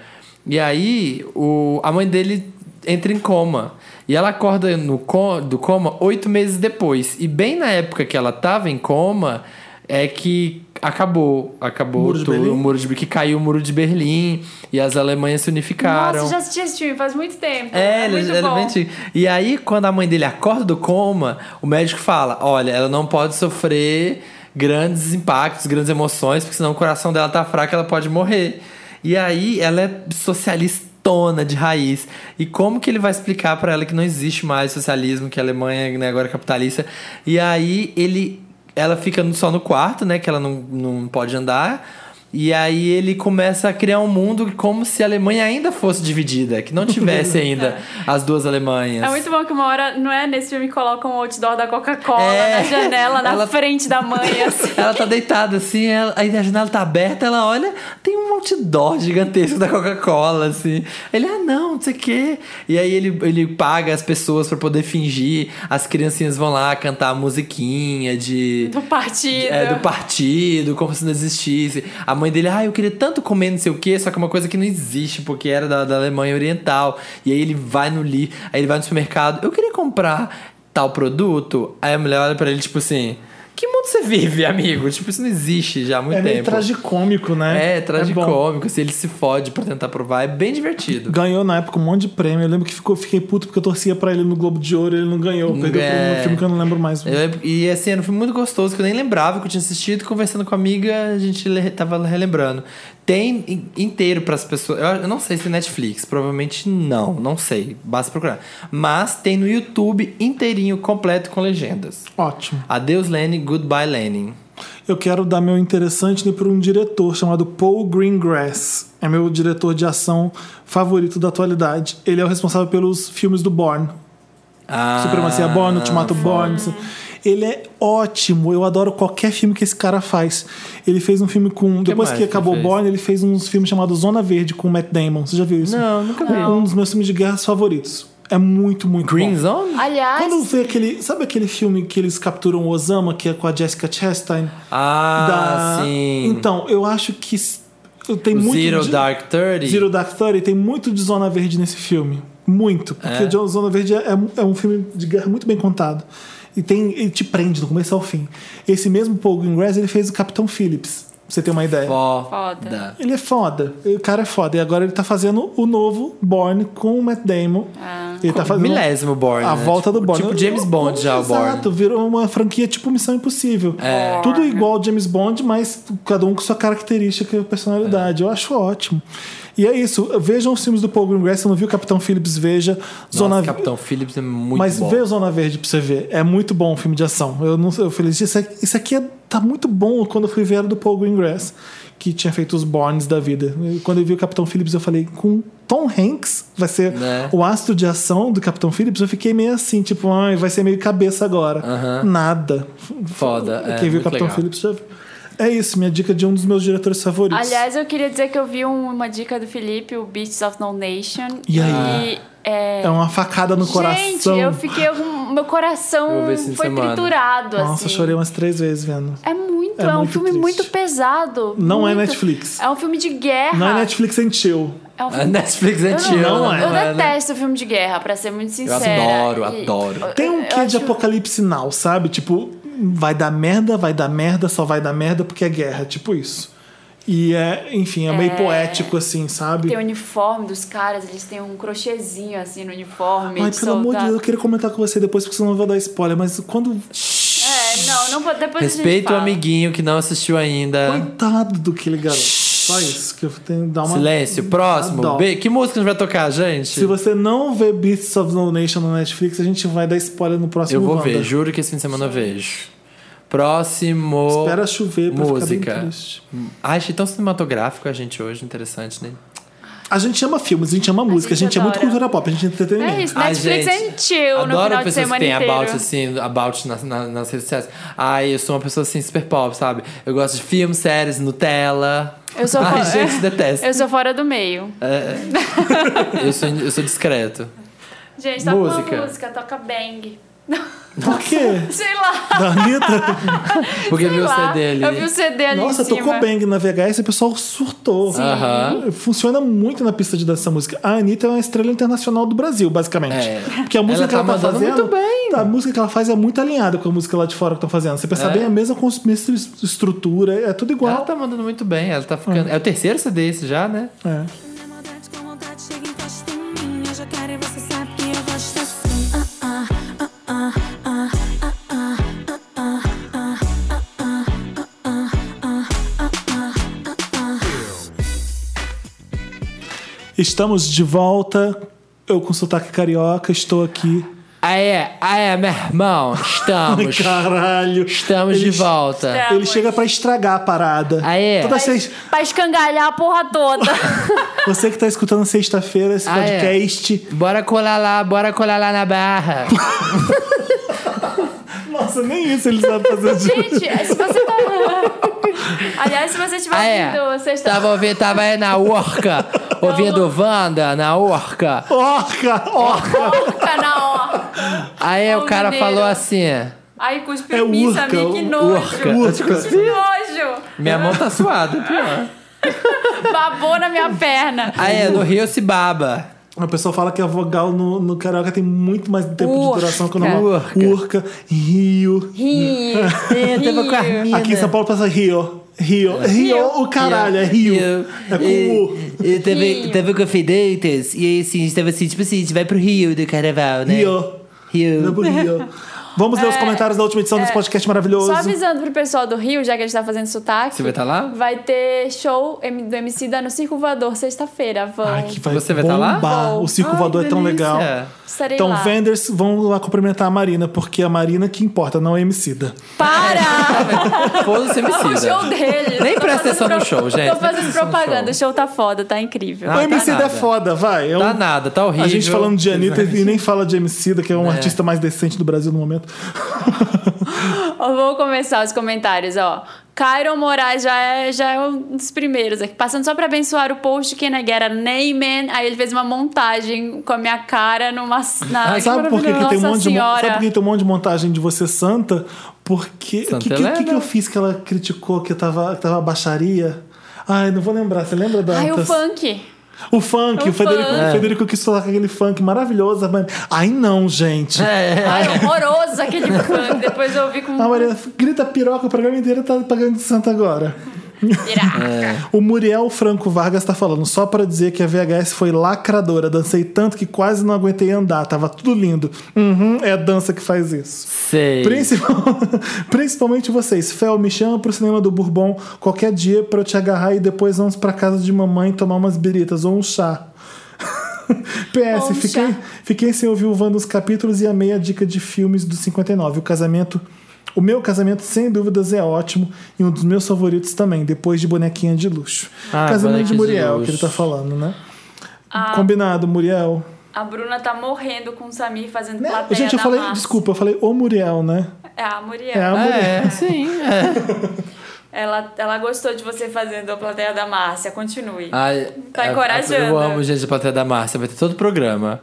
Speaker 2: E aí o, a mãe dele entra em coma. E ela acorda no, co- do coma oito meses depois. E bem na época que ela tava em coma, é que acabou. Acabou
Speaker 3: Muro de
Speaker 2: tudo.
Speaker 3: Berlim?
Speaker 2: O muro de que caiu o muro de Berlim e as Alemanhas se unificaram.
Speaker 1: Nossa, já assisti esse filme faz muito tempo.
Speaker 2: É, ele,
Speaker 1: muito
Speaker 2: ele
Speaker 1: bom.
Speaker 2: mente. E aí, quando a mãe dele acorda do coma, o médico fala: olha, ela não pode sofrer grandes impactos, grandes emoções, porque senão o coração dela tá fraco, ela pode morrer. E aí, ela é socialistona de raiz. E como que ele vai explicar pra ela que não existe mais socialismo, que a Alemanha né, agora é capitalista? E aí, ele, ela fica no- só no quarto, né? Que ela não, não pode andar. E aí ele começa a criar um mundo como se a Alemanha ainda fosse dividida, que não tivesse ainda as duas Alemanhas.
Speaker 1: É muito bom que uma hora, não é? Nesse filme colocam um outdoor da Coca-Cola
Speaker 2: É.
Speaker 1: na janela, na
Speaker 2: Ela-
Speaker 1: frente da mãe, assim.
Speaker 2: Ela tá deitada assim, ela, aí a janela tá aberta, ela olha, tem um outdoor gigantesco da Coca-Cola, assim. Ele, ah, não, não sei o quê. E aí ele, ele paga as pessoas pra poder fingir, as criancinhas vão lá cantar a musiquinha de.
Speaker 1: Do partido.
Speaker 2: É, do partido, como se não existisse. A mãe dele, ah, eu queria tanto comer não sei o quê, só que é uma coisa que não existe, porque era da, da Alemanha Oriental. E aí ele vai no li, aí ele vai no supermercado, eu queria comprar tal produto. Aí a mulher olha pra ele, tipo assim, que mundo você vive, amigo? Tipo, isso não existe já há muito
Speaker 3: É meio
Speaker 2: tempo.
Speaker 3: tragicômico, né?
Speaker 2: É,
Speaker 3: bom.
Speaker 2: tragicômico. se ele se fode pra tentar provar, é bem divertido.
Speaker 3: Ganhou na época um monte de prêmio. Eu lembro que ficou, fiquei puto porque eu torcia pra ele no Globo de Ouro ele não ganhou. Perdeu
Speaker 2: É.
Speaker 3: pra um filme que eu não lembro mais.
Speaker 2: Eu lembro- e assim, era um filme muito gostoso que eu nem lembrava que eu tinha assistido. Conversando com a amiga, a gente le- tava relembrando. Tem in- inteiro pras pessoas. Eu, eu não sei se é Netflix, provavelmente não, não sei. Basta procurar. Mas tem no YouTube inteirinho, completo com legendas.
Speaker 3: Ótimo.
Speaker 2: Adeus Lenin, Goodbye Lenin.
Speaker 3: Eu quero dar meu interessante para um diretor chamado Paul Greengrass. É meu diretor de ação favorito da atualidade. Ele é o responsável pelos filmes do Bourne.
Speaker 2: Ah,
Speaker 3: Supremacia Bourne, Ultimato Bourne. isso. Ele é ótimo. Eu adoro qualquer filme que esse cara faz. Ele fez um filme com...
Speaker 2: mais
Speaker 3: depois que
Speaker 2: que ele
Speaker 3: acabou
Speaker 2: fez?
Speaker 3: Bourne, ele fez uns filmes chamados Zona Verde com o Matt Damon. Você já viu isso?
Speaker 2: Não, nunca vi.
Speaker 3: Um dos meus filmes de guerras favoritos. É muito, muito
Speaker 2: Green
Speaker 3: bom.
Speaker 2: Zone?
Speaker 1: Aliás,
Speaker 3: Quando vê aquele. Sabe aquele filme que eles capturam o Osama, que é com a Jessica Chastain?
Speaker 2: Ah,
Speaker 3: Da-
Speaker 2: sim.
Speaker 3: Então, eu acho que s- tem muito.
Speaker 2: Zero
Speaker 3: de-
Speaker 2: Dark Thirty.
Speaker 3: Zero Dark Thirty tem muito de Zona Verde nesse filme. Muito. Porque
Speaker 2: É?
Speaker 3: de- Zona Verde é, é um- é um filme de guerra muito bem contado. E tem, ele te prende do começo ao fim. Esse mesmo Paul Greengrass, ele fez o Capitão Phillips. pra você ter uma ideia.
Speaker 2: Foda.
Speaker 1: Foda.
Speaker 3: Ele é foda. O cara é foda. E agora ele tá fazendo o novo Born com o Matt Damon. Ele tá fazendo
Speaker 2: Milésimo Born.
Speaker 3: a
Speaker 2: né?
Speaker 3: volta
Speaker 2: Tipo-
Speaker 3: do Born.
Speaker 2: Tipo James Bond já, o Born.
Speaker 3: Exato, virou uma franquia tipo Missão Impossível.
Speaker 2: É.
Speaker 3: Tudo igual ao James Bond, mas cada um com sua característica e
Speaker 2: É.
Speaker 3: personalidade. Eu acho ótimo. E é isso. Vejam os filmes do Paul Greengrass. Se não viu Capitão Phillips, veja.
Speaker 2: Nossa,
Speaker 3: Zona
Speaker 2: Capitão Phillips é muito
Speaker 3: Mas
Speaker 2: bom.
Speaker 3: vê Zona Verde pra você ver. É muito bom o filme de ação. Eu não eu falei, isso, aqui- isso aqui é- tá muito bom quando eu fui ver era do Paul Greengrass, que tinha feito os Borns da vida. E Quando eu vi o Capitão Phillips, eu falei, com Tom Hanks, vai ser
Speaker 2: Né?
Speaker 3: o astro de ação do Capitão Phillips, eu fiquei meio assim, tipo, ai, vai ser meio cabeça agora. Nada.
Speaker 2: Foda, é,
Speaker 3: Quem viu
Speaker 2: muito
Speaker 3: o Capitão
Speaker 2: legal.
Speaker 3: Phillips já viu. É isso, minha dica de um dos meus diretores favoritos.
Speaker 1: Aliás, eu queria dizer que eu vi um- uma dica do Felipe, o Beasts of No Nation.
Speaker 3: E aí?
Speaker 1: E, é...
Speaker 3: é uma facada no
Speaker 1: Gente,
Speaker 3: coração.
Speaker 1: eu fiquei. algum- Meu coração
Speaker 2: Eu vi esse fim de
Speaker 1: foi
Speaker 2: semana.
Speaker 1: triturado,
Speaker 3: Nossa,
Speaker 1: assim.
Speaker 3: chorei umas três vezes vendo.
Speaker 1: É muito,
Speaker 3: É
Speaker 1: é, um
Speaker 3: muito
Speaker 1: filme
Speaker 3: triste.
Speaker 1: muito pesado.
Speaker 3: Não é
Speaker 1: muito.
Speaker 3: Netflix.
Speaker 1: É um filme de guerra.
Speaker 3: Não é Netflix and chill.
Speaker 1: É um
Speaker 2: A
Speaker 1: filme...
Speaker 2: Netflix
Speaker 1: Eu,
Speaker 2: antiga.
Speaker 1: não,
Speaker 3: Não é.
Speaker 1: eu
Speaker 2: né?
Speaker 1: detesto filme de guerra, pra ser muito sincera.
Speaker 2: adoro, adoro.
Speaker 3: Tem um
Speaker 1: eu
Speaker 3: quê de
Speaker 1: acho-
Speaker 3: apocalipse now, sabe? Tipo, vai dar merda, vai dar merda, só vai dar merda porque é guerra, tipo isso. E é, enfim, é meio poético assim, sabe?
Speaker 1: Tem um o uniforme dos caras, eles têm um crochêzinho assim no uniforme.
Speaker 3: Ai,
Speaker 1: de
Speaker 3: pelo amor de
Speaker 1: soldado.
Speaker 3: Deus, eu queria comentar com você depois, porque senão eu vou dar spoiler, mas quando.
Speaker 1: É, não, não vou. Depois a gente
Speaker 2: Respeita o
Speaker 1: fala.
Speaker 2: amiguinho que não assistiu ainda.
Speaker 3: Coitado do aquele garoto. Só isso, que eu tenho que dar uma.
Speaker 2: Silêncio.
Speaker 3: Dó.
Speaker 2: Próximo. B. Que música a gente vai tocar,
Speaker 3: Se
Speaker 2: gente?
Speaker 3: você não vê Beasts of No Nation no Netflix, a gente vai dar spoiler no próximo
Speaker 2: Eu vou
Speaker 3: Wanda.
Speaker 2: ver, juro que esse fim de semana eu vejo. Próximo.
Speaker 3: Espera chover pra ficar
Speaker 2: música.
Speaker 3: bem triste.
Speaker 2: Ai, achei tão cinematográfico a gente hoje, interessante, né?
Speaker 3: A gente ama filmes, a gente ama música, a gente,
Speaker 1: gente
Speaker 3: é muito
Speaker 1: adora.
Speaker 3: cultura pop, a gente é entretenimento.
Speaker 1: É isso,
Speaker 2: Ai,
Speaker 1: Netflix
Speaker 2: gente,
Speaker 1: and chill no
Speaker 2: Adoro
Speaker 1: final de
Speaker 2: pessoas que
Speaker 1: semana
Speaker 2: têm
Speaker 1: inteiro.
Speaker 2: about, assim, about nas, na- nas redes sociais. Ai, eu sou uma pessoa assim, super pop, sabe? Eu gosto de filmes, séries, Nutella.
Speaker 1: Eu sou
Speaker 2: Ai,
Speaker 1: fo-
Speaker 2: gente, detesto.
Speaker 1: Eu sou fora do meio.
Speaker 2: Eu sou, eu sou discreto.
Speaker 1: Gente, toca
Speaker 2: Música.
Speaker 1: uma música, toca bang.
Speaker 3: Por quê?
Speaker 1: Sei lá.
Speaker 3: Da Anitta?
Speaker 2: Porque
Speaker 1: sei
Speaker 2: viu o
Speaker 1: lá.
Speaker 2: CD ali.
Speaker 1: Eu vi o CD ali
Speaker 3: Nossa,
Speaker 1: em cima.
Speaker 3: tocou bang na VHS e o pessoal surtou.
Speaker 2: Aham.
Speaker 3: Funciona muito na pista de dança essa música. A Anitta é uma estrela internacional do Brasil, basicamente.
Speaker 2: É.
Speaker 3: Porque a música
Speaker 2: Ela
Speaker 3: que ela
Speaker 2: tá
Speaker 3: tá
Speaker 2: mandando
Speaker 3: fazendo.
Speaker 2: muito bem.
Speaker 3: A música que ela faz é muito alinhada com a música lá de fora que estão fazendo. Você percebe
Speaker 2: É.
Speaker 3: bem a mesma, cons- mesma es- estrutura, é tudo
Speaker 2: Ela
Speaker 3: igual.
Speaker 2: tá mandando muito bem, ela tá ficando. É o terceiro CD esse já, né?
Speaker 3: É.
Speaker 7: Na maldade, com vontade, chega encosta em mim. Eu já quero e você sabe que eu gosto assim. Ah, ah, ah, ah, ah, ah, ah, ah, ah, ah, ah, ah, ah, ah, ah, ah, ah.
Speaker 2: É.
Speaker 3: Estamos de volta. Eu com sotaque carioca, estou aqui.
Speaker 2: Aê, aê, meu irmão,
Speaker 3: Ai,
Speaker 2: estamos.
Speaker 3: caralho.
Speaker 2: estamos de
Speaker 3: Eles-
Speaker 2: volta. Ah, é?
Speaker 3: Ele chega pra estragar a parada.
Speaker 2: Aê.
Speaker 3: Toda sexta,
Speaker 1: Pra escangalhar a porra toda.
Speaker 3: você que tá escutando sexta-feira esse
Speaker 2: Ah, é.
Speaker 3: podcast.
Speaker 2: Bora colar lá, bora colar lá na barra.
Speaker 3: Nossa, nem isso eles sabem fazer de
Speaker 1: Gente, se você tá. Aliás, se você estiver
Speaker 2: Aê,
Speaker 1: ouvindo, vocês estão.
Speaker 2: tava ouvindo, tava aí na orca, ouvindo Wanda na orca.
Speaker 3: Orca! Orca!
Speaker 1: Canal, ó.
Speaker 2: Aí o
Speaker 1: Ô,
Speaker 2: cara
Speaker 1: mineiro.
Speaker 2: falou assim:
Speaker 1: Ai, cuspe
Speaker 3: É
Speaker 1: em mim,
Speaker 3: urca,
Speaker 1: Samir, que
Speaker 3: u-
Speaker 1: nojo.
Speaker 2: urca.
Speaker 1: Que nojo.
Speaker 2: Minha mão tá suada, é pior.
Speaker 1: Babou na minha perna.
Speaker 2: Ah, é, no Rio se baba.
Speaker 3: O pessoal fala que a vogal no, no carioca tem muito mais tempo
Speaker 1: Urca.
Speaker 3: de duração que o normal.
Speaker 2: Urca.
Speaker 3: Urca, Rio.
Speaker 1: Ri.
Speaker 3: É,
Speaker 1: Ri.
Speaker 3: Aqui em São Paulo passa Rio. Rio. Rio, o caralho, é Rio. É com U.
Speaker 2: Eu
Speaker 1: Rio.
Speaker 2: tava, tava com confidentes, e aí assim, a gente tava assim, tipo assim, a gente vai pro Rio do carnaval, né?
Speaker 3: Rio. Não é
Speaker 2: Rio.
Speaker 3: pro Rio. Vamos ler os comentários da última edição desse podcast maravilhoso.
Speaker 1: Só avisando pro pessoal do Rio, já que a gente tá fazendo sotaque.
Speaker 2: Você vai tá lá?
Speaker 1: Vai ter show M- do MC da no Circo Voador, sexta-feira. Vão.
Speaker 3: Ai, que vai
Speaker 2: Você vai tá lá?
Speaker 3: bombar. O Circo
Speaker 2: Ai,
Speaker 3: Voador é tão
Speaker 2: delícia.
Speaker 3: legal.
Speaker 1: Estarei
Speaker 3: Então,
Speaker 1: lá.
Speaker 3: venders vão lá cumprimentar a Marina, porque a Marina que importa, não é Emicida.
Speaker 1: Para!
Speaker 2: Foda-se, é
Speaker 1: o show
Speaker 2: homicida.
Speaker 1: dele.
Speaker 2: Nem
Speaker 1: Tô
Speaker 2: presta
Speaker 1: fazendo
Speaker 2: atenção no show, gente.
Speaker 1: Tô
Speaker 2: Nem presta
Speaker 1: fazendo
Speaker 2: atenção no
Speaker 1: propaganda.
Speaker 2: show.
Speaker 1: O show tá foda, tá incrível.
Speaker 2: Ah,
Speaker 3: o
Speaker 2: tá
Speaker 3: Emicida é
Speaker 2: nada.
Speaker 3: foda, vai. É um-
Speaker 2: Tá nada, tá horrível.
Speaker 3: A gente falando de Anitta e nem fala de Emicida, que é um artista mais decente do Brasil no momento.
Speaker 1: Ó, vou começar os comentários, ó. Cairo Moraes já é, já é um dos primeiros aqui. Passando só pra abençoar o post é que neguera Neyman. Aí ele fez uma montagem com a minha cara numa. Na,
Speaker 2: Ai, que
Speaker 3: Ah, Sabe por que, que
Speaker 1: Nossa
Speaker 3: tem um monte de, mon-
Speaker 1: Ah, senhora.
Speaker 3: sabe por que tem um monte de montagem de você santa? Porque o
Speaker 2: Santa
Speaker 3: que, que,
Speaker 2: Helena.
Speaker 3: que que eu fiz que ela criticou que eu tava, que tava baixaria? Ai, não vou lembrar. Você lembra da
Speaker 1: Ai, o funk. É
Speaker 3: O funk,
Speaker 1: O
Speaker 3: o, Federico,
Speaker 1: funk.
Speaker 3: o Federico quis falar com aquele funk maravilhoso. Mas... Ai, não, gente.
Speaker 1: Ai, horroroso aquele funk. Depois eu ouvi com.
Speaker 3: A Maria grita piroca, o programa inteiro tá pagando de santa agora. O Muriel Franco Vargas tá falando, só pra dizer que a VHS foi lacradora. Dancei tanto que quase não aguentei andar, tava tudo lindo. Uhum, é a dança que faz isso.
Speaker 2: Sei.
Speaker 3: Principal- Principalmente vocês. Fel, me chama pro cinema do Bourbon qualquer dia pra eu te agarrar e depois vamos pra casa de mamãe tomar umas biritas ou um chá. PS,
Speaker 1: Ou um
Speaker 3: fiquei,
Speaker 1: chá.
Speaker 3: fiquei sem ouvir o Wanda os capítulos e amei a dica de filmes do 59. O casamento. O meu casamento, sem dúvidas, é ótimo e um dos meus favoritos também, depois de Bonequinha de Luxo.
Speaker 2: Ah,
Speaker 3: casamento de
Speaker 2: Bonequinha de
Speaker 3: Muriel,
Speaker 2: Luxo.
Speaker 3: que ele tá falando, né?
Speaker 1: Ah.
Speaker 3: Combinado, Muriel.
Speaker 1: A Bruna tá morrendo com o Samir fazendo
Speaker 3: Né?
Speaker 1: plateia
Speaker 3: Gente, eu
Speaker 1: da
Speaker 3: falei,
Speaker 1: massa.
Speaker 3: desculpa, eu falei o Muriel, né?
Speaker 1: É a Muriel.
Speaker 3: É a Muriel.
Speaker 2: É, sim, é.
Speaker 1: Ela, ela gostou de você fazendo a plateia da Márcia. Continue.
Speaker 2: Ai,
Speaker 1: Tá
Speaker 2: a- a-
Speaker 1: encorajando.
Speaker 2: Eu amo, gente, a plateia da Márcia. Vai ter todo o programa.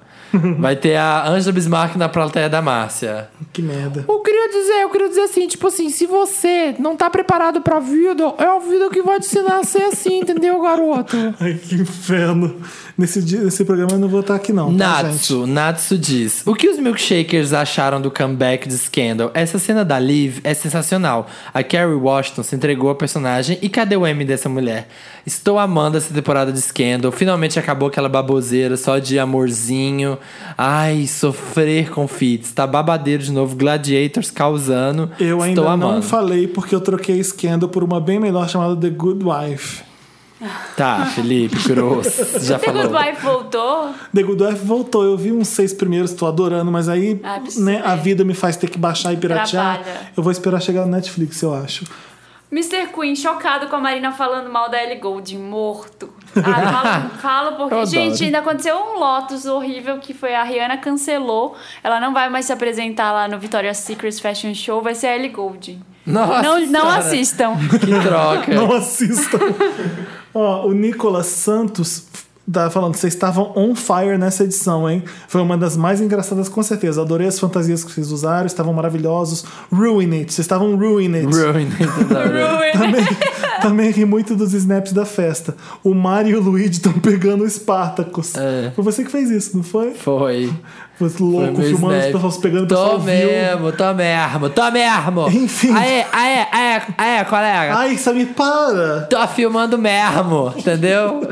Speaker 2: Vai ter a Angela Bismarck na plateia da Márcia.
Speaker 3: Que merda.
Speaker 2: Eu queria dizer, eu queria dizer assim, tipo assim, se você não tá preparado pra vida, é a vida que vai te ensinar a ser assim, entendeu, garoto?
Speaker 3: Ai, que inferno. Nesse, dia, nesse programa eu não vou estar aqui, não. Tá, gente?
Speaker 2: Natsu, Natsu diz: O que os milkshakers acharam do comeback de Scandal? Essa cena da Liv é sensacional. A Carrie Washington se entregou ao personagem e cadê o M dessa mulher? Estou amando essa temporada de Scandal. Finalmente acabou aquela baboseira só de amorzinho. Ai, sofrer com fits. Tá babadeiro de novo. Gladiators causando.
Speaker 3: Eu ainda
Speaker 2: Estou
Speaker 3: não
Speaker 2: amando.
Speaker 3: falei porque eu troquei Scandal por uma bem melhor chamada The Good Wife.
Speaker 2: Tá, Felipe, grosso. Já
Speaker 1: The
Speaker 2: falou.
Speaker 1: Good Wife voltou?
Speaker 3: The Good Wife voltou, eu vi uns seis primeiros, tô adorando, mas aí
Speaker 1: Ah, preciso
Speaker 3: né, a
Speaker 1: ver.
Speaker 3: vida me faz ter que baixar e piratear.
Speaker 1: Trabalha.
Speaker 3: Eu vou esperar chegar no Netflix, eu acho.
Speaker 1: Mr. Queen, chocado com a Marina falando mal da Ellie Golding, morto. Ah, fala, fala
Speaker 2: Eu
Speaker 1: porque,
Speaker 2: adoro.
Speaker 1: gente, ainda aconteceu um Lotus horrível que foi a Rihanna cancelou. Ela não vai mais se apresentar lá no Victoria's Secret Fashion Show, vai ser a Ellie Golding.
Speaker 2: Nossa,
Speaker 1: não, não
Speaker 2: senhora.
Speaker 1: assistam.
Speaker 2: Que troca.
Speaker 3: Não assistam. Ó, o Nicolas Santos tá falando, vocês estavam on fire nessa edição, hein? Foi uma das mais engraçadas, com certeza. Adorei as fantasias que vocês usaram, estavam maravilhosos. Ruin it, vocês estavam ruin it.
Speaker 2: Ruined.
Speaker 1: Ruin.
Speaker 3: Também, também ri muito dos snaps da festa. O Mario e o Luigi estão pegando o Spartacus.
Speaker 2: É.
Speaker 3: Foi você que fez isso, não foi?
Speaker 2: Foi.
Speaker 3: Você louco,
Speaker 2: meu
Speaker 3: filmando os
Speaker 2: snap.
Speaker 3: pessoas pegando o
Speaker 2: é Tô
Speaker 3: pessoal viu.
Speaker 2: mesmo, tô mesmo, tô mesmo.
Speaker 3: Enfim.
Speaker 2: Aê, aê, aê, aê, colega.
Speaker 3: Ai, Samir, para!
Speaker 2: Tô filmando mesmo, entendeu?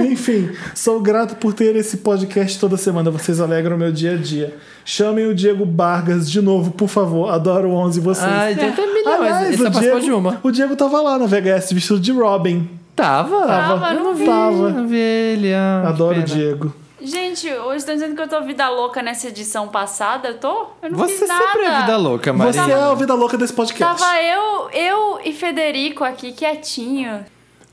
Speaker 3: Enfim, sou grato por ter esse podcast toda semana. Vocês alegram o meu dia a dia. Chamem o Diego Vargas de novo, por favor. Adoro o 11 vocês.
Speaker 2: Ai, então terminou.
Speaker 3: É, Aliás,
Speaker 2: ele só participou de uma.
Speaker 3: o Diego tava lá na VHS vestido de Robin.
Speaker 2: Tava.
Speaker 1: Tava,
Speaker 2: Eu
Speaker 1: não
Speaker 2: vi.
Speaker 3: tava.
Speaker 2: Não vi ele. ah, que
Speaker 3: Adoro o
Speaker 2: pena.
Speaker 3: Diego.
Speaker 1: Gente, hoje estão dizendo que eu tô vida louca nessa edição passada. Eu tô? Eu não
Speaker 2: Você
Speaker 1: fiz nada.
Speaker 2: sempre é vida louca, Marina.
Speaker 3: Você é a vida louca desse podcast.
Speaker 1: Tava eu, eu e Federico aqui quietinho.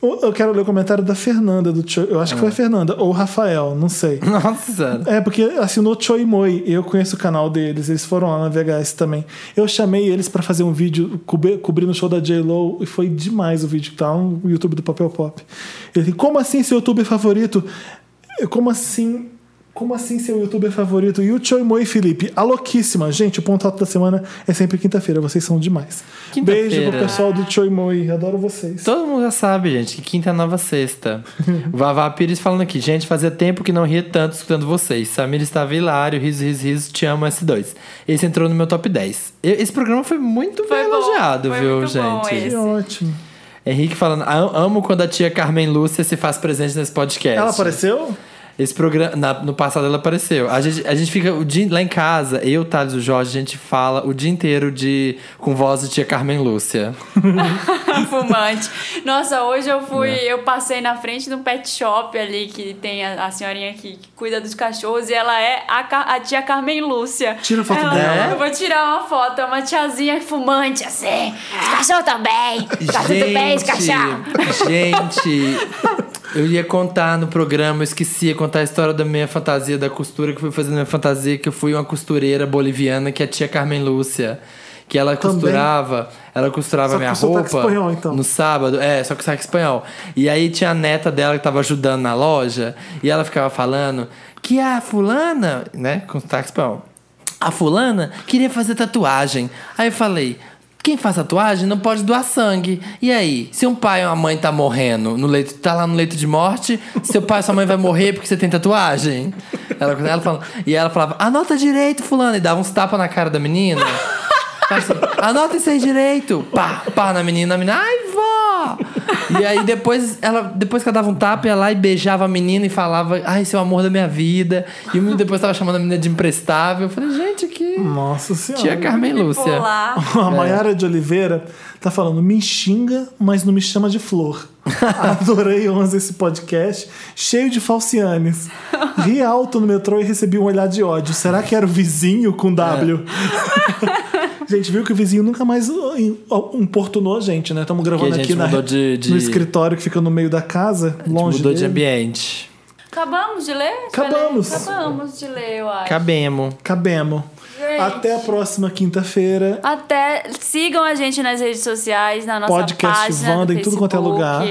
Speaker 3: Eu quero ler o comentário da Fernanda do Cho... Eu acho
Speaker 2: É.
Speaker 3: que foi a Fernanda, ou o Rafael, não sei.
Speaker 2: Nossa.
Speaker 3: É, porque assinou Choi Moi, eu conheço o canal deles, eles foram lá na VHS também. Eu chamei eles pra fazer um vídeo cobri- cobrindo o show da J-Lo e foi demais o vídeo que tá no YouTube do Papel Pop. Ele é como assim seu youtuber favorito? Como assim Como assim seu youtuber favorito? Yucho e Moi Felipe. A louquíssima. Gente, o ponto alto da semana é sempre quinta-feira. Vocês são demais.
Speaker 2: Quinta-feira.
Speaker 3: Beijo pro pessoal do Choi Moi. Adoro vocês.
Speaker 2: Todo mundo já sabe, gente, que quinta é a nova sexta. Vavá Pires falando aqui, gente, fazia tempo que não ria tanto escutando vocês. Samir estava hilário, riso, riso, riso, te amo S2. Esse entrou no meu top 10. Eu- esse programa foi muito
Speaker 1: Foi
Speaker 2: bem
Speaker 1: bom,
Speaker 2: elogiado,
Speaker 1: foi
Speaker 2: viu,
Speaker 1: muito bom
Speaker 2: gente?
Speaker 1: esse.
Speaker 3: Que ótimo.
Speaker 2: Henrique falando, "A- amo quando a tia Carmen Lúcia se faz presente nesse podcast.
Speaker 3: Ela apareceu?
Speaker 2: Esse programa. na- no passado ela apareceu. A gente, a gente fica o dia, lá em casa, eu, Thales e o Jorge, a gente fala o dia inteiro de com voz de tia Carmen Lúcia.
Speaker 1: fumante. Nossa, hoje eu fui,
Speaker 3: É.
Speaker 1: eu passei na frente de um pet shop ali que tem a, a senhorinha que, que cuida dos cachorros e ela é a, Ca- a tia Carmen Lúcia.
Speaker 3: Tira a foto
Speaker 1: Ela-
Speaker 2: dela.
Speaker 1: Eu vou tirar uma foto, é uma tiazinha fumante assim. Os cachorros também. Tá tudo bem, os cachorros.
Speaker 2: Gente, eu ia contar no programa, eu esquecia contar a história da minha fantasia, da costura que eu fui fazer na minha fantasia, que eu fui uma costureira boliviana, que é a tia Carmen Lúcia. Que ela
Speaker 3: Também.
Speaker 2: costurava, ela costurava
Speaker 3: Só
Speaker 2: minha
Speaker 3: com sotaque
Speaker 2: roupa
Speaker 3: espanhol, então.
Speaker 2: no sábado, é, só que sotaque espanhol. E aí tinha a neta dela que tava ajudando na loja, e ela ficava falando que a fulana, né, com sotaque espanhol, a fulana queria fazer tatuagem. Aí eu falei, quem faz tatuagem não pode doar sangue. E aí, se um pai ou uma mãe tá morrendo no leito, tá lá no leito de morte, seu pai ou sua mãe vai morrer porque você tem tatuagem? Ela, ela fala, e ela falava, anota direito, fulana, e dava uns tapas na cara da menina. Assim, Anota isso aí direito. Pá, pá na menina, a menina, ai, vó! E aí depois ela, depois que ela dava um tapa, ia lá e beijava a menina e falava, ai, seu amor da minha vida. E o menino depois tava chamando a menina de imprestável. Eu falei, gente, que.
Speaker 3: Nossa senhora.
Speaker 2: Tia Carmen
Speaker 1: Tipo
Speaker 2: Lúcia.
Speaker 1: Olá.
Speaker 3: A
Speaker 2: É.
Speaker 3: Mayara de Oliveira tá falando, me xinga, mas não me chama de flor. Adorei 11 esse podcast, cheio de falcianes. Ri alto no metrô e recebi um olhar de ódio. Será que era o vizinho
Speaker 2: É.
Speaker 3: com W? gente, viu que o vizinho nunca mais ó, em- ó, importunou a gente, né? Estamos gravando
Speaker 2: Que a gente
Speaker 3: aqui na-
Speaker 2: mudou de- de-
Speaker 3: no escritório que fica no meio da casa, longe
Speaker 2: Mudou de
Speaker 3: dele.
Speaker 2: ambiente.
Speaker 1: Acabamos de ler?
Speaker 3: Acabamos.
Speaker 1: Acabamos de ler, eu acho.
Speaker 2: Cabemos.
Speaker 3: Cabemos.
Speaker 1: Gente.
Speaker 3: Até a próxima quinta-feira.
Speaker 1: Até sigam a gente nas redes sociais, na nossa
Speaker 3: Podcast
Speaker 1: página.
Speaker 3: Wanda
Speaker 1: no
Speaker 3: em tudo quanto é
Speaker 1: Facebook.
Speaker 3: lugar.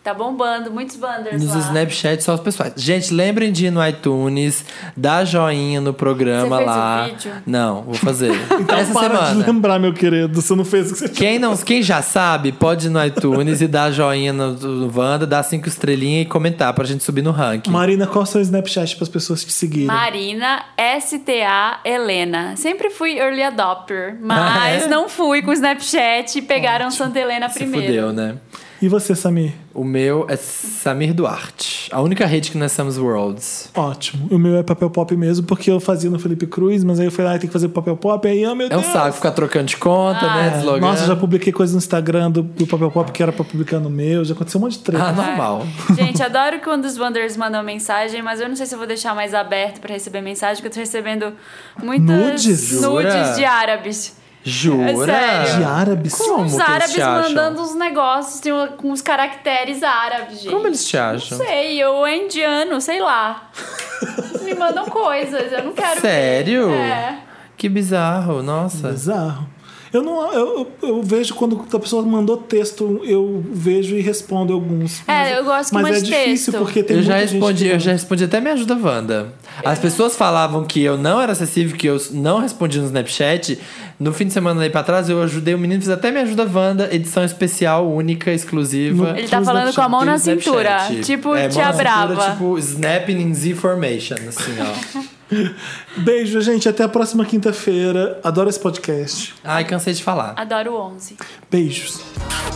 Speaker 1: Tá bombando, muitos banders
Speaker 2: Nos
Speaker 1: lá.
Speaker 2: Snapchats só os pessoais. Gente, lembrem de ir no iTunes, dar joinha no programa
Speaker 1: Você fez
Speaker 2: lá.
Speaker 1: o vídeo?
Speaker 2: Não, vou fazer. Essa
Speaker 3: Para
Speaker 2: semana.
Speaker 3: de lembrar, meu querido. Você não fez o que você tinha.
Speaker 2: Quem, não, quem já sabe, pode ir no iTunes e dar joinha no, no Wanda, dar cinco estrelinhas e comentar pra gente subir no ranking.
Speaker 3: Marina, qual é o seu Snapchat para as pessoas te seguirem?
Speaker 1: Marina STA Helena. Sempre fui early adopter, mas
Speaker 2: Ah, é?
Speaker 1: não fui com o Snapchat e pegaram Santa Helena
Speaker 2: Se
Speaker 1: primeiro.
Speaker 2: fudeu, né?
Speaker 3: E você, Samir?
Speaker 2: O meu é Samir Duarte. A única rede que nós somos Worlds.
Speaker 3: Ótimo. O meu é papel pop mesmo, porque eu fazia no Felipe Cruz, mas aí eu fui lá e tem que fazer papel pop. Aí, oh, meu
Speaker 2: É um
Speaker 3: Deus. É.
Speaker 2: saco ficar trocando de conta,
Speaker 1: Ah.
Speaker 2: né? Deslogando.
Speaker 3: Nossa, já publiquei coisa no Instagram do, do papel pop que era pra publicar no meu. Já aconteceu um monte de
Speaker 2: Ah,
Speaker 3: treta.
Speaker 2: normal.
Speaker 1: Gente, adoro quando os Wanderers mandam mensagem, mas eu não sei se eu vou deixar mais aberto pra receber mensagem, porque eu tô recebendo muitas
Speaker 3: Nudes?
Speaker 2: Jura?
Speaker 1: nudes de árabes.
Speaker 2: Jura?
Speaker 1: É sério.
Speaker 3: De árabes?
Speaker 2: Como? assim? que
Speaker 1: Os
Speaker 2: eles
Speaker 1: árabes
Speaker 2: te acham?
Speaker 1: mandando uns negócios tem uma- com os caracteres árabes, gente.
Speaker 2: Como eles te
Speaker 1: Não
Speaker 2: acham?
Speaker 1: sei, eu é indiano, sei lá. Eles me mandam coisas, eu não quero.
Speaker 2: Sério?
Speaker 1: É.
Speaker 2: Que bizarro, nossa.
Speaker 3: Bizarro. Eu não. Eu, eu- eu vejo quando a pessoa mandou texto, eu vejo e respondo alguns. Mas-
Speaker 1: eu gosto que
Speaker 3: Mas é
Speaker 1: mande
Speaker 3: difícil,
Speaker 1: texto.
Speaker 3: porque tem
Speaker 2: Eu já
Speaker 3: muita gente
Speaker 2: respondi,
Speaker 3: que- É.
Speaker 2: eu já respondi até me ajuda Wanda. As pessoas falavam que eu não era acessível, que eu não respondi no Snapchat. No fim de semana aí pra trás, eu ajudei o menino, fiz até me ajuda Wanda, edição especial, única, exclusiva.
Speaker 1: Ele tá
Speaker 3: Usa
Speaker 1: falando com a mão
Speaker 2: do
Speaker 1: na
Speaker 2: Snapchat.
Speaker 1: cintura, tipo
Speaker 2: é,
Speaker 1: tia
Speaker 2: mão na Cintura,
Speaker 1: brava.
Speaker 2: tipo snapping in Z formation, assim, ó.
Speaker 3: Beijo, gente. Até a próxima quinta-feira. Adoro esse podcast.
Speaker 2: Ai, cansei de falar.
Speaker 1: Adoro o 11.
Speaker 3: Beijos.
Speaker 4: I